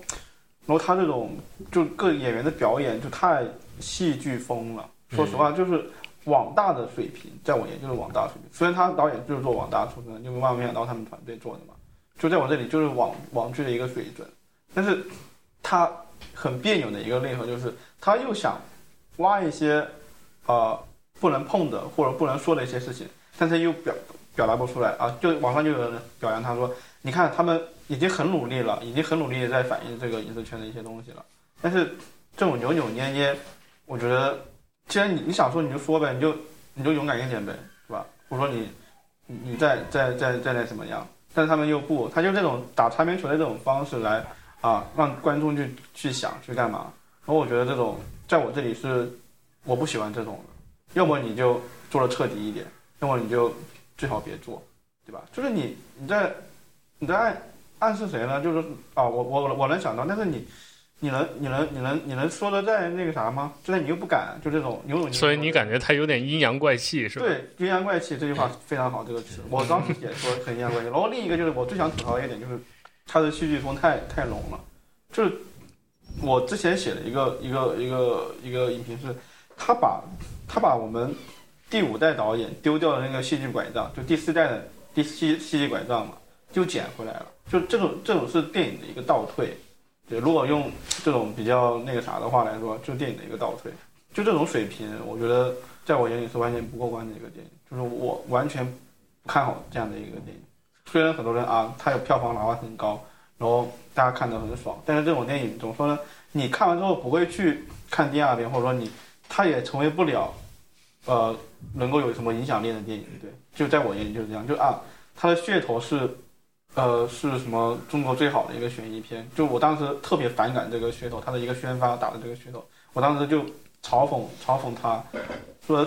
[SPEAKER 6] 然后他这种就各演员的表演就太戏剧风了，说实话就是。网大的水平，在我眼里就是网大水平。虽然他导演就是做网大出身的，就万万没想到他们团队做的嘛。就在我这里就是网网剧的一个水准，但是它很别扭的一个内核就是，他又想挖一些呃不能碰的或者不能说的一些事情，但是又表表达不出来啊。就网上就有人表扬他说，你看他们已经很努力了，已经很努力地在反映这个影视圈的一些东西了，但是这种扭扭捏捏，我觉得既然你你想说你就说呗，你就你就勇敢一点呗，是吧？或者说你你你再再再再那什么样？但是他们又不，他就这种打擦边球的这种方式来啊，让观众去去想去干嘛。然后我觉得这种在我这里是我不喜欢这种的，要么你就做的彻底一点，要么你就最好别做，对吧？就是你你在你在暗暗示谁呢？就是啊，我我我能想到，但是你你能你能你能你能说的再那个啥吗？就是你又不敢，就这种扭扭捏捏。
[SPEAKER 5] 所以你感觉它有点阴阳怪气是吧？嗯
[SPEAKER 6] 对，阴阳怪气这句话非常好，这个词我当时也说很阴阳怪气。然后另一个就是我最想吐槽的一点就是，他的戏剧风太太浓了。就是我之前写的一个一个一个一个影评是，他把他把我们第五代导演丢掉的那个戏剧拐杖，就第四代的第七世纪拐杖嘛，就捡回来了。就这种这种是电影的一个倒退，对，如果用这种比较那个啥的话来说，就是电影的一个倒退。就这种水平，我觉得在我眼里是完全不过关的一个电影，就是我完全不看好这样的一个电影。虽然很多人啊，它有票房拿到很高，然后大家看得很爽，但是这种电影怎么说呢？你看完之后不会去看第二遍，或者说你它也成为不了呃能够有什么影响力的电影。对，就在我眼里就是这样，就啊，它的噱头是呃是什么中国最好的一个悬疑片，就我当时特别反感这个噱头，它的一个宣发打的这个噱头，我当时就嘲讽嘲讽他，说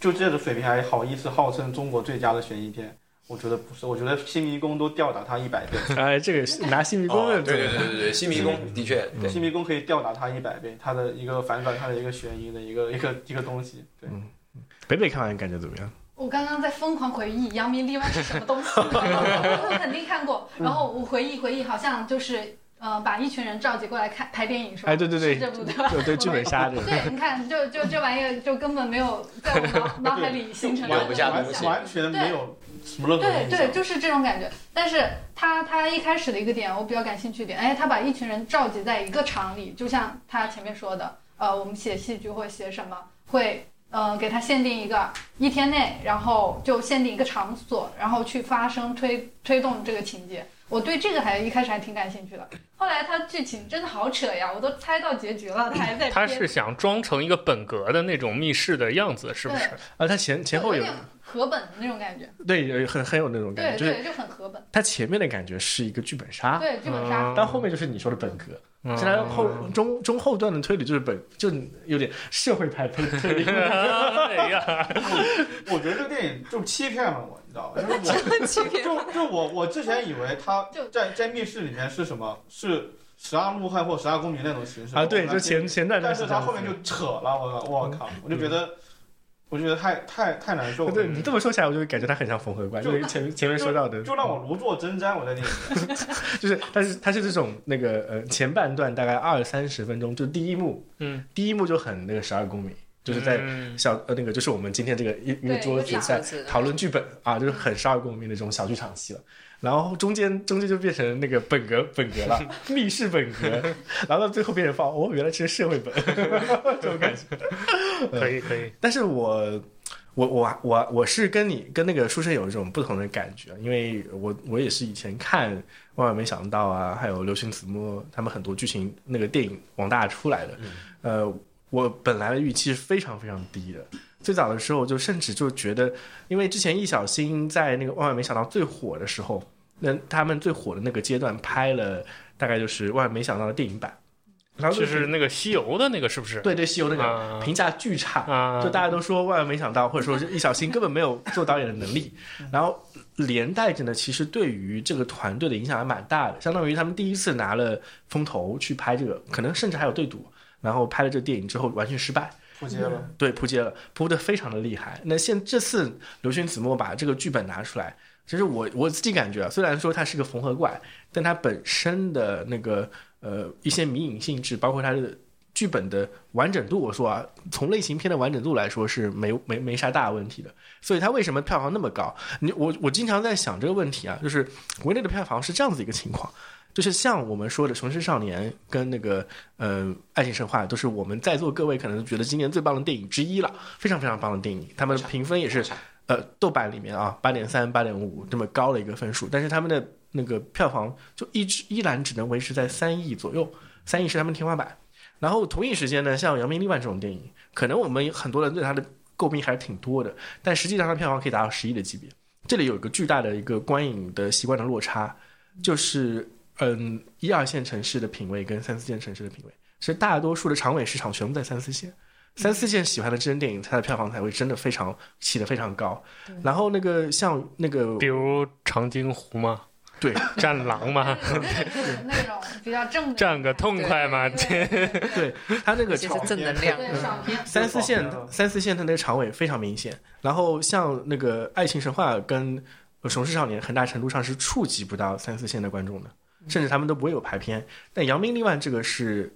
[SPEAKER 6] 就这个水平还好意思号称中国最佳的悬疑片。我觉得不是，我觉得新迷宫都吊打他一百遍，
[SPEAKER 2] 哎，这个是 拿新迷宫
[SPEAKER 4] 哦
[SPEAKER 2] 问
[SPEAKER 4] 对对对对对，新迷宫的确对。
[SPEAKER 6] 新迷宫可以吊打他一百倍，他的一个反转，他的一个悬疑的一个一个一个东西。
[SPEAKER 4] 嗯
[SPEAKER 6] 对，
[SPEAKER 2] 北北看完感觉怎么样？
[SPEAKER 7] 我刚刚在疯狂回忆《扬名立万》是什么 东西，我肯定看过。然后我回忆回忆，好像就是呃，把一群人召集过来看拍电影是吧？
[SPEAKER 2] 哎对对对
[SPEAKER 7] 是这部对吧？
[SPEAKER 2] 对对，剧本杀这个。
[SPEAKER 7] 对，你看，就就这玩意儿就根本没有在我 脑脑海里形成
[SPEAKER 4] 留不下
[SPEAKER 7] 任何
[SPEAKER 6] 完
[SPEAKER 4] 东西
[SPEAKER 6] 完全没有什么任何
[SPEAKER 7] 对
[SPEAKER 6] 影响。
[SPEAKER 7] 对，就是这种感觉。但是他他一开始的一个点，我比较感兴趣一点，哎，他把一群人召集在一个场里，就像他前面说的，呃，我们写戏剧会写什么，会呃给他限定一个一天内，然后就限定一个场所，然后去发生推推动这个情节。我对这个还一开始还挺感兴趣的，后来他剧情真的好扯呀，我都猜到结局了，他还在
[SPEAKER 5] 他
[SPEAKER 7] 编
[SPEAKER 5] 是想装成一个本格的那种密室的样子，是不是？
[SPEAKER 2] 啊，他前前后有
[SPEAKER 7] 点合本的那种感觉，
[SPEAKER 2] 对有很很有那种感觉，
[SPEAKER 7] 对
[SPEAKER 2] 就是
[SPEAKER 7] 对，就很合本，
[SPEAKER 2] 他前面的感觉是一个剧本杀，
[SPEAKER 7] 对剧本杀，
[SPEAKER 5] 嗯
[SPEAKER 2] 但后面就是你说的本格。
[SPEAKER 5] 嗯
[SPEAKER 2] 现在后中中后段的推理就是本就有点社会派推推 理，
[SPEAKER 5] 哎呀，
[SPEAKER 6] 我觉得这个电影就欺骗了我，你知道吧？就是我
[SPEAKER 3] 欺骗
[SPEAKER 6] 就就我我之前以为他
[SPEAKER 7] 就
[SPEAKER 6] 在在密室里面是什么是十二怒汉或十二公民那种形式
[SPEAKER 2] 啊，对，就前
[SPEAKER 6] 前，
[SPEAKER 2] 前段
[SPEAKER 6] 但
[SPEAKER 2] 段是
[SPEAKER 6] 是
[SPEAKER 2] 这
[SPEAKER 6] 他
[SPEAKER 2] 样
[SPEAKER 6] 后面
[SPEAKER 2] 子嗯
[SPEAKER 6] 就扯了，我我靠，我就觉得我觉得太太太难受了。
[SPEAKER 2] 对你这么说起来，我就感觉他很像缝合怪，
[SPEAKER 6] 就
[SPEAKER 2] 就是前前面说到的，
[SPEAKER 6] 就让我如坐针毡，我在电影院。
[SPEAKER 2] 就是，但是它是这种那个呃前半段大概二三十分钟，就第一幕，
[SPEAKER 5] 嗯，
[SPEAKER 2] 第一幕就很那个十二公民，就是在
[SPEAKER 5] 嗯
[SPEAKER 2] 小呃那个就是我们今天这个一一个
[SPEAKER 7] 对
[SPEAKER 2] 桌
[SPEAKER 7] 一个
[SPEAKER 2] 子
[SPEAKER 7] 小
[SPEAKER 2] 在
[SPEAKER 3] 桌子
[SPEAKER 2] 讨论剧本啊，就是很十二公民的这种小剧场戏了。然后中间中间就变成那个本格本格了，密室本格，然后到最后变成放哦，原来这是社会本，这种感觉。
[SPEAKER 5] 可以可以，
[SPEAKER 2] 但是我我我我我是跟你跟那个书生有一种不同的感觉，因为我我也是以前看《万万没想到》啊，还有《流星子墨》他们很多剧情那个电影往大出来的，
[SPEAKER 5] 嗯
[SPEAKER 2] 呃，我本来的预期是非常非常低的。最早的时候，就甚至就觉得，因为之前易小星在那个《万万没想到》最火的时候，那他们最火的那个阶段拍了大概就是《万万没想到》的电影版，然后
[SPEAKER 5] 就
[SPEAKER 2] 就是
[SPEAKER 5] 那个西游的那个，是不是？
[SPEAKER 2] 对对西游那个、
[SPEAKER 5] 啊
[SPEAKER 2] 评价巨差，
[SPEAKER 5] 啊，
[SPEAKER 2] 就大家都说万万没想到，或者说是易小星根本没有做导演的能力。 然后连带着呢，其实对于这个团队的影响还蛮大的，相当于他们第一次拿了风投去拍这个，可能甚至还有对赌，然后拍了这个电影之后完全失败。
[SPEAKER 6] 扑 街了，
[SPEAKER 2] 对扑街了，扑得非常的厉害。那现这次刘勋子墨把这个剧本拿出来，其实我我自己感觉啊，虽然说它是个缝合怪，但它本身的那个呃一些迷影性质，包括它的剧本的完整度，我说啊，从类型片的完整度来说是没没没啥大问题的。所以它为什么票房那么高？你我我经常在想这个问题啊，就是国内的票房是这样子一个情况。就是像我们说的《雄狮少年》跟那个呃《爱情神话》，都是我们在座各位可能觉得今年最棒的电影之一了，非常非常棒的电影。他们的评分也是呃豆瓣里面啊八点三、八点五这么高的一个分数，但是他们的那个票房就一直依然只能维持在三亿左右，三亿是他们天花板。然后同一时间呢，像《扬名立万》这种电影，可能我们很多人对它的诟病还是挺多的，但实际上它票房可以达到十亿的级别。这里有一个巨大的一个观影的习惯的落差，就是嗯，一二线城市的品味跟三四线城市的品味，其实大多数的长尾市场全部在三四线。三四线喜欢的真电影，它的票房才会真的非常起得非常高。然后那个像那个
[SPEAKER 5] 比如长津湖嘛，
[SPEAKER 2] 对，
[SPEAKER 5] 战狼嘛，
[SPEAKER 7] 就是那种比较 正的，
[SPEAKER 5] 战个痛快嘛，
[SPEAKER 7] 对
[SPEAKER 2] 对它那个
[SPEAKER 3] 其实正能量。
[SPEAKER 7] 对爽片，
[SPEAKER 2] 三四线
[SPEAKER 6] 就跑偏了
[SPEAKER 2] 三四线它那个长尾非常明显。然后像那个《爱情神话》跟《呃熊市少年》，很大程度上是
[SPEAKER 6] 嗯
[SPEAKER 2] 触及不到三四线的观众的，甚至他们都不会有排片。但《扬名立万》这个是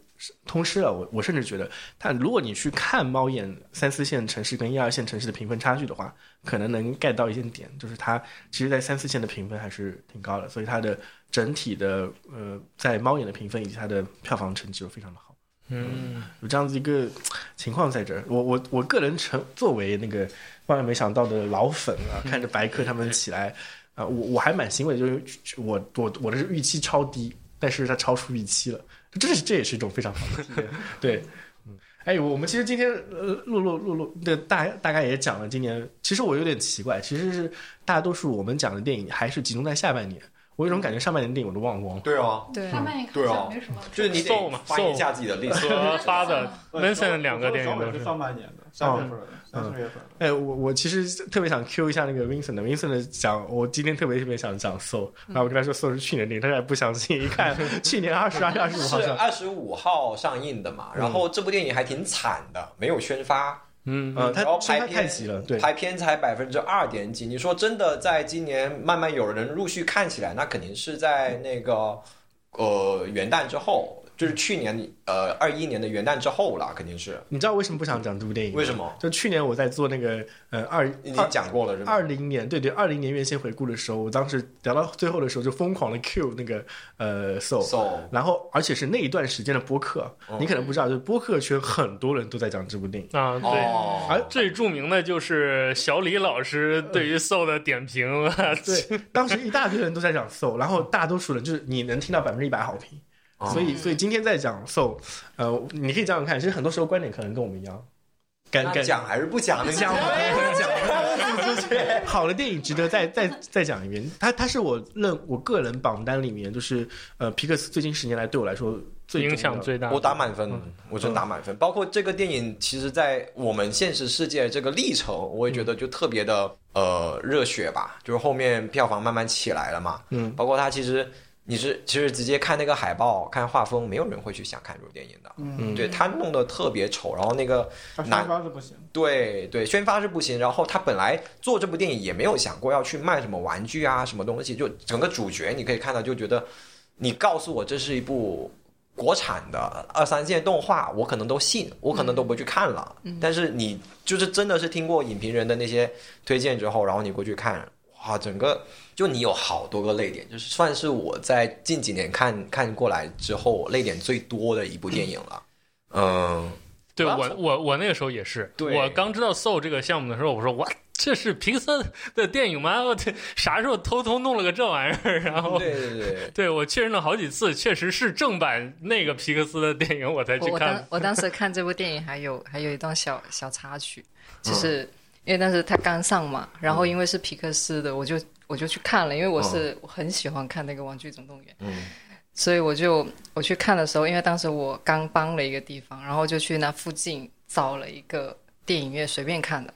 [SPEAKER 2] 通吃了。我我甚至觉得，但如果你去看猫眼三四线城市跟一二线城市的评分差距的话，可能能 get 到一些点，就是它其实，在三四线的评分还是挺高的，所以它的整体的呃，在猫眼的评分以及它的票房成绩都非常的好。
[SPEAKER 5] 嗯，
[SPEAKER 2] 有这样子一个情况在这儿。我我我个人成作为那个万万没想到的老粉啊，看着白客他们起来啊、我我还蛮欣慰的，就是我我我的预期超低，但是它超出预期了，这是这也是一种非常好的体验。对，嗯，哎，我们其实今天呃，露露露露的大大概也讲了今年，其实我有点奇怪，其实是大多数我们讲的电影还是集中在下半年，我有种感觉上半年的电影我都忘光了。
[SPEAKER 4] 对哦，
[SPEAKER 3] 对，
[SPEAKER 7] 上半年好
[SPEAKER 4] 对哦
[SPEAKER 7] 像没什么，
[SPEAKER 4] 就是你
[SPEAKER 5] 瘦
[SPEAKER 4] 得
[SPEAKER 5] 嘛
[SPEAKER 4] 翻译一下自己的历史。
[SPEAKER 5] 和发的
[SPEAKER 6] 对
[SPEAKER 5] Vincent 两个电影
[SPEAKER 6] 小
[SPEAKER 5] 都
[SPEAKER 6] 美是
[SPEAKER 5] 是。
[SPEAKER 6] 上半年的，三月份的，三四月份的。
[SPEAKER 2] 哎，我我其实特别想 Q 一下那个 Vincent 的，Vincent 的讲，我今天特别特别想讲 Soul，然后我跟他说 Soul 是去年的，他也不相信，一 看去年二十二月二十五号
[SPEAKER 4] 是
[SPEAKER 2] 上，
[SPEAKER 4] 二十五号上映的嘛，然后这部电影还挺惨的，没有宣发，
[SPEAKER 5] 嗯，
[SPEAKER 2] 呃，他
[SPEAKER 4] 然后
[SPEAKER 2] 说他
[SPEAKER 4] 拍片
[SPEAKER 2] 太急了，对，
[SPEAKER 4] 排片才百分之二点几。你说真的，在今年慢慢有人陆续看起来，那肯定是在那个呃元旦之后，就是去年呃二一年的元旦之后了，肯定是。
[SPEAKER 2] 你知道为什么不想讲这部电影？
[SPEAKER 4] 为什？么？
[SPEAKER 2] 就去年我在做那个呃二二
[SPEAKER 4] 已经讲过了是吗？
[SPEAKER 2] 二零年，对对，二零年院线回顾的时候，我当时聊到最后的时候就疯狂的 Q 那个呃 Soul，
[SPEAKER 4] So
[SPEAKER 2] 然后而且是那一段时间的播客，
[SPEAKER 4] 哦
[SPEAKER 2] 你可能不知道，就是播客圈很多人都在讲这部电影。
[SPEAKER 5] 啊，对。
[SPEAKER 4] 哦，
[SPEAKER 5] 最著名的就是小李老师对
[SPEAKER 4] 嗯
[SPEAKER 5] 于《Soul》的点评了，
[SPEAKER 2] 对，当时一大堆人都在讲 Soul，然后大多数人就是你能听到百分之一百好评，
[SPEAKER 4] 哦
[SPEAKER 2] 所以所以今天在讲 Soul，呃，你可以想想看，其实很多时候观点可能跟我们一样，感
[SPEAKER 4] 那
[SPEAKER 2] 感
[SPEAKER 4] 讲还是不讲呢？
[SPEAKER 2] 讲讲好的电影值得再再再讲一遍，它它是我认我个人榜单里面就是呃皮克斯最近十年来对我来说最
[SPEAKER 5] 影
[SPEAKER 2] 重要的
[SPEAKER 5] 响
[SPEAKER 2] 啊嗯
[SPEAKER 5] 最大。
[SPEAKER 4] 我打满分，我真打满分。包括这个电影，其实，在我们现实世界这个历程，我也觉
[SPEAKER 2] 嗯
[SPEAKER 4] 得就特别的呃热血吧。就是后面票房慢慢起来了嘛，
[SPEAKER 2] 嗯，
[SPEAKER 4] 包括它其实你是其实直接看那个海报、看画风，没有人会去想看这部电影的。
[SPEAKER 2] 嗯
[SPEAKER 4] 对他弄得特别丑，然后那个
[SPEAKER 6] 他宣发是不行，
[SPEAKER 4] 对对宣发是不行，然后他本来做这部电影也没有想过要去卖什么玩具啊什么东西，就整个主角你可以看到就觉得，你告诉我这是一部国产的二三线动画，我可能都信，我可能都不去看了。但是你就是真的是听过影评人的那些推荐之后，然后你过去看，哇，整个就你有好多个泪点，就是算是我在近几年看看过来之后泪点最多的一部电影了。嗯，
[SPEAKER 5] 对
[SPEAKER 4] 我要
[SPEAKER 5] 我
[SPEAKER 4] 从
[SPEAKER 5] 我我那个时候也是，
[SPEAKER 4] 对
[SPEAKER 5] 我刚知道 Soul 这个项目的时候，我说哇，这是皮克斯的电影吗？我这啥时候偷偷弄了个这玩意儿？然后
[SPEAKER 4] 对对对。
[SPEAKER 5] 对我确认了好几次，确实是正版那个皮克斯的电影，我才
[SPEAKER 3] 我
[SPEAKER 5] 去
[SPEAKER 3] 我当
[SPEAKER 5] 看。
[SPEAKER 3] 我当时看这部电影还有还有一段小小插曲，就
[SPEAKER 4] 嗯
[SPEAKER 3] 是、因为当时它刚上嘛，然后因为是皮克斯的，我就我就去看了，因为我是、我很喜欢看那个《玩具总动员》，
[SPEAKER 4] 嗯
[SPEAKER 3] 所以我就我去看的时候，因为当时我刚搬了一个地方，然后就去那附近找了一个电影院随便看的，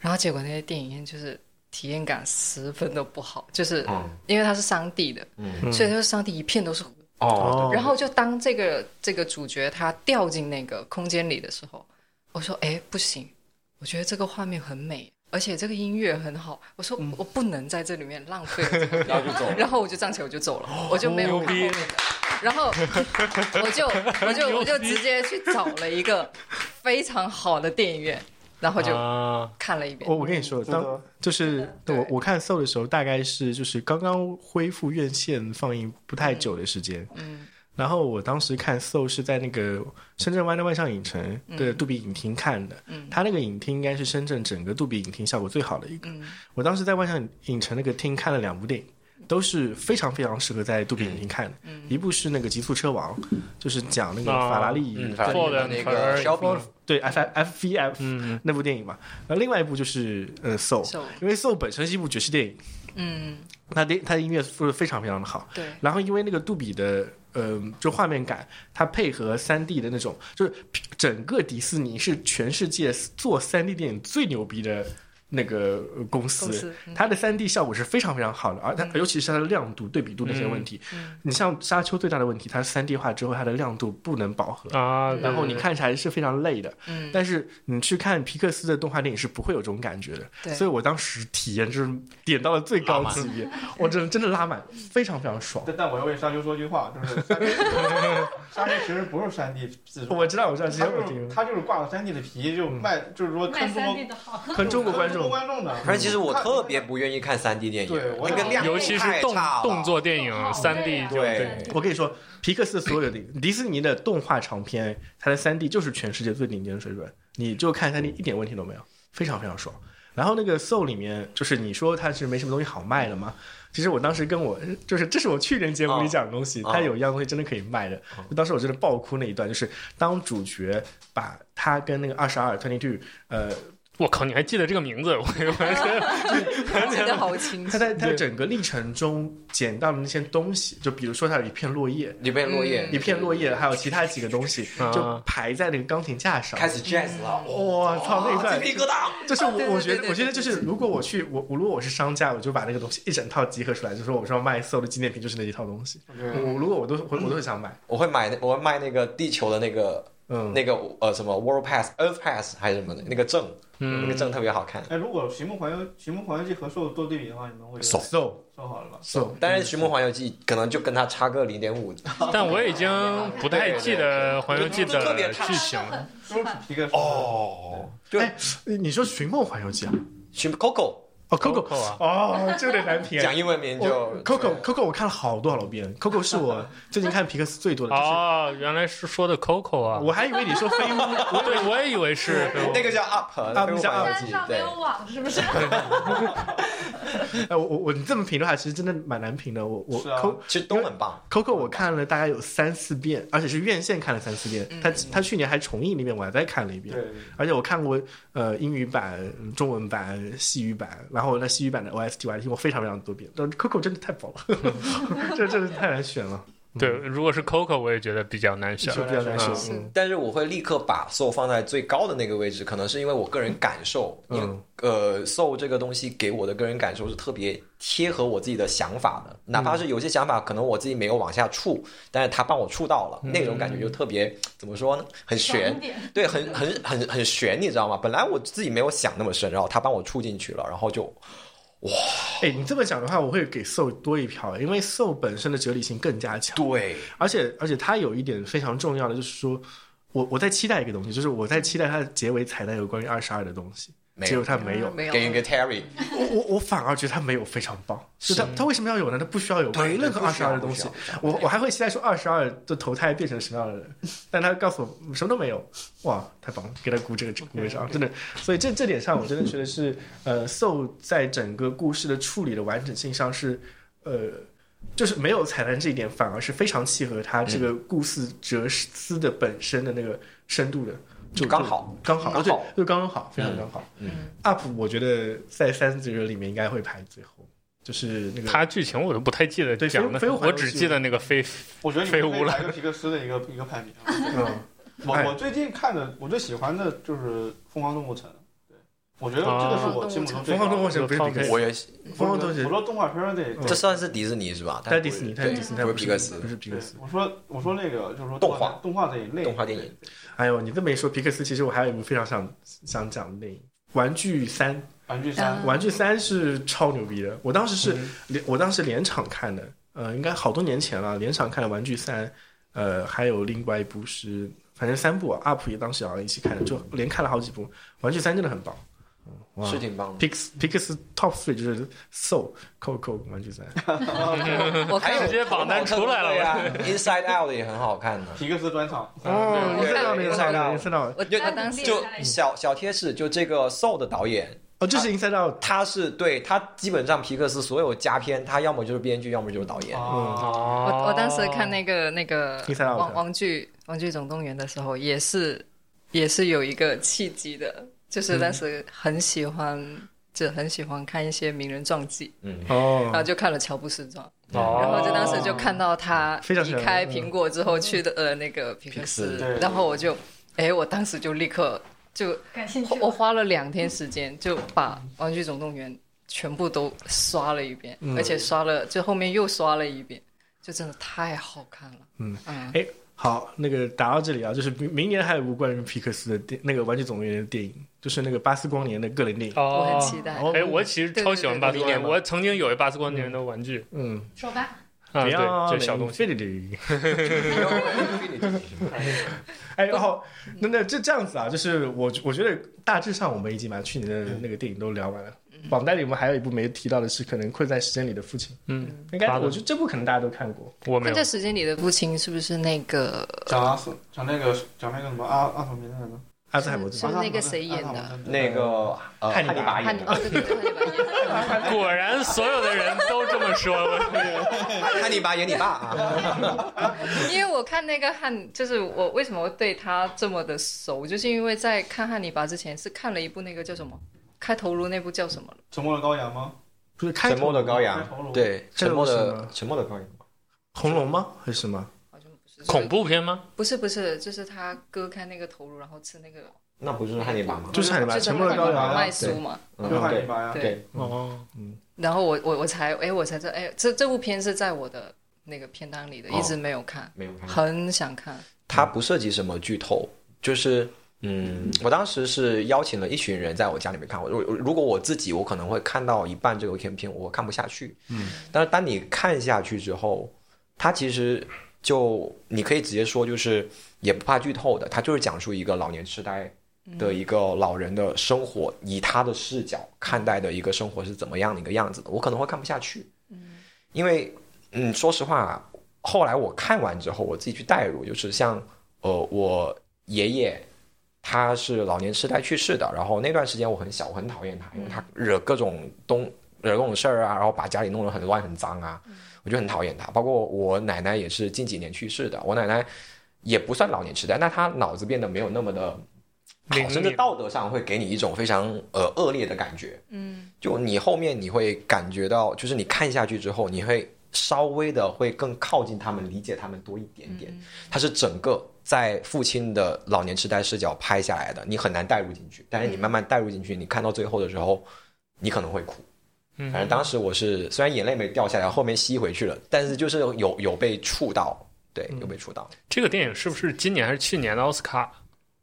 [SPEAKER 3] 然后结果那些电影院就是体验感十分的不好，就是
[SPEAKER 4] 嗯
[SPEAKER 3] 因为它是山地的，
[SPEAKER 4] 嗯
[SPEAKER 3] 所以它是山地一片都是湖。
[SPEAKER 4] 哦，
[SPEAKER 3] 然后就当这个这个主角他掉进那个空间里的时候，我说：“哎，不行，我觉得这个画面很美，而且这个音乐很好。”我说：“
[SPEAKER 2] 嗯
[SPEAKER 3] 我不能在这里面浪费了这 个
[SPEAKER 4] 然后就走了
[SPEAKER 3] 然后我就站起来我就走
[SPEAKER 2] 哦
[SPEAKER 3] 了，我就没有
[SPEAKER 5] 牛
[SPEAKER 3] 看后
[SPEAKER 5] 逼
[SPEAKER 3] 面的。然后我就我就我就直接去找了一个非常好的电影院，然后就
[SPEAKER 5] 啊，
[SPEAKER 3] 看了一遍
[SPEAKER 2] 哦我。我跟你说，
[SPEAKER 6] 真
[SPEAKER 2] 当
[SPEAKER 6] 的
[SPEAKER 2] 就是
[SPEAKER 3] 对
[SPEAKER 2] 我我看 Soul 的时候，大概是就是刚刚恢复院线放映不太久的时间。
[SPEAKER 3] 嗯，
[SPEAKER 2] 然后我当时看 Soul 是在那个深圳湾的万象影城的杜比影厅看的，
[SPEAKER 3] 嗯
[SPEAKER 2] 它那个影厅应该是深圳整个杜比影厅效果最好的一个。
[SPEAKER 3] 嗯
[SPEAKER 2] 我当时在万象影城那个厅看了两部电影，都是非常非常适合在杜比影厅看的。
[SPEAKER 3] 嗯
[SPEAKER 2] 一部是那个《极速车王》，就是讲那个
[SPEAKER 5] 啊
[SPEAKER 2] 法拉利
[SPEAKER 4] 嗯，
[SPEAKER 2] 跟
[SPEAKER 4] 反
[SPEAKER 5] 做的
[SPEAKER 4] 正那
[SPEAKER 5] 反而
[SPEAKER 4] 个肖冰，
[SPEAKER 2] 对 F F V F
[SPEAKER 5] 嗯，
[SPEAKER 2] 那部电影嘛，然后另外一部就是呃 Soul，
[SPEAKER 3] Soul
[SPEAKER 2] 因为 Soul 本身是一部爵士电影，
[SPEAKER 3] 嗯，
[SPEAKER 2] 它的它的音乐做的非常非常的好，
[SPEAKER 3] 对。
[SPEAKER 2] 然后因为那个杜比的呃就画面感，它配合三 D 的那种，就是整个迪士尼是全世界做三 D 电影最牛逼的。那个呃公司，
[SPEAKER 3] 公司，嗯
[SPEAKER 2] 它的三 D 效果是非常非常好的，而它
[SPEAKER 3] 嗯
[SPEAKER 2] 尤其是它的亮度、对比度那些问题。
[SPEAKER 3] 嗯
[SPEAKER 2] 你像沙丘最大的问题，它三 D 化之后，它的亮度不能饱和，
[SPEAKER 5] 啊，
[SPEAKER 2] 然后你看起来是非常累的。
[SPEAKER 3] 嗯，
[SPEAKER 2] 但是你去看皮克斯的动画电影是不会有这种感觉的，
[SPEAKER 3] 对
[SPEAKER 2] 所以我当时体验就是点到了最高级别，我真的真的拉满，非常非常爽。
[SPEAKER 6] 但但我要为沙丘说句话，就是沙丘 沙丘其实不是三 D 制作，
[SPEAKER 2] 我知道，我知道，其实
[SPEAKER 6] 他
[SPEAKER 2] 我
[SPEAKER 6] 就是
[SPEAKER 2] 听
[SPEAKER 6] 他就是挂了三 D 的皮，就卖，就是说
[SPEAKER 7] 卖
[SPEAKER 6] 坑中
[SPEAKER 7] 三
[SPEAKER 6] 国
[SPEAKER 7] D 的好，
[SPEAKER 2] 和中国观
[SPEAKER 6] 坑中
[SPEAKER 2] 众嗯
[SPEAKER 6] 国观众的。
[SPEAKER 4] 反正其实我特别不愿意看三 D 电影，
[SPEAKER 6] 对我
[SPEAKER 4] 那个
[SPEAKER 7] 也
[SPEAKER 4] 亮
[SPEAKER 5] 尤其是
[SPEAKER 4] 太
[SPEAKER 5] 动
[SPEAKER 4] 差了
[SPEAKER 5] 动作电
[SPEAKER 3] 哦
[SPEAKER 5] 影 三
[SPEAKER 3] 啊
[SPEAKER 5] D 就
[SPEAKER 4] 对
[SPEAKER 2] 我跟你说，皮克斯所有的迪士尼的动画长片，它的三 D 就是全世界最顶尖的水准，你就看三 D 一点问题都没有，非常非常爽。然后那个 Soul 里面，就是你说它是没什么东西好卖的嘛？其实我当时跟我就是，这是我去年节目里讲的东西，
[SPEAKER 4] 哦
[SPEAKER 2] 它有一样东西真的可以卖的。
[SPEAKER 4] 哦
[SPEAKER 2] 就当时我真的爆哭那一段，就是当主角把他跟那个二十二 twenty two，呃，
[SPEAKER 5] 我靠，你还记得这个名字？我完全
[SPEAKER 3] 记得好清
[SPEAKER 2] 他
[SPEAKER 3] 楚。
[SPEAKER 2] 在他在
[SPEAKER 5] 对
[SPEAKER 2] 整个历程中捡到的那些东西，就比如说他有一片落叶，
[SPEAKER 4] 里面落叶
[SPEAKER 3] 嗯
[SPEAKER 2] 一片落叶，还有其他几个东西，
[SPEAKER 5] 啊
[SPEAKER 2] 就排在那个钢琴架上。
[SPEAKER 4] 开始 jazz 了，
[SPEAKER 2] 我操，嗯那一
[SPEAKER 4] 鸡
[SPEAKER 2] 段
[SPEAKER 4] 皮疙瘩。
[SPEAKER 2] 就是
[SPEAKER 3] 对对
[SPEAKER 2] 我，我觉
[SPEAKER 3] 对
[SPEAKER 2] 得，
[SPEAKER 3] 对
[SPEAKER 2] 我觉得就是，如果我去，我我如果我是商家，我就把那个东西一整套集合出来，就说我说卖所有的纪念品就是那一套东西。
[SPEAKER 6] 对，
[SPEAKER 2] 我如果我都我我都很想买，
[SPEAKER 4] 我会买那，我会卖那个地球的那个
[SPEAKER 2] 嗯，
[SPEAKER 4] 那个呃什么 World Pass、Earth Pass 还是什么的那个证，那个
[SPEAKER 5] 嗯，
[SPEAKER 4] 证特别好看。
[SPEAKER 6] 哎，如果《寻梦环游》《寻梦环游记》和《兽》做对比的话，你们会觉
[SPEAKER 4] 手
[SPEAKER 6] 得
[SPEAKER 2] so
[SPEAKER 6] 兽好了 吧？
[SPEAKER 2] so，
[SPEAKER 4] 但是《寻梦环游记》可能就跟它差个零点五。
[SPEAKER 5] 但我已经不太记得《环游记》
[SPEAKER 4] 就特别
[SPEAKER 5] 的
[SPEAKER 4] 差
[SPEAKER 5] 剧情了。
[SPEAKER 6] 都是皮克斯。，
[SPEAKER 4] 哦，就
[SPEAKER 2] 哎你说《寻梦环游记》啊？
[SPEAKER 4] 寻 Coco
[SPEAKER 2] 哦，Coco，
[SPEAKER 5] Coco 啊
[SPEAKER 2] 哦，这有点难评。
[SPEAKER 4] 讲英文名
[SPEAKER 2] 我
[SPEAKER 4] 就
[SPEAKER 2] Coco Coco 我看了好多好多遍，Coco 是我最近看皮克斯最多的，就是
[SPEAKER 5] 哦，原来是说的 Coco 啊！
[SPEAKER 2] 我还以为你说飞屋，
[SPEAKER 5] 对，我也以为是
[SPEAKER 4] 那个叫 Up，那个环游
[SPEAKER 7] 山
[SPEAKER 4] 记
[SPEAKER 7] 上没
[SPEAKER 4] 对。
[SPEAKER 7] 有网是不是？
[SPEAKER 2] 哎，我我我你这么评的话，其实真的蛮难评的。我我
[SPEAKER 6] 是啊
[SPEAKER 2] Co
[SPEAKER 4] 其实都很棒，
[SPEAKER 2] Coco 我看了大概有三四遍，而且是院线看了三四遍。他他去年还重映了一遍，我还再看了一遍。
[SPEAKER 6] 对，
[SPEAKER 2] 而且我看过呃英语版、中文版、西语版，然后那西语版的 OST 我还听过非常非常多遍。但是 Coco 真的太棒了，这真的太难选了，
[SPEAKER 5] 对，如果是 Coco，我也觉得比较难选
[SPEAKER 2] 就。比较难选。
[SPEAKER 3] 是
[SPEAKER 2] 嗯
[SPEAKER 4] 但是我会立刻把 Soul 放在最高的那个位置，可能是因为我个人感受，因为
[SPEAKER 2] 嗯
[SPEAKER 4] 呃，Soul 这个东西给我的个人感受是特别贴合我自己的想法的，
[SPEAKER 2] 嗯
[SPEAKER 4] 哪怕是有些想法可能我自己没有往下触，但是他帮我触到了，
[SPEAKER 2] 嗯
[SPEAKER 4] 那种感觉就特别怎么说呢，很玄
[SPEAKER 7] 爽，点
[SPEAKER 4] 对，很很很很玄，你知道吗？本来我自己没有想那么深，然后他帮我触进去了，然后就
[SPEAKER 2] 哎，你这么讲的话，我会给 Soul 多一票，因为 Soul 本身的哲理性更加强。
[SPEAKER 4] 对，
[SPEAKER 2] 而且而且它有一点非常重要的，就是说我我在期待一个东西，就是我在期待它的结尾彩蛋有关于二十二的东西，
[SPEAKER 4] 没
[SPEAKER 2] 结
[SPEAKER 4] 有
[SPEAKER 2] 果它没有。
[SPEAKER 3] 没有
[SPEAKER 4] 给一个 Terry，
[SPEAKER 2] 我我我反而觉得它没有非常棒，就它它为什么要有呢？它不需要有关于任何二十二的东西
[SPEAKER 4] 不。需要
[SPEAKER 2] 我我还会期待说二十二的投胎变成什么样的人，但他告诉我什么都没有，哇，太棒了，给他鼓这个这个鼓掌，真的。所以这这点上，我真的觉得是呃，So 在整个故事的处理的完整性上是呃，就是没有彩蛋这一点，反而是非常契合他这个故事哲思的本身的那个深度的，就
[SPEAKER 4] 刚好
[SPEAKER 2] 就刚好哦
[SPEAKER 4] 刚好
[SPEAKER 2] 对就刚刚好，非常刚好。
[SPEAKER 4] 嗯
[SPEAKER 2] Up 我觉得在三子人里面应该会排最后，就是那个
[SPEAKER 5] 它剧情我都不太记得
[SPEAKER 2] 对
[SPEAKER 5] 讲的
[SPEAKER 2] 飞飞，舞环
[SPEAKER 5] 我
[SPEAKER 2] 游记
[SPEAKER 5] 只记得那个飞
[SPEAKER 6] 我觉得你们可
[SPEAKER 5] 飞
[SPEAKER 6] 以
[SPEAKER 5] 屋了
[SPEAKER 6] 来个皮克斯的一个一个排名。
[SPEAKER 2] 嗯
[SPEAKER 6] 我
[SPEAKER 2] 哎
[SPEAKER 6] 我最近看的，我最喜欢的就是《疯狂动物城》。对，我觉得这个
[SPEAKER 4] 啊
[SPEAKER 6] 是我心目中最
[SPEAKER 2] 疯
[SPEAKER 6] 好
[SPEAKER 2] 狂
[SPEAKER 6] 的
[SPEAKER 2] 动物城不是比克斯
[SPEAKER 4] 我也
[SPEAKER 2] 疯狂动物
[SPEAKER 6] 我
[SPEAKER 2] 城
[SPEAKER 6] 说动画片儿得
[SPEAKER 2] 嗯
[SPEAKER 4] 这算是迪士尼是吧？
[SPEAKER 2] 在迪士尼，嗯它
[SPEAKER 4] 对
[SPEAKER 2] 是迪士尼，它
[SPEAKER 4] 不是
[SPEAKER 2] 不
[SPEAKER 4] 皮克斯
[SPEAKER 2] 不是皮克斯。
[SPEAKER 6] 我说我说那个就是说
[SPEAKER 4] 动画
[SPEAKER 6] 动画这一类
[SPEAKER 4] 动画电影，
[SPEAKER 2] 哎呦，你这么一说，皮克斯其实我还有一部非常想想讲的电影《玩具三》。
[SPEAKER 6] 玩具
[SPEAKER 3] 嗯
[SPEAKER 6] 三
[SPEAKER 2] 《玩具三》是超牛逼的，我当时
[SPEAKER 4] 嗯
[SPEAKER 2] 是连、我当时连场看的，呃，应该好多年前了，连场看的《玩具三》，呃，还有另外一部是，反正三部、啊、，UP 也当时好像一起看的，就连看了好几部，《玩具三》真的很棒。嗯哇
[SPEAKER 4] 是挺棒的。
[SPEAKER 2] Pix Pix Top Three 就是 Soul、Coco、玩具三，
[SPEAKER 3] 我看
[SPEAKER 5] 直接榜单出来了
[SPEAKER 4] 对呀 ，Inside Out 也很好看的。
[SPEAKER 6] 皮克斯专场，
[SPEAKER 3] 嗯
[SPEAKER 2] 哦，你
[SPEAKER 4] 对
[SPEAKER 2] 看到没有？
[SPEAKER 4] Inside
[SPEAKER 2] 你看到
[SPEAKER 4] Out
[SPEAKER 2] 没有？看到没有？
[SPEAKER 3] 我我当时
[SPEAKER 7] 列
[SPEAKER 4] 就
[SPEAKER 7] 下来
[SPEAKER 4] 小小贴士，就这个 Soul 的导演，
[SPEAKER 2] 哦，就是 Inside Out，
[SPEAKER 4] 他是对他基本上皮克斯所有佳片，他要么就是编剧，要么就是导
[SPEAKER 3] 嗯
[SPEAKER 4] 演。
[SPEAKER 6] 啊，
[SPEAKER 5] 哦
[SPEAKER 3] 我我当时看那个那个
[SPEAKER 2] 第三道
[SPEAKER 3] 玩
[SPEAKER 2] 菜
[SPEAKER 3] 玩具玩具总动员的时候，也是也是有一个契机的，就是当时很喜欢，就很喜欢看一些名人传记，
[SPEAKER 4] 嗯
[SPEAKER 3] 然后
[SPEAKER 2] 哦，
[SPEAKER 3] 就看了乔布斯传，
[SPEAKER 5] 哦
[SPEAKER 3] 然后就当时就看到他
[SPEAKER 2] 非常
[SPEAKER 3] 离
[SPEAKER 2] 喜欢
[SPEAKER 3] 开苹果之后去的呃那个皮克斯
[SPEAKER 6] 对，
[SPEAKER 3] 然后我就哎，我当时就立刻就
[SPEAKER 7] 感兴趣
[SPEAKER 3] 我我花了两天时间就把《玩具总动员》全部都刷了一遍，
[SPEAKER 2] 嗯
[SPEAKER 3] 而且刷了就后面又刷了一遍，就真的太好看了。
[SPEAKER 2] 嗯
[SPEAKER 3] 嗯，
[SPEAKER 2] 哎，好，那个打到这里啊，就是明明年还有部关于皮克斯的电，那个《玩具总动员》的电影，就是那个巴斯光年的个人电影。
[SPEAKER 3] 我很
[SPEAKER 5] 哦，
[SPEAKER 3] 期待。
[SPEAKER 2] 哦
[SPEAKER 5] 哎，我其实超喜欢巴斯光
[SPEAKER 2] 对对
[SPEAKER 5] 年，
[SPEAKER 2] 对
[SPEAKER 5] 我曾经有一巴斯光年的玩具
[SPEAKER 2] 嗯，
[SPEAKER 7] 手办。
[SPEAKER 5] 啊，对，
[SPEAKER 2] 这
[SPEAKER 5] 这小东西。
[SPEAKER 2] 西。Infinity
[SPEAKER 4] 嗯
[SPEAKER 2] 哎，然后那那这这样子啊，就是我我觉得大致上我们已经把去年的那个电影都聊完了。榜单里我们还有一部没提到的是，可能困在时间里的父亲。
[SPEAKER 5] 嗯，
[SPEAKER 2] 应该
[SPEAKER 5] 巴顿
[SPEAKER 2] 我觉得这部可能大家都看过。
[SPEAKER 5] 我没
[SPEAKER 3] 困
[SPEAKER 5] 有
[SPEAKER 3] 在。时间里的父亲是不是那个
[SPEAKER 6] 讲阿斯，讲那个讲那个什么阿阿什么名字来着？
[SPEAKER 2] 阿兹海默
[SPEAKER 3] 是
[SPEAKER 2] 症。
[SPEAKER 6] 阿斯
[SPEAKER 3] 那个谁演的
[SPEAKER 6] 阿斯海默症
[SPEAKER 4] 那个呃
[SPEAKER 2] 汉
[SPEAKER 4] 汉
[SPEAKER 2] 尼
[SPEAKER 4] 尼
[SPEAKER 2] 拔
[SPEAKER 4] 拔
[SPEAKER 3] 汉
[SPEAKER 4] 演
[SPEAKER 3] 尼？哦，
[SPEAKER 4] 的，
[SPEAKER 3] 对对对，汉尼拔演的
[SPEAKER 5] 果然，所有的人都这么说。
[SPEAKER 4] 汉尼拔演你爸啊？
[SPEAKER 3] 因为我看那个汉，就是我为什么会对他这么的熟，就是因为在看《汉尼拔》之前是看了一部那个叫什么《开头颅》那部叫什么了？
[SPEAKER 6] 沉默的羔羊吗？
[SPEAKER 2] 不是开
[SPEAKER 4] 沉默的羔
[SPEAKER 6] 开头
[SPEAKER 4] 羊，
[SPEAKER 6] 颅
[SPEAKER 4] 对，沉默
[SPEAKER 2] 这个是什
[SPEAKER 4] 的
[SPEAKER 2] 么
[SPEAKER 4] 沉默的羔羊。
[SPEAKER 2] 红龙吗？还是什么？
[SPEAKER 3] 好像不是
[SPEAKER 5] 恐，怖片吗
[SPEAKER 3] 就？是不是不是，就是他割开那个头颅，然后吃那个，
[SPEAKER 4] 那不就是汉尼拔吗？
[SPEAKER 2] 就是汉尼拔，
[SPEAKER 3] 就是
[SPEAKER 2] 沉默的羔
[SPEAKER 6] 汉尼拔
[SPEAKER 2] 羊。
[SPEAKER 3] 麦苏嘛。
[SPEAKER 4] 嗯
[SPEAKER 6] 就汉尼
[SPEAKER 4] 对
[SPEAKER 6] 拔呀。
[SPEAKER 3] 对
[SPEAKER 4] 对，
[SPEAKER 5] 哦，
[SPEAKER 3] 然后我我我才哎我才知道哎这这部片是在我的那个片单里的，
[SPEAKER 4] 哦
[SPEAKER 3] 一直没有看，
[SPEAKER 4] 没有看过。
[SPEAKER 3] 很想看。
[SPEAKER 4] 它不涉及什么剧透，就是嗯，我当时是邀请了一群人在我家里面看。我如如果我自己，我可能会看到一半这个片片，我看不下去。嗯，但是当你看下去之后，它其实就你可以直接说，就是也不怕剧透的，它就是讲述一个老年痴呆。的一个老人的生活，以他的视角看待的一个生活是怎么样的一个样子的，我可能会看不下去。因为嗯，说实话，后来我看完之后，我自己去代入，就是像呃，我爷爷他是老年痴呆去世的，然后那段时间我很小，我很讨厌他，因为他惹各种东惹各种事儿啊，然后把家里弄得很乱很脏啊，我就很讨厌他。包括我奶奶也是近几年去世的，我奶奶也不算老年痴呆，但她脑子变得没有那么的
[SPEAKER 5] 灵
[SPEAKER 4] 好，甚至
[SPEAKER 5] 敏
[SPEAKER 4] 道德上会给你一种非常呃恶劣的感觉。
[SPEAKER 3] 嗯，
[SPEAKER 4] 就你后面你会感觉到，就是你看下去之后，你会稍微的会更靠近他们，理解他们多一点点。
[SPEAKER 3] 嗯
[SPEAKER 4] 它是整个在父亲的老年痴呆视角拍下来的，你很难带入进去。但是你慢慢带入进去，你看到最后的时候，你可能会哭。
[SPEAKER 5] 嗯
[SPEAKER 4] 反正当时我是虽然眼泪没掉下来，后面吸回去了，但是就是有有被触到，对，
[SPEAKER 2] 嗯
[SPEAKER 4] 有被触到。
[SPEAKER 5] 这个电影是不是今年还是去年的奥斯卡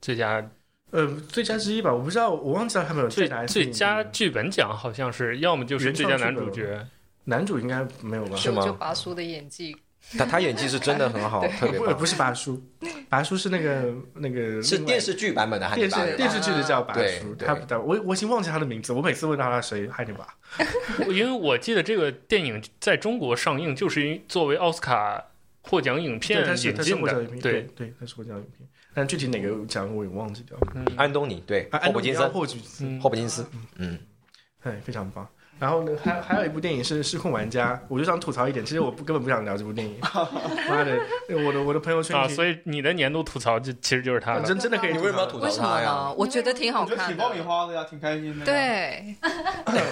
[SPEAKER 5] 最佳
[SPEAKER 2] 呃，最佳之一吧，我不知道，我忘记了他们有
[SPEAKER 5] 最
[SPEAKER 2] 最佳
[SPEAKER 5] 最佳剧本奖？好像是，要么就是最佳男主角。
[SPEAKER 2] 男主应该没有吧？
[SPEAKER 4] 是吗
[SPEAKER 3] 就就拔叔的演技，
[SPEAKER 4] 但他演技是真的很好，特别
[SPEAKER 2] 不
[SPEAKER 4] 棒。
[SPEAKER 2] 不是拔叔，拔叔是那个那个
[SPEAKER 4] 是
[SPEAKER 2] 另外
[SPEAKER 4] 电视剧版本的汉尼
[SPEAKER 2] 电
[SPEAKER 4] 拔，
[SPEAKER 2] 视
[SPEAKER 4] 对吧
[SPEAKER 2] 电视剧的叫拔
[SPEAKER 4] 对
[SPEAKER 2] 叔，
[SPEAKER 4] 对
[SPEAKER 2] 他不叫我我已经忘记他的名字，我每次问到他谁汉尼拔，
[SPEAKER 5] 因为我记得这个电影在中国上映，就是因作为奥斯卡获奖
[SPEAKER 2] 对，
[SPEAKER 5] 影片
[SPEAKER 2] 他是
[SPEAKER 5] 引
[SPEAKER 2] 他是
[SPEAKER 5] 进
[SPEAKER 2] 获奖
[SPEAKER 5] 的
[SPEAKER 2] 影片，。对
[SPEAKER 5] 对，
[SPEAKER 2] 对，他是获奖影片，但具体哪个奖我也忘记掉了。
[SPEAKER 4] 安东尼对
[SPEAKER 2] 啊，
[SPEAKER 4] 霍普金
[SPEAKER 2] 霍
[SPEAKER 4] 森，
[SPEAKER 2] 普金森，
[SPEAKER 5] 嗯
[SPEAKER 4] 霍普金斯，嗯，
[SPEAKER 2] 哎，非常棒。然后呢，还还有一部电影是《失控玩家》，我就想吐槽一点，其实我不根本不想聊这部 电影，妈的，我的我的朋友圈
[SPEAKER 5] 啊，
[SPEAKER 2] 里
[SPEAKER 5] 所以你的年度吐槽就其实就是他了。
[SPEAKER 2] 啊真真的可以
[SPEAKER 4] 你
[SPEAKER 2] 吐槽的，
[SPEAKER 4] 为什么要吐
[SPEAKER 3] 为
[SPEAKER 4] 槽
[SPEAKER 3] 什么
[SPEAKER 4] 他呀
[SPEAKER 3] 呢？？我觉得挺好
[SPEAKER 6] 我觉得
[SPEAKER 3] 看
[SPEAKER 6] 挺爆米
[SPEAKER 3] 的，
[SPEAKER 6] 花的呀，挺开心的。，
[SPEAKER 3] 对，
[SPEAKER 4] 我觉得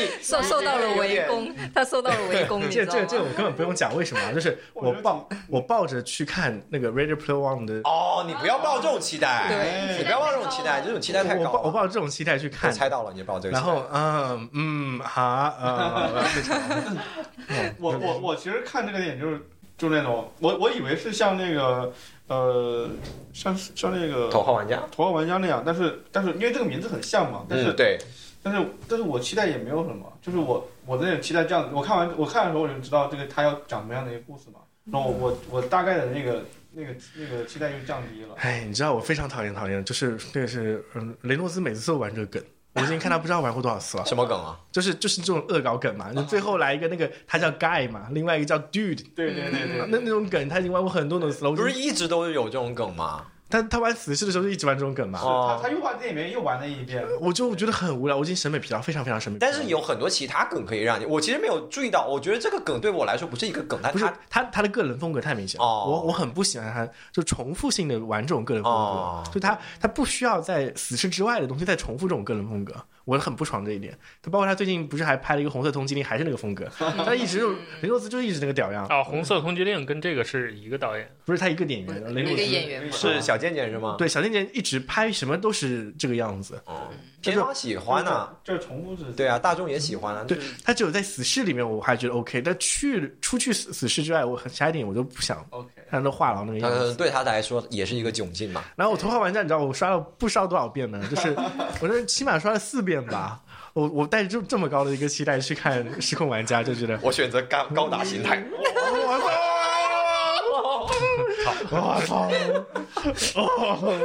[SPEAKER 4] 你
[SPEAKER 6] 嗯
[SPEAKER 3] 受受到了围攻，他受到了围 攻，你知
[SPEAKER 2] 这
[SPEAKER 3] 道吗
[SPEAKER 2] 这？这我根本不用讲为什么啊，就是我抱我抱着去看那个《Ready Player One》的，
[SPEAKER 4] 哦，你不要抱这种期待，
[SPEAKER 3] 对，
[SPEAKER 4] 你
[SPEAKER 6] 哎
[SPEAKER 4] 不要抱这种期待，这种期待太
[SPEAKER 2] 我
[SPEAKER 4] 高
[SPEAKER 2] 抱我
[SPEAKER 4] 了。
[SPEAKER 2] 抱着这种期待去
[SPEAKER 4] 我
[SPEAKER 2] 看，
[SPEAKER 4] 猜到了，你就抱这个
[SPEAKER 2] 然
[SPEAKER 4] 期待。
[SPEAKER 2] 后嗯嗯好啊，
[SPEAKER 6] 我我我其实看这个电影就是就那种，我我以为是像那个呃，像像那个
[SPEAKER 4] 头号玩家，
[SPEAKER 6] 头号玩家那样，但是但是因为这个名字很像嘛，但是、
[SPEAKER 4] 嗯，对，
[SPEAKER 6] 但是但是我期待也没有什么，就是我我那种期待这样，我看完我看的时候我就知道这个他要讲什么样的一个故事嘛，然后我我我大概的那个那个那个期待就降低了。
[SPEAKER 2] 哎，你知道我非常讨厌讨厌，就是那个是嗯，雷诺兹每次都玩这个梗。我已经看他不知道玩过多少次了，
[SPEAKER 4] 什么啊梗啊？
[SPEAKER 2] 就是就是这种恶搞梗嘛，就最后来一个那个他叫 Guy 嘛，另外一个叫 Dude，
[SPEAKER 6] 对对对对，
[SPEAKER 2] 那那种梗他已经玩过很多种次了。我就
[SPEAKER 4] 不是一直都有这种梗吗？啊
[SPEAKER 2] 他他玩死侍的时候就一直玩这种梗嘛，
[SPEAKER 4] 哦
[SPEAKER 6] 他他又把电影里面又玩了一遍，
[SPEAKER 2] 我就觉得很无聊，我已经审美疲劳，非常非常审美疲劳。
[SPEAKER 4] 但是有很多其他梗可以让你，我其实没有注意到，我觉得这个梗对我来说不是一个梗，但
[SPEAKER 2] 不是
[SPEAKER 4] 它
[SPEAKER 2] 他他的个人风格太明显了，
[SPEAKER 4] 哦
[SPEAKER 2] 我我很不喜欢他，就重复性的玩这种个人风格，
[SPEAKER 4] 哦
[SPEAKER 2] 就他他不需要在死侍之外的东西再重复这种个人风格，我很不爽这一点。他包括他最近不是还拍了一个《红色通缉令》，还是那个风格，嗯
[SPEAKER 4] 嗯
[SPEAKER 2] 他一直就雷诺兹就一直那个屌样
[SPEAKER 5] 啊，《红色通缉令》跟这个是一个导演，
[SPEAKER 2] 不是他一个演员，雷
[SPEAKER 3] 一
[SPEAKER 2] 诺
[SPEAKER 3] 个
[SPEAKER 2] 兹
[SPEAKER 3] 演员嘛，
[SPEAKER 4] 是小贱贱是吗？
[SPEAKER 2] 对小贱贱一直拍什么都是这个样子，
[SPEAKER 4] 哦，片方喜欢啊，
[SPEAKER 6] 就是重复自己。
[SPEAKER 4] 对啊，大众也喜欢啊。
[SPEAKER 2] 对他只有在死侍里面我还觉得 OK，但去出去死死侍之外，我很其他电影我就不想
[SPEAKER 6] OK，
[SPEAKER 2] 看都话痨那个样子。
[SPEAKER 4] 嗯，对他来说也是一个窘境嘛。
[SPEAKER 2] 然后我《头号玩家》，你知道我刷了不刷多少遍呢？就是我这起码刷了四遍吧。我我带着这这么高的一个期待去看《失控玩家》，就觉得
[SPEAKER 4] 我选择高高达形
[SPEAKER 2] 嗯
[SPEAKER 4] 态，
[SPEAKER 2] 我操！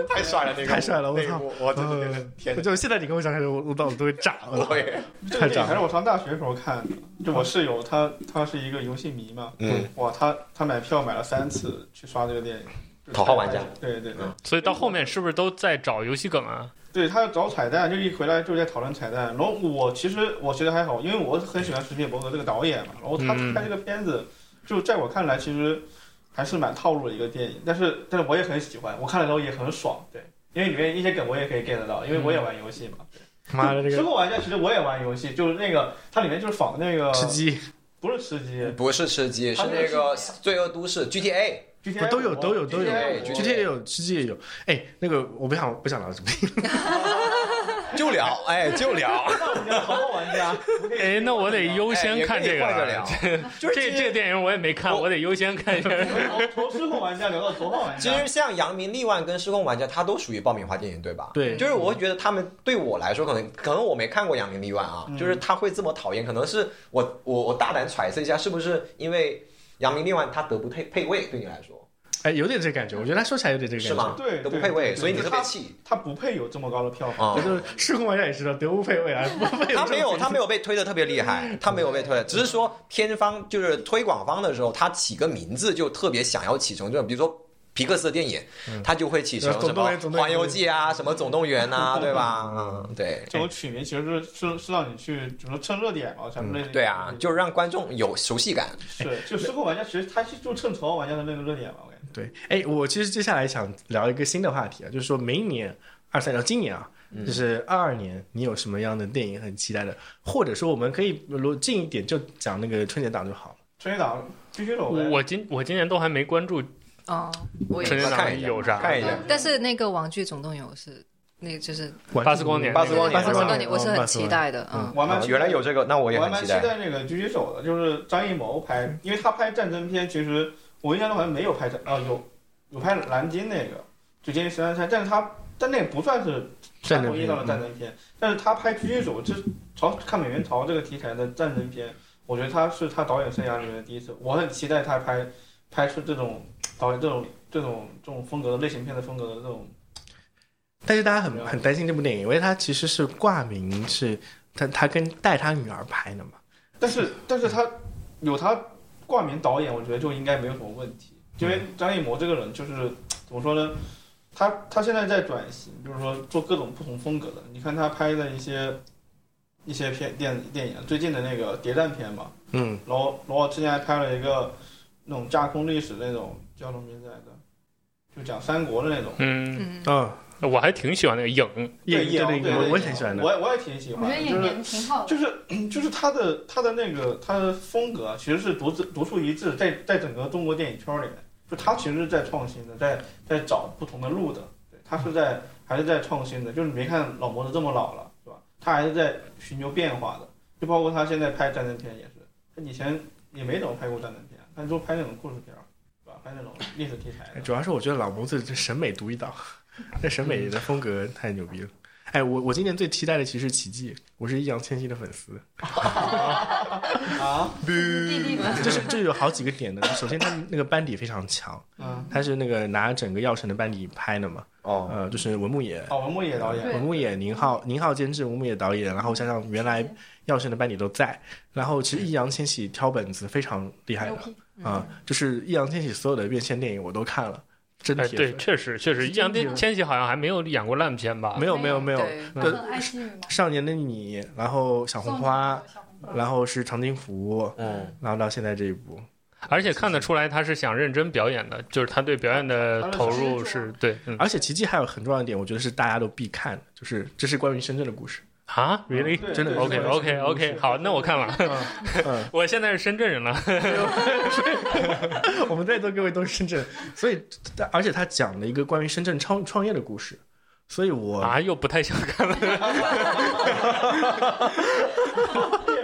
[SPEAKER 4] 太帅了那个，
[SPEAKER 2] 太帅了我
[SPEAKER 4] 那一
[SPEAKER 2] 操
[SPEAKER 4] 幕我真的觉得
[SPEAKER 2] 嗯
[SPEAKER 4] 天
[SPEAKER 2] 我
[SPEAKER 4] 哪，
[SPEAKER 2] 就现在你跟我讲起来，我我脑子都会炸。
[SPEAKER 4] 我也
[SPEAKER 6] 这
[SPEAKER 2] 太
[SPEAKER 6] 个
[SPEAKER 2] 炸了
[SPEAKER 6] 电影还是我上大学时候看的。就我室友他他是一个游戏迷嘛，
[SPEAKER 4] 嗯，
[SPEAKER 6] 哇，他他买票买了三次去刷这个电影。就是
[SPEAKER 4] 头号玩家
[SPEAKER 6] 对对
[SPEAKER 2] 嗯
[SPEAKER 6] 对，
[SPEAKER 5] 所以到后面是不是都在找游戏梗 啊？
[SPEAKER 6] 对他要找彩蛋，就一回来就在讨论彩蛋。然后我其实我觉得还好，因为我很喜欢史蒂伯格这个导演嘛。然后他
[SPEAKER 5] 嗯
[SPEAKER 6] 拍这个片子，就在我看来其实还是蛮套路的一个电影，但是但是我也很喜欢，我看了之后也很爽，对，因为里面一些梗我也可以 get 得到，因为我也玩游戏嘛。
[SPEAKER 2] 嗯妈的，这
[SPEAKER 6] 吃
[SPEAKER 2] 个
[SPEAKER 6] 货玩家其实我也玩游戏，就是那个它里面就是仿那个
[SPEAKER 2] 吃鸡
[SPEAKER 6] 不是吃鸡
[SPEAKER 4] 不是吃鸡，是
[SPEAKER 6] 他
[SPEAKER 4] 那
[SPEAKER 6] 那
[SPEAKER 4] 个
[SPEAKER 6] 个
[SPEAKER 4] 《罪恶都市》GTA，
[SPEAKER 6] ，GTA
[SPEAKER 2] 都有
[SPEAKER 6] 我
[SPEAKER 2] 都有都有
[SPEAKER 6] GTA 我
[SPEAKER 4] 对
[SPEAKER 2] ，GTA 也有，吃鸡也有。哎，那个我不想不想聊这个。
[SPEAKER 4] 就聊，哎，就聊，
[SPEAKER 6] 你要好好玩家，我可以
[SPEAKER 5] 哎，那我得优先看这个
[SPEAKER 4] 哎也可以换着
[SPEAKER 5] 了。
[SPEAKER 4] 聊 就是
[SPEAKER 5] 这这个电影我也没看，
[SPEAKER 4] 我
[SPEAKER 5] 我得优先看一 下。
[SPEAKER 6] 从从吃货玩家聊到头号玩
[SPEAKER 4] 其
[SPEAKER 6] 家，
[SPEAKER 4] 实像扬名立万跟失控玩家，他都属于爆米花电影，对吧？
[SPEAKER 2] 对
[SPEAKER 4] 就是我会觉得他们对我来说，可能可能我没看过扬名立万啊，
[SPEAKER 6] 嗯
[SPEAKER 4] 就是他会这么讨厌，可能是我我我大胆揣测一下，是不是因为扬名立万他德不配配位？对你来说
[SPEAKER 2] 哎，有点这个感觉，我觉得他说起来有点这个感觉。
[SPEAKER 4] 是吗？
[SPEAKER 6] 对
[SPEAKER 4] 德不
[SPEAKER 6] 对
[SPEAKER 4] 配位，
[SPEAKER 6] 对
[SPEAKER 4] 所以你特别
[SPEAKER 6] 他
[SPEAKER 4] 气
[SPEAKER 6] 它不配有这么高的票房。
[SPEAKER 4] 啊
[SPEAKER 2] 也。就是失控玩家也知道，德不配位啊， 不配
[SPEAKER 4] 他没有，
[SPEAKER 2] 这种
[SPEAKER 4] 他没有被推的特别 厉害，他没有被推的，只是说片方就是推广方的时候，他起个名字就特别想要起成这种，比如说皮克斯的电影，他就会起成
[SPEAKER 2] 嗯总
[SPEAKER 4] 什
[SPEAKER 2] 动
[SPEAKER 4] 么
[SPEAKER 2] 员总
[SPEAKER 4] 《
[SPEAKER 2] 动员嗯
[SPEAKER 4] 环游记》啊，什么《总动员》 呐，对吧？嗯，对。
[SPEAKER 6] 这种取名其实是是是让你去怎么说蹭热点嘛，咱们类似于
[SPEAKER 4] 对啊，就是让观众有熟悉感。
[SPEAKER 6] 是就吃货玩家，其实他是就蹭头号玩家的那个热点嘛，我感觉。
[SPEAKER 2] 对，哎，我其实接下来想聊一个新的话题啊，就是说明年二三，今年啊，
[SPEAKER 6] 嗯
[SPEAKER 2] 就是二二年，你有什么样的电影很期待的？或者说，我们可以如果近一点，就讲那个春节档就好了。
[SPEAKER 6] 春节档必须走
[SPEAKER 5] 我
[SPEAKER 6] 呗。
[SPEAKER 5] 我今我今年都还没关注
[SPEAKER 3] 哦，我也
[SPEAKER 5] 春节
[SPEAKER 3] 是。
[SPEAKER 5] 档有啥，
[SPEAKER 4] 看一下，
[SPEAKER 2] 嗯
[SPEAKER 3] 但是那个《玩具总动员》我是，那个就是
[SPEAKER 5] 八四光年
[SPEAKER 4] 八四
[SPEAKER 3] 对对
[SPEAKER 4] 光年啊
[SPEAKER 3] 对八
[SPEAKER 2] 八四光年
[SPEAKER 3] 我是
[SPEAKER 2] 哦八
[SPEAKER 3] 很
[SPEAKER 2] 四
[SPEAKER 3] 期
[SPEAKER 2] 光年
[SPEAKER 3] 待的，嗯，
[SPEAKER 6] 我还蛮期待
[SPEAKER 4] 原来有这个，那我也
[SPEAKER 6] 我还
[SPEAKER 4] 很
[SPEAKER 6] 蛮
[SPEAKER 4] 期
[SPEAKER 6] 期
[SPEAKER 4] 待。
[SPEAKER 6] 待那个狙击手的，就是张艺谋拍，因为他拍战争片，其实我印象中好像没有拍战，啊、有有拍蓝鲸那个，就《歼十三三》，但是他但那也不算是
[SPEAKER 2] 战
[SPEAKER 6] 传
[SPEAKER 2] 争
[SPEAKER 6] 统意义
[SPEAKER 2] 片嗯
[SPEAKER 6] 上的战争
[SPEAKER 4] 嗯
[SPEAKER 6] 片，但是他拍狙击手这朝抗美援朝这个题材的战争片，我觉得他是他导演生涯里面的第一次，我很期待他拍拍出这种导演这种这种这种风格的类型片的风格的这种，
[SPEAKER 2] 但是大家很很担心这部电影，因为它其实是挂名是他他跟带他女儿拍的嘛。
[SPEAKER 6] 但是但是他有他挂名导演，我觉得就应该没有什么问题，因为
[SPEAKER 2] 嗯
[SPEAKER 6] 张艺谋这个人就是怎么说呢？他他现在在转型，就是说做各种不同风格的。你看他拍的一些一些片电电影，最近的那个谍战片嘛，
[SPEAKER 2] 嗯，
[SPEAKER 6] 然后然后之前还拍了一个那种架空历史那种叫什么名字来着？就讲三国的那种。
[SPEAKER 5] 嗯，
[SPEAKER 3] 嗯，
[SPEAKER 2] 哦，
[SPEAKER 5] 我还挺喜欢那个影，
[SPEAKER 2] 也
[SPEAKER 6] 对
[SPEAKER 2] 也那
[SPEAKER 6] 对
[SPEAKER 2] 个
[SPEAKER 6] 对
[SPEAKER 2] 我我也挺喜欢的。
[SPEAKER 6] 我也我也挺喜
[SPEAKER 7] 我
[SPEAKER 6] 欢
[SPEAKER 7] 觉
[SPEAKER 6] 的，
[SPEAKER 7] 得演
[SPEAKER 6] 就是
[SPEAKER 7] 员挺好的，
[SPEAKER 6] 就是就是 他的他的那个他的风格啊其实是独自独树一帜，在在整个中国电影圈里面，就他其实是在创新的，在在找不同的路的，对他是在还是在创新的，就是你没看老谋子这么老了，是吧？他还是在寻求变化的，就包括他现在拍战争片也是，他以前也没怎么拍过战争片，他就拍那种故事片儿，是吧？拍那种历史题材的。
[SPEAKER 2] 哎主要是我觉得老谋子这审美独一档，这审美的风格太牛逼了。哎，我我今年最期待的其实是《奇迹》，我是易烊千玺的粉丝。
[SPEAKER 6] 啊，
[SPEAKER 7] 弟弟们，
[SPEAKER 2] 就是就有好几个点的。首先，他那个班底非常强，
[SPEAKER 6] 嗯，
[SPEAKER 2] 他是那个拿整个《药神》的班底拍的嘛，
[SPEAKER 4] 哦，
[SPEAKER 2] 呃，就是文牧野、
[SPEAKER 6] 哦，文牧野导演，
[SPEAKER 7] 对
[SPEAKER 2] 文牧野、宁浩、宁浩监制，文牧野导演，然后加上嗯原来《药神》的班底都在，然后其实易烊千玺挑本子非常厉害的
[SPEAKER 7] 牛
[SPEAKER 2] 啊
[SPEAKER 7] 逼、
[SPEAKER 3] 嗯
[SPEAKER 7] 嗯
[SPEAKER 2] 就是易烊千玺所有的院线电影我都看了，真
[SPEAKER 5] 哎，
[SPEAKER 2] 铁
[SPEAKER 5] 对，
[SPEAKER 2] 粉，
[SPEAKER 5] 确实确实，易烊千玺好像还没有演过烂片吧？
[SPEAKER 2] 没有没有没有，
[SPEAKER 3] 对
[SPEAKER 7] 他
[SPEAKER 2] 对
[SPEAKER 7] 很嗯爱惜你嘛。
[SPEAKER 2] 少年的你》，然后《小红花
[SPEAKER 7] 送你小红》，花，
[SPEAKER 2] 然后是《长津湖》，
[SPEAKER 4] 嗯，
[SPEAKER 2] 然后到现在这一部，
[SPEAKER 5] 而且看得出来他是想认真表演的，就是他对表演的投入是对，嗯
[SPEAKER 2] 而且《奇迹》还有很重要的点，我觉得是大家都必看的，就是这是关于深圳的故事。
[SPEAKER 5] 啊，really？
[SPEAKER 6] 对
[SPEAKER 2] 真的
[SPEAKER 6] 对
[SPEAKER 5] OK
[SPEAKER 6] 对
[SPEAKER 5] OK
[SPEAKER 6] 对
[SPEAKER 5] OK，
[SPEAKER 6] 对
[SPEAKER 5] 好，那我看了，
[SPEAKER 2] 嗯，
[SPEAKER 5] 我现在是深圳人了，
[SPEAKER 2] 我们在座各位都是深圳，所以但而且他讲了一个关于深圳创创业的故事，所以我、
[SPEAKER 5] 啊，又不太想看了，
[SPEAKER 6] 别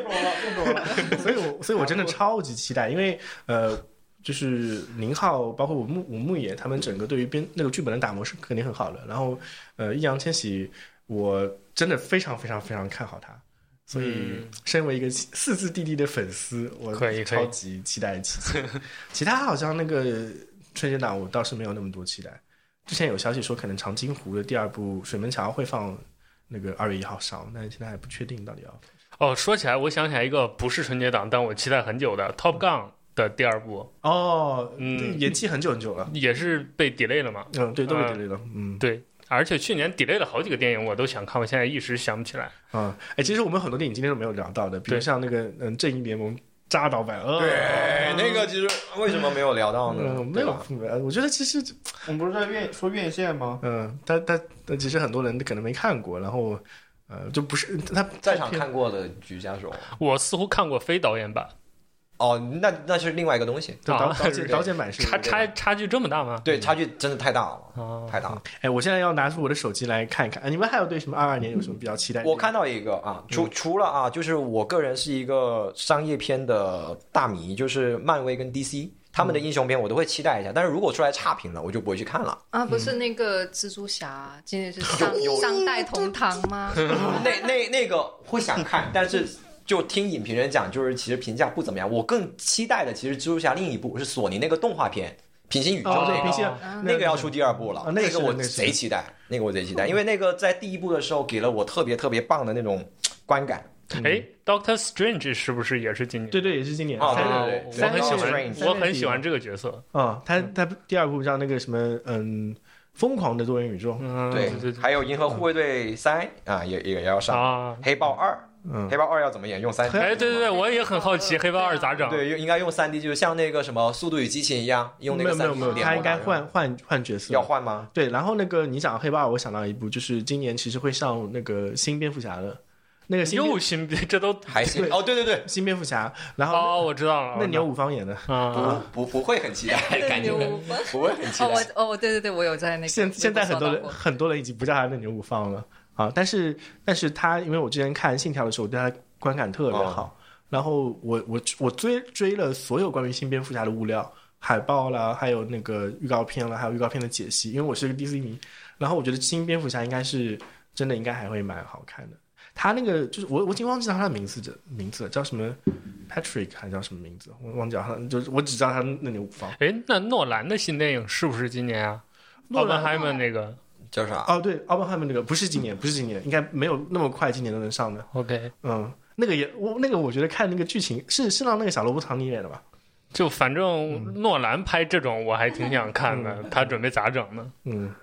[SPEAKER 6] 说了，别说 了。
[SPEAKER 2] 所以我所以我真的超级期待，因为呃，就是宁浩，包括我木我木野，他们整个对于编那个剧本的打磨是肯定很好的。然后呃，易烊千玺，我真的非常非常非常看好他。所以
[SPEAKER 5] 嗯，
[SPEAKER 2] 身为一个四字弟弟的粉丝，我
[SPEAKER 5] 可以可以
[SPEAKER 2] 超级期待琪琪。其他好像那个春节档，我倒是没有那么多期待。之前有消息说，可能长津湖的第二部《水门桥》会放那个二月一号上，但是现在还不确定到底要。
[SPEAKER 5] 哦，说起来，我想起来一个不是春节档，但我期待很久的《Top Gun》的第二部，
[SPEAKER 2] 哦，
[SPEAKER 5] 嗯
[SPEAKER 2] 延期很久很久了。
[SPEAKER 5] 也是被 delay 了嘛。
[SPEAKER 2] 嗯，对，都被
[SPEAKER 5] 呃
[SPEAKER 2] delay 了。嗯，
[SPEAKER 5] 对，而且去年 delay 了好几个电影，我都想看，我现在一时想不起来。
[SPEAKER 2] 啊，哎，其实我们很多电影今天都没有聊到的，比如
[SPEAKER 5] 对
[SPEAKER 2] 像那个嗯《正义联盟》扎导版，呃，
[SPEAKER 4] 对，那个其实为什么没有聊到呢
[SPEAKER 2] 嗯，？没
[SPEAKER 4] 对
[SPEAKER 2] 有
[SPEAKER 4] 吧？，
[SPEAKER 2] 呃我觉得其实
[SPEAKER 6] 我们不是在院说院线吗？
[SPEAKER 2] 嗯，但但但其实很多人可能没看过，然后呃，就不是他
[SPEAKER 4] 在场看过的举家手。
[SPEAKER 5] 我似乎看过非导演版，
[SPEAKER 4] 哦，那那是另外一个东西。
[SPEAKER 2] 就
[SPEAKER 5] 啊
[SPEAKER 2] 导导剪
[SPEAKER 5] 是
[SPEAKER 2] 导剪版是
[SPEAKER 5] 差
[SPEAKER 2] 对
[SPEAKER 5] 差
[SPEAKER 2] 吧
[SPEAKER 5] 差距这么大吗？
[SPEAKER 4] 对，差距真的太大了，
[SPEAKER 5] 啊，
[SPEAKER 4] 太大了。
[SPEAKER 2] 哎，我现在要拿出我的手机来看一看，哎你们还有对什么二二年有什么比较期待？
[SPEAKER 4] 我看到一个啊，除除了啊，就是我个人是一个商业片的大迷，就是漫威跟 DC 他们的英雄片我都会期待一下，但是如果出来差评了，我就不会去看了。
[SPEAKER 3] 啊，不是那个蜘蛛侠，今年是三三代同堂吗？
[SPEAKER 4] 那那那个会想看，但是就听影评人讲，就是其实评价不怎么样。我更期待的其实蜘蛛侠另一部是索尼那个动画片《平行宇宙》
[SPEAKER 2] 哦，
[SPEAKER 4] 那
[SPEAKER 2] 对，
[SPEAKER 4] 个。
[SPEAKER 2] 平行
[SPEAKER 3] 啊
[SPEAKER 4] 那个要出第二部了，
[SPEAKER 2] 啊那个
[SPEAKER 4] 那哦
[SPEAKER 2] 是的
[SPEAKER 4] 我
[SPEAKER 2] 那个是的
[SPEAKER 4] 贼期待，那个我贼期待，因为那个在第一部的时候给了我特别特别棒的那种观感。
[SPEAKER 5] 哎，Doctor Strange 是不是也是今年？
[SPEAKER 2] 对对，也是今年
[SPEAKER 4] 哦
[SPEAKER 2] 三
[SPEAKER 5] 啊，
[SPEAKER 2] 月
[SPEAKER 4] 对对对
[SPEAKER 5] 我很喜
[SPEAKER 4] 三
[SPEAKER 5] 欢
[SPEAKER 4] 月，
[SPEAKER 2] 底
[SPEAKER 5] 我很喜欢这个角色。
[SPEAKER 2] 啊，他他第二部叫那个什么嗯，疯狂的多元宇宙，
[SPEAKER 5] 嗯，
[SPEAKER 4] 对
[SPEAKER 5] 对，对
[SPEAKER 4] 还有《银河护卫队三》啊，也也也要上，
[SPEAKER 5] 啊，
[SPEAKER 4] 黑豹二》
[SPEAKER 2] 嗯
[SPEAKER 4] 黑豹二》要怎么演？用三 D？
[SPEAKER 5] 哎，对对对，我也很好奇黑豹二咋整？
[SPEAKER 4] 对，用应该用三 D，就是像那个什么《速度与激情》一样，用那
[SPEAKER 2] 没
[SPEAKER 4] 个
[SPEAKER 2] 有没
[SPEAKER 4] 三
[SPEAKER 2] 有
[SPEAKER 4] D
[SPEAKER 2] 没有，
[SPEAKER 4] 点
[SPEAKER 2] 他应该
[SPEAKER 4] 过来
[SPEAKER 2] 换换换角色，
[SPEAKER 4] 要换吗？
[SPEAKER 2] 对，然后那个你讲黑豹，我想到一部，就是今年其实会上那个新蝙蝠侠的，那个新蝙
[SPEAKER 5] 又新， 这都
[SPEAKER 4] 还行
[SPEAKER 2] 对
[SPEAKER 4] 哦，对对对，
[SPEAKER 2] 新蝙蝠侠，然后
[SPEAKER 5] 哦，我知道了，
[SPEAKER 2] 啊那牛五方演的，
[SPEAKER 5] 啊，
[SPEAKER 4] 不不不会很期待，感觉不会很期
[SPEAKER 3] 哦，
[SPEAKER 4] 待
[SPEAKER 3] 我。哦，我对对对，我有在那个
[SPEAKER 2] 现现在很多人
[SPEAKER 3] 微博刷到过
[SPEAKER 2] 很多人已经不叫他那牛五方了啊，但是但是他因为我之前看《信条》的时候，我对他观感特别好，然后我我我追追了所有关于新蝙蝠侠的物料。海报啦，还有那个预告片啦，还有预告片的解析，因为我是一个 DC 迷，然后我觉得新蝙蝠侠应该是真的，应该还会蛮好看的。他那个就是我，我已经忘记他的名字，这名字了叫什么 Patrick 还叫什么名字，我忘记了，就是我只知道他那牛五方。
[SPEAKER 5] 哎，那诺兰的新电影是不是今年啊？
[SPEAKER 2] 诺
[SPEAKER 5] 奥
[SPEAKER 2] 兰
[SPEAKER 5] 本海默那个
[SPEAKER 4] 叫啥？
[SPEAKER 2] 哦，对，奥本海默那个不是今年，不是今年，应该没有那么快，今年都能上的。
[SPEAKER 5] ，OK，
[SPEAKER 2] 嗯，那个也我那个我觉得看那个剧情是是让那个小萝卜唐尼演的吧？
[SPEAKER 5] 就反正诺兰拍这种我还挺想看的，他准备咋整呢？
[SPEAKER 2] 嗯，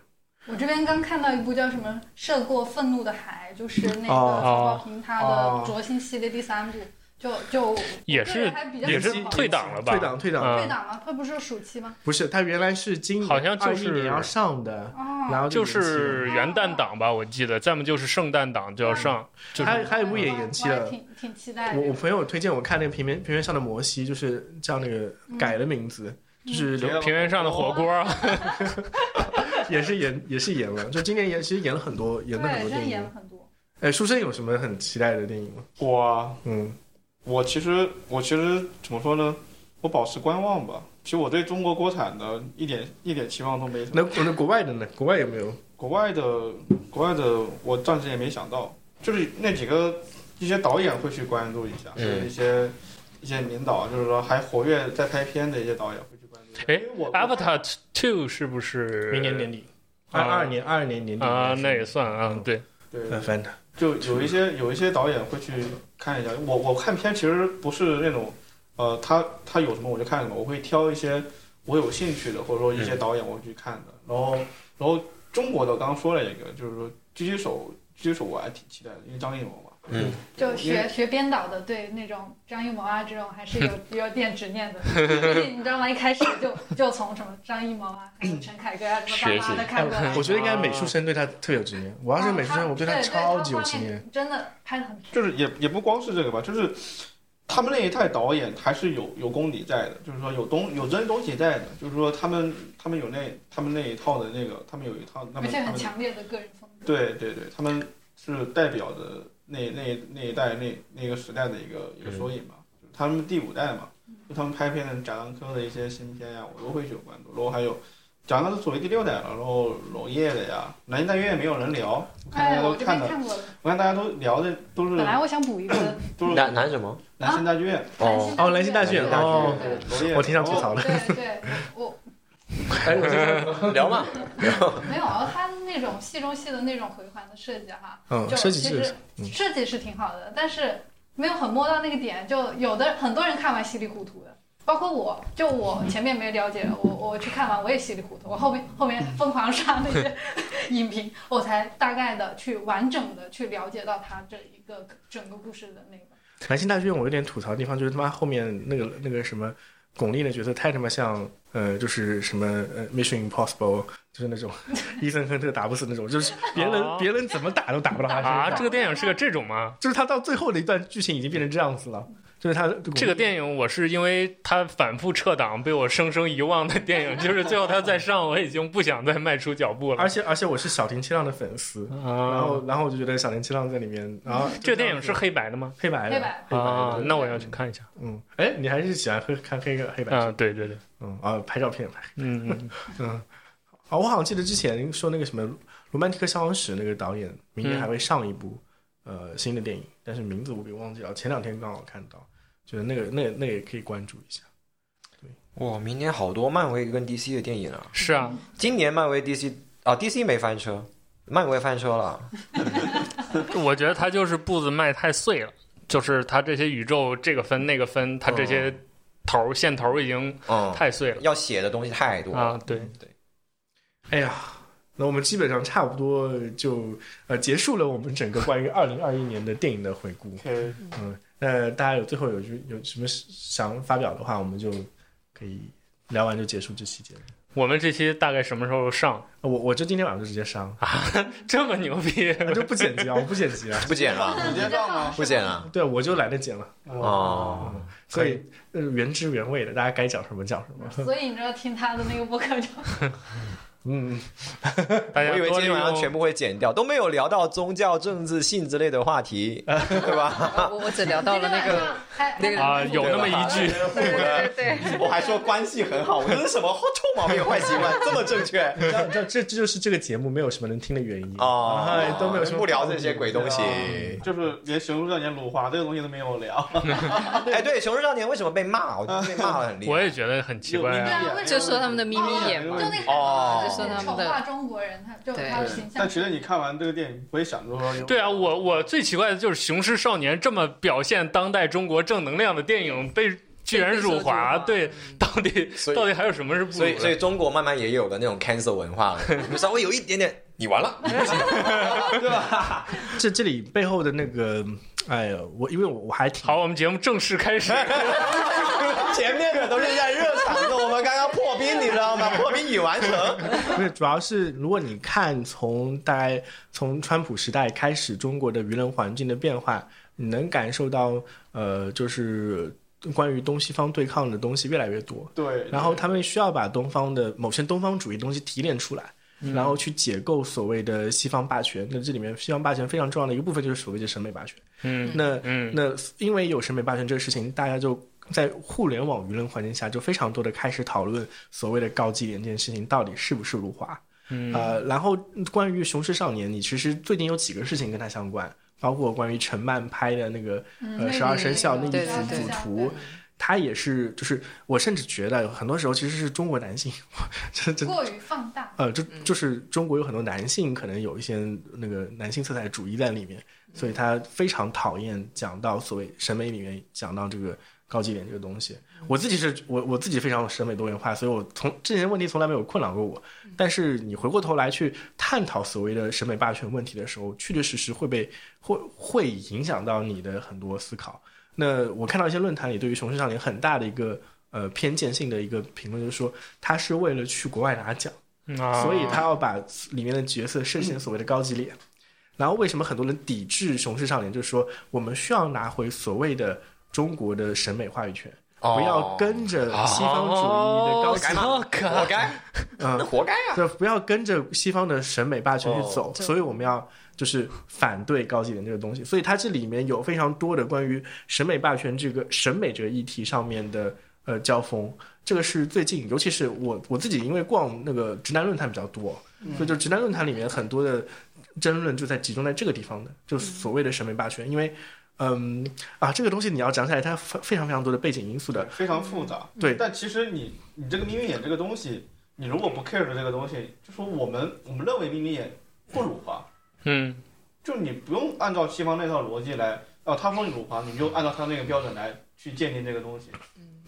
[SPEAKER 7] 我这边刚看到一部叫什么《涉过愤怒的海》，就是那个
[SPEAKER 2] 哦
[SPEAKER 7] 曹保平他的卓心系列第三部，就就
[SPEAKER 5] 也
[SPEAKER 7] 我个
[SPEAKER 5] 是
[SPEAKER 7] 人还比较
[SPEAKER 5] 也是
[SPEAKER 7] 喜欢
[SPEAKER 5] 退档了吧？
[SPEAKER 2] 退档退档，
[SPEAKER 5] 嗯
[SPEAKER 7] 退档了，他不是暑期吗？
[SPEAKER 2] 不是他原来是今年
[SPEAKER 5] 好像就是
[SPEAKER 2] 21年要上的，
[SPEAKER 7] 哦，
[SPEAKER 2] 然后
[SPEAKER 5] 就
[SPEAKER 2] 延期了
[SPEAKER 5] 是元旦档吧，我记得，再么就是圣诞档就要上，就
[SPEAKER 2] 还
[SPEAKER 5] 是
[SPEAKER 2] 有还
[SPEAKER 4] 嗯
[SPEAKER 2] 有一部也延期
[SPEAKER 7] 我还
[SPEAKER 2] 了。
[SPEAKER 7] 挺挺期待的。
[SPEAKER 2] 我我朋友推荐我看那个平面平原上的摩西，就是叫那个改了名字，就是刘
[SPEAKER 5] 平原上的火锅啊，
[SPEAKER 2] 也是演也是演了，就今年演其实演了很多演了很
[SPEAKER 7] 对，
[SPEAKER 2] 多
[SPEAKER 7] 真的
[SPEAKER 2] 电
[SPEAKER 7] 演
[SPEAKER 2] 影
[SPEAKER 7] 了。很多。
[SPEAKER 2] 哎，书生有什么很期待的电影吗？
[SPEAKER 6] 我啊
[SPEAKER 2] 嗯，
[SPEAKER 6] 我其实我其实怎么说呢？我保持观望吧。其实我对中国国产的一点一点期望都没什么。
[SPEAKER 2] 那那国外的呢？国外有没有？
[SPEAKER 6] 国外的国外的我暂时也没想到，就是那几个一些导演会去关注一下，
[SPEAKER 4] 嗯
[SPEAKER 6] 就是一些一些名导，就是说还活跃在拍片的一些导演会去关注一下。
[SPEAKER 5] 哎
[SPEAKER 6] 因为我
[SPEAKER 5] ，Avatar Two 是不是
[SPEAKER 2] 明年年底，
[SPEAKER 5] 啊
[SPEAKER 2] 二二年二二年年底
[SPEAKER 5] 啊？那也算啊
[SPEAKER 2] 嗯，
[SPEAKER 5] 对，
[SPEAKER 6] 对
[SPEAKER 2] 呃，反正
[SPEAKER 6] 就有一些有一些导演会去看一下。我我看片其实不是那种，呃，他他有什么我就看什么，我会挑一些我有兴趣的，或者说一些导演我会去看的。然后然后中国的我刚刚说了一个，就是说狙击手，狙击手我还挺期待的，因为张艺谋嘛。
[SPEAKER 4] 嗯，
[SPEAKER 7] 就
[SPEAKER 6] 因
[SPEAKER 7] 学
[SPEAKER 6] 为
[SPEAKER 7] 学编导的，对那种张艺谋啊这种还是 有有点执念的，因为你知道吗？一开始就就从什么张艺谋啊、还有陈凯歌啊什么
[SPEAKER 4] 学
[SPEAKER 7] 巴巴
[SPEAKER 4] 习
[SPEAKER 7] 的看过来。
[SPEAKER 2] 哎
[SPEAKER 7] 嗯
[SPEAKER 2] 我觉得应该美术生对他特别有执念。我要是美术生，我对
[SPEAKER 7] 他
[SPEAKER 2] 他超级有执，
[SPEAKER 7] 哦对对他画
[SPEAKER 2] 念。
[SPEAKER 7] 面真的拍的很漂亮。
[SPEAKER 6] 就是也也不光是这个吧，就是他们那一代导演还是有有功底在的，就是说有东有真东西在的，就是说他们他们有那他们那一套的那个，他们有一套，他
[SPEAKER 7] 而
[SPEAKER 6] 们
[SPEAKER 7] 且
[SPEAKER 6] 他
[SPEAKER 7] 很
[SPEAKER 6] 们
[SPEAKER 7] 强烈的个人风格。
[SPEAKER 6] 对对对，他们是代表的那那那一代那那个时代的一个一个缩影吧，就是他们第五代嘛，就他们拍片的贾樟柯的一些新片呀，我都会去有关注，然后还有。贾樟柯是作为第六代了，然后娄烨的呀，南京大院没有人聊，我看大
[SPEAKER 7] 哎，
[SPEAKER 6] 家都
[SPEAKER 7] 我这
[SPEAKER 6] 看的，
[SPEAKER 7] 边看过了。
[SPEAKER 6] 我看大家都聊的都是
[SPEAKER 7] 本来我想补一个
[SPEAKER 6] 都是
[SPEAKER 4] 男男什么？
[SPEAKER 6] 南京大剧院，
[SPEAKER 4] 哦，
[SPEAKER 2] 哦南京大剧
[SPEAKER 7] 对
[SPEAKER 2] 院
[SPEAKER 7] 对对
[SPEAKER 2] 哦
[SPEAKER 7] 对
[SPEAKER 6] 娄烨
[SPEAKER 2] 我挺想吐槽的。
[SPEAKER 7] 对对，我
[SPEAKER 4] 哎聊嘛，
[SPEAKER 7] 我没有，啊他那种戏中戏的那种回环的设计哈，
[SPEAKER 2] 嗯，
[SPEAKER 7] 就
[SPEAKER 2] 设计
[SPEAKER 7] 其
[SPEAKER 2] 师
[SPEAKER 7] 实设计是挺好的，但是没有很摸到那个点，就有的很多人看完稀里糊涂的。包括我，就我前面没了解，我我去看完我也稀里糊涂，我后面后面疯狂刷那些 影评，我才大概的去完整的去了解到他这一个整个故事的那个。
[SPEAKER 2] 南京大剧院，我有点吐槽的地方就是他妈后面那个那个什么巩俐的角色太他妈像呃，就是什么呃《Mission Impossible》，就是 那种伊森亨特打不死那种，就是别人、
[SPEAKER 5] 哦
[SPEAKER 2] 别人怎么打都打不到他身上。
[SPEAKER 5] 啊，这个电影是个这种吗？
[SPEAKER 2] 就是他到最后的一段剧情已经变成这样子了，就是他
[SPEAKER 5] 这个电影我是因为它反复撤档被我生生遗忘的电影， 就是最后它再上，我已经不想再迈出脚步了。
[SPEAKER 2] 而且而且我是小林七浪的粉丝，然
[SPEAKER 5] 啊，
[SPEAKER 2] 后然后我就觉得小林七浪在里面，然后
[SPEAKER 5] 这个电影是黑白的吗？
[SPEAKER 2] 黑白的，
[SPEAKER 7] 黑白
[SPEAKER 2] 黑白的
[SPEAKER 5] 啊，
[SPEAKER 2] 对
[SPEAKER 5] 那我要去看一下。
[SPEAKER 2] 嗯，哎，你还是喜欢黑看黑个黑白
[SPEAKER 5] 啊，对对对，
[SPEAKER 2] 嗯啊，拍照片拍。
[SPEAKER 5] 嗯，嗯
[SPEAKER 2] 嗯，好，我好像记得之前说那个什么《罗曼蒂克消亡史》那个导演，明年还会上一部、
[SPEAKER 5] 嗯
[SPEAKER 2] 呃新的电影，但是名字我给忘记了。前两天刚好看到，觉得那个那那也可以关注一下。
[SPEAKER 4] 哇，明年好多漫威跟 DC 的电影啊！
[SPEAKER 5] 是啊，
[SPEAKER 4] 今年漫威 DC 啊，DC 没翻车，漫威翻车了。
[SPEAKER 5] 我觉得他就是步子迈太碎了，就是他这些宇宙这个分那个分，他这
[SPEAKER 2] 哦
[SPEAKER 5] 些头儿线头儿已经
[SPEAKER 4] 嗯，
[SPEAKER 5] 太碎了
[SPEAKER 4] 要写的东西太
[SPEAKER 2] 哦
[SPEAKER 4] 多了。
[SPEAKER 5] 啊。对，
[SPEAKER 2] 哎呀，那我们基本上差不多就呃结束了我们整个关于二零二一年的电影的回 顾。嗯
[SPEAKER 6] OK，
[SPEAKER 2] 那大家有最后有句有什么想发表的话，我们就可以聊完就结束这期节目。
[SPEAKER 5] 我们这期大概什么时候上？
[SPEAKER 2] 呃我我就今天晚上就直接上，
[SPEAKER 5] 这么牛逼？
[SPEAKER 2] 我就不剪辑啊，我不剪辑啊，
[SPEAKER 4] 不剪了，
[SPEAKER 6] 直接上吗？
[SPEAKER 4] 不剪
[SPEAKER 3] 啊
[SPEAKER 4] 了。
[SPEAKER 2] 对我就懒得剪了。
[SPEAKER 4] 哦，
[SPEAKER 2] 所以呃原汁原味的，大家该讲什么讲什么。
[SPEAKER 7] 所以你知道听他的那个播客就
[SPEAKER 2] 嗯，
[SPEAKER 5] 大家
[SPEAKER 4] 我以为
[SPEAKER 5] 哎
[SPEAKER 4] 今
[SPEAKER 5] 多利
[SPEAKER 4] 天晚上全
[SPEAKER 5] 用
[SPEAKER 4] 部会剪掉，都没有聊到宗教、政治、性之类的话题，
[SPEAKER 5] 哎
[SPEAKER 4] 对吧？
[SPEAKER 3] 我我只聊 到了那
[SPEAKER 7] 今天晚
[SPEAKER 3] 个
[SPEAKER 7] 上还
[SPEAKER 3] 那个
[SPEAKER 5] 啊，有那么一句，
[SPEAKER 3] 对对对对，
[SPEAKER 4] 哎我还说关系很好，我这是什么 臭毛病、坏习惯，这么正 确哎
[SPEAKER 2] 你知道，你知道，嗯这这就是这个节目没有什么能听的原因哎
[SPEAKER 4] 哦，
[SPEAKER 2] 都没有什么
[SPEAKER 4] 不聊这些鬼东西。
[SPEAKER 6] 就是连《熊出没少年》鲁花这个东西都没有聊，
[SPEAKER 4] 哎，对，《熊出没少年》为什么被骂？我觉得被骂的很厉害。
[SPEAKER 5] 啊我也觉得很奇怪
[SPEAKER 7] 对
[SPEAKER 5] 啊。
[SPEAKER 7] 啊，为什
[SPEAKER 3] 就
[SPEAKER 7] 么
[SPEAKER 3] 说他们的眯眯眼嘛
[SPEAKER 7] 就。那个
[SPEAKER 4] 哦
[SPEAKER 7] 就说他们的丑化中国人，他就他的形象。
[SPEAKER 6] 但其实你看完这个电影，不会想着说，
[SPEAKER 5] 对啊，我我最奇怪的就是《雄狮少年》这么表现当代中国正能量的电影被居然辱华，对，到底
[SPEAKER 4] 所以
[SPEAKER 5] 到底还有什么是不
[SPEAKER 4] 所以，
[SPEAKER 5] 辱
[SPEAKER 4] 所
[SPEAKER 5] 的
[SPEAKER 4] 以？中国慢慢也有了那种 cancel 文化了，就稍微有一点点， 你完 了，
[SPEAKER 2] 这这里背后的那个，哎呀，我因为我我还挺
[SPEAKER 5] 好，我们节目正式 开始。
[SPEAKER 4] 前面的都是在热场的，我们刚刚破冰，你知道吗？破冰已完成。
[SPEAKER 2] 不是，主要是如果你看从大概从川普时代开始，中国的舆论环境的变化，你能感受到呃，就是关于东西方对抗的东西越来越多。
[SPEAKER 6] 对，
[SPEAKER 2] 然后他们需要把东方的某些东方主义东西提炼出来，
[SPEAKER 5] 嗯
[SPEAKER 2] 然后去解构所谓的西方霸权。那这里面西方霸权非常重要的一个部分就是所谓的审美霸权。
[SPEAKER 5] 嗯
[SPEAKER 2] 那
[SPEAKER 5] 嗯，
[SPEAKER 2] 那因为有审美霸权这个事情，大家就在互联网舆论环境下就非常多的开始讨论所谓的高级脸这件事情到底是不是辱华。
[SPEAKER 5] 嗯
[SPEAKER 2] 呃，然后关于《雄狮少年》，你其实最近有几个事情跟它相关，包括关于陈漫拍的那个
[SPEAKER 7] 嗯
[SPEAKER 3] 嗯
[SPEAKER 2] 呃十二生肖那一
[SPEAKER 3] 对
[SPEAKER 2] 幅
[SPEAKER 3] 对
[SPEAKER 2] 主
[SPEAKER 3] 对
[SPEAKER 2] 图，他也是，就是我甚至觉得很多时候其实是中国男性， 这这
[SPEAKER 7] 过于放大，
[SPEAKER 2] 呃，就就是中国有很多男性可能有一些那个男性色彩主义在里面，所以他非常讨厌讲到所谓审美里面讲到这个高级一点这个东西。我自己是我我自己非常有审美多元化，所以我从这些问题从来没有困扰过我。但是你回过头来去探讨所谓的审美霸权问题的时候，确确实实会被会会影响到你的很多思考。那我看到一些论坛里对于熊市少年很大的一个呃偏见性的一个评论，就是说他是为了去国外拿奖。
[SPEAKER 5] 嗯啊
[SPEAKER 2] 所以他要把里面的角色设成所谓的高级脸。然后为什么很多人抵制《熊市少年》？就是说我们需要拿回所谓的中国的审美话语权，不要跟着西方主义的高
[SPEAKER 4] 活
[SPEAKER 2] 级
[SPEAKER 4] 该，嘛，活哦该，那
[SPEAKER 2] 啊嗯，
[SPEAKER 4] 活该啊！
[SPEAKER 2] 就不要跟着西方的审美霸权去走。
[SPEAKER 3] 对
[SPEAKER 2] 所以我们要就是反对高级脸这个东西。所以它这里面有非常多的关于审美霸权这个审美这个议题上面的呃交锋。这个是最近，尤其是我我自己，因为逛那个直男论坛比较多，所以就直男论坛里面很多的争论就在集中在这个地方的，就所谓的审美霸权。因为，嗯啊，这个东西你要讲起来，它非非常非常多的背景因素的。
[SPEAKER 6] 非常复杂。
[SPEAKER 2] 对
[SPEAKER 6] 但其实你你这个眯眯眼这个东西，你如果不 care 这个东西，就说我们我们认为眯眯眼不辱华，
[SPEAKER 1] 嗯，
[SPEAKER 6] 就你不用按照西方那套逻辑来，哦、他说你辱华，你就按照他那个标准来去鉴定这个东西，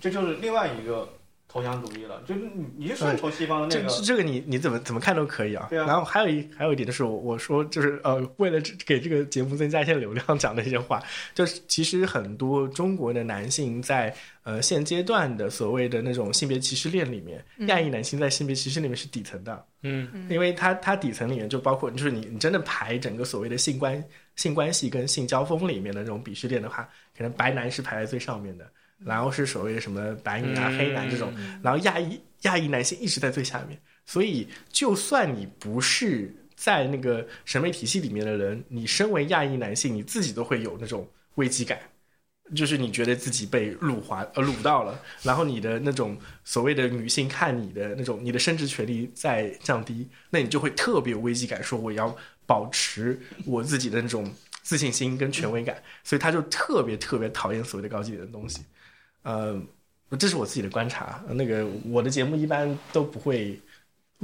[SPEAKER 6] 这就是另外一个投降主义了，就是你你就顺从西方的
[SPEAKER 2] 这
[SPEAKER 6] 那个，
[SPEAKER 2] 这个你你怎么怎么看都可以啊。
[SPEAKER 6] 对啊
[SPEAKER 2] 然后还有一还有一点就是我，我说就是呃，为了这给这个节目增加一些流量， 讲的一些话，就是其实很多中国的男性在呃现阶段的所谓的那种性别歧视链里面，亚裔男性在性别歧视里面是底层的。
[SPEAKER 1] 嗯，
[SPEAKER 2] 因为它它底层里面就包括，就是你你真的排整个所谓的性关性关系跟性交锋里面的那种鄙视链的话，可能白男是排在最上面的，然后是所谓的什么白女啊、
[SPEAKER 1] 嗯
[SPEAKER 2] 黑男这种，然后亚裔亚裔男性一直在最下面，所以就算你不是在那个审美体系里面的人，你身为亚裔男性，你自己都会有那种危机感。就是你觉得自己被辱华呃辱到了，然后你的那种所谓的女性看你的那种你的生殖权利在降低，那你就会特别有危机感，说我要保持我自己的那种自信心跟权威感，所以他就特别特别讨厌所谓的高级的东西。呃，这是我自己的观察。那个我的节目一般都不会，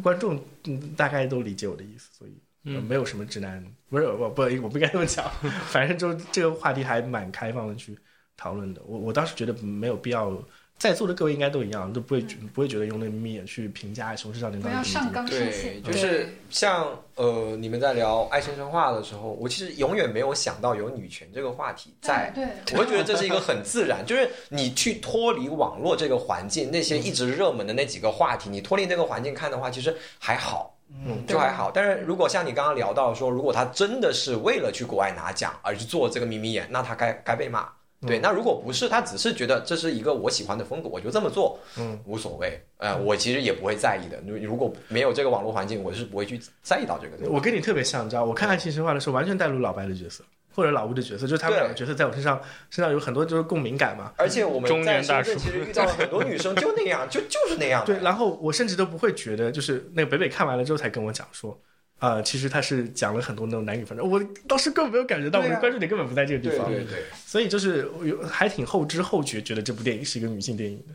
[SPEAKER 2] 观众嗯大概都理解我的意思，所以。呃没有什么直男，不是我不我不该这么讲， 反正就这个话题还蛮开放的去讨论的。我我当时觉得没有必要，在座的各位应该都一样，都不会觉不会觉得用那眯眼去评价《熊市少年》
[SPEAKER 7] 不
[SPEAKER 2] 到底
[SPEAKER 7] 要
[SPEAKER 2] 怎么
[SPEAKER 7] 上
[SPEAKER 2] 怎么样。
[SPEAKER 7] 纲
[SPEAKER 4] 对，
[SPEAKER 7] 上线。
[SPEAKER 4] 就是像呃，你们在聊爱情神话的时候，我其实永远没有想到有女权这个话题在。
[SPEAKER 7] 嗯对，
[SPEAKER 4] 我会觉得这是一个很自然，就是你去脱离网络这个环境，那
[SPEAKER 2] 嗯
[SPEAKER 4] 些一直热门的那几个话题，你脱离那个环境看的话，其实还好，
[SPEAKER 2] 啊
[SPEAKER 6] 嗯，
[SPEAKER 4] 就还好。但是如果像你刚刚聊到说，如果他真的是为了去国外拿奖而去做这个眯眯眼，那他该该被骂。
[SPEAKER 2] 嗯
[SPEAKER 4] 对，那如果不是，他只是觉得这是一个我喜欢的风格，我就这么做，
[SPEAKER 2] 嗯，
[SPEAKER 4] 无所谓，呃，我其实也不会在意的。如如果没有这个网络环境，我是不会去在意到这个的。
[SPEAKER 2] 我跟你特别像，你知道，我看《爱情神话》的时候，完全带入老白的角色，或者老吴的角色，就是他们
[SPEAKER 4] 对
[SPEAKER 2] 两个角色在我身上身上有很多就是共鸣感嘛。
[SPEAKER 4] 而且我
[SPEAKER 1] 中
[SPEAKER 4] 们在
[SPEAKER 1] 年大
[SPEAKER 4] 深圳
[SPEAKER 1] 叔
[SPEAKER 4] 其实遇到了很多女生，就那样，就就是那样的。
[SPEAKER 2] 对，然后我甚至都不会觉得，就是那个北北看完了之后才跟我讲说，呃，其实他是讲了很多那种男女反正我当时根本没有感觉到，我
[SPEAKER 4] 对啊
[SPEAKER 2] 的关注点根本不在这个地
[SPEAKER 4] 对
[SPEAKER 2] 方。
[SPEAKER 4] 对对，
[SPEAKER 2] 所以就是我有还挺后知后觉，觉得这部电影是一个女性电影的。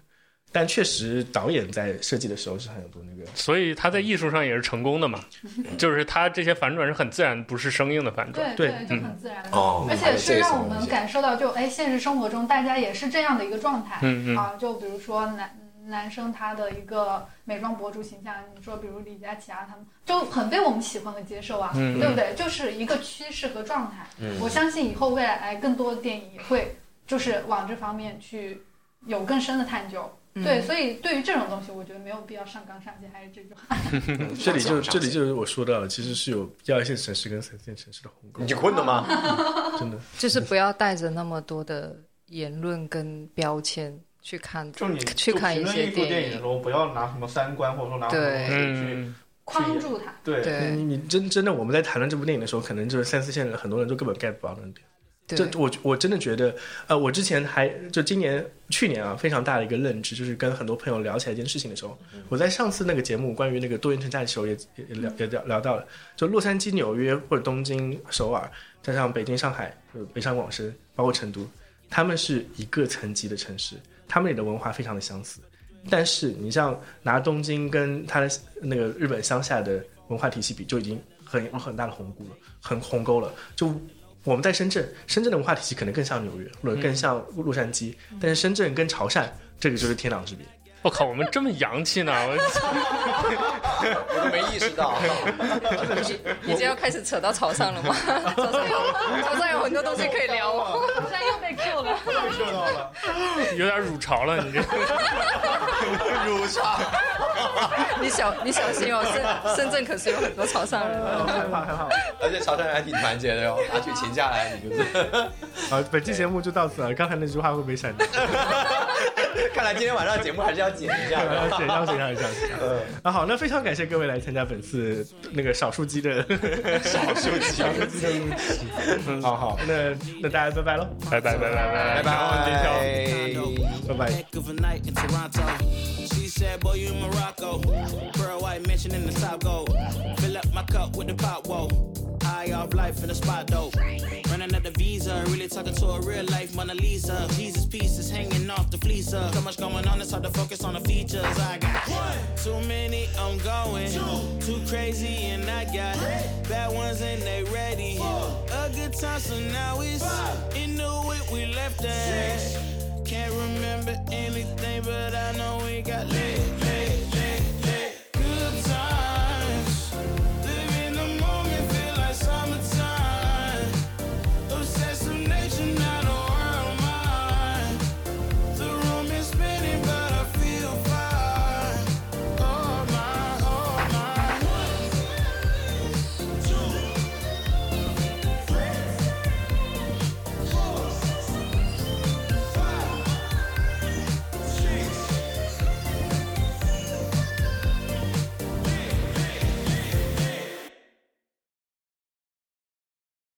[SPEAKER 2] 但确实，导演在设计的时候是很有多那个，
[SPEAKER 5] 所以他在艺术上也是成功 的嘛，就是他这些反转是很自然，不是生硬的反转。
[SPEAKER 7] 对
[SPEAKER 2] 对嗯
[SPEAKER 7] 对，就很自然的。
[SPEAKER 4] 哦
[SPEAKER 7] 而且是让我们
[SPEAKER 4] 感
[SPEAKER 7] 感受到，就哎，现实生活中大家也是这样的一个状态、
[SPEAKER 1] 嗯嗯
[SPEAKER 7] 啊。就比如说男男生他的一个美妆博主形象，你说比如李佳琦啊，他们就很被我们喜欢和接受啊，
[SPEAKER 1] 嗯
[SPEAKER 7] 对不对？就是一个趋势和状态。
[SPEAKER 4] 嗯
[SPEAKER 7] 我相信以后未来更多的电影也会就是往这方面去有更深的探究。
[SPEAKER 3] 嗯
[SPEAKER 7] 对，所以对于这种东西，我觉得没有必要上纲上线，还是这句话。
[SPEAKER 2] 这里就这里就是我说到的，其实是有二线城市跟三线城市的鸿沟
[SPEAKER 4] 你，就困了吗？
[SPEAKER 2] 真的。
[SPEAKER 3] 就是不要带着那么多的言论跟标签去看，
[SPEAKER 6] 就你
[SPEAKER 3] 去看一
[SPEAKER 6] 就
[SPEAKER 3] 些
[SPEAKER 6] 评论部电影的
[SPEAKER 3] 影
[SPEAKER 6] 时。候，不要拿什么三观或者说拿什么东西去
[SPEAKER 1] 嗯，
[SPEAKER 7] 框住它，
[SPEAKER 6] 对
[SPEAKER 3] 对
[SPEAKER 2] 你你真真的，我们在谈论这部电影的时候，可能就是三四线的很多人都根本 get 不到那点。
[SPEAKER 3] 对
[SPEAKER 2] 这我我真的觉得，呃，我之前还就今年去年啊，非常大的一个认知，就是跟很多朋友聊起来一件事情的时候，我在上次那个节目关于那个多元城寨的时候也也也聊也聊聊到了，就洛杉矶、纽约或者东京、首尔，加上北京、上海、呃北上广深，包括成都，他们是一个层级的城市，他们里的文化非常的相似。但是你像拿东京跟它的那个日本乡下的文化体系比，就已经很有很大的鸿沟了，很鸿沟了。就我们在深圳，深圳的文化体系可能更像纽约，或者更像洛杉矶，但是深圳跟潮汕，这个就是天壤之别。
[SPEAKER 5] 我靠，我们这么洋气呢！我 操，
[SPEAKER 4] 我都没意识到。
[SPEAKER 3] 已经要开始扯到潮汕了吗？潮汕有潮汕有很多东西可以聊哦。
[SPEAKER 7] 现在又被 Q 了。
[SPEAKER 6] 被射到了。
[SPEAKER 5] 有点辱潮了，你这。
[SPEAKER 4] 乳茶，
[SPEAKER 3] 你小你小心哦，深深圳可是有很多潮汕
[SPEAKER 6] 哎
[SPEAKER 3] 人的。
[SPEAKER 2] 很好，很好。
[SPEAKER 4] 而且潮汕人还挺团结的哟，拿起琴架来，你就是。
[SPEAKER 2] 好，本期节目就到此了。刚才那句话会不会 删掉？
[SPEAKER 4] 看来今天晚上节目还是要剪一下
[SPEAKER 2] 呃要
[SPEAKER 4] 的。
[SPEAKER 2] 剪，要剪，要剪，要剪。啊，好，那非常感谢各位来参加本次那个少数鸡 的少数鸡少数鸡的录制。好好，那那大家拜拜喽，
[SPEAKER 5] 拜拜拜拜拜
[SPEAKER 4] 拜拜。
[SPEAKER 2] 拜拜。
[SPEAKER 8] Heck of a night in Toronto. She said, Boy, you in Morocco. Pearl White Mansion in the top gold. Fill up my cup with the pot, whoa. High off life in the spot, though. Running at the visa, really talking to a real life Mona Lisa. Jesus pieces hanging off the fleece. uh. So much going on, it's hard to focus on the features. I got one, too many, I'm going. Too crazy, and I got bad ones, and they ready. A good time, so now it's in the way we left at. Can't remember anything, but I know we got lit.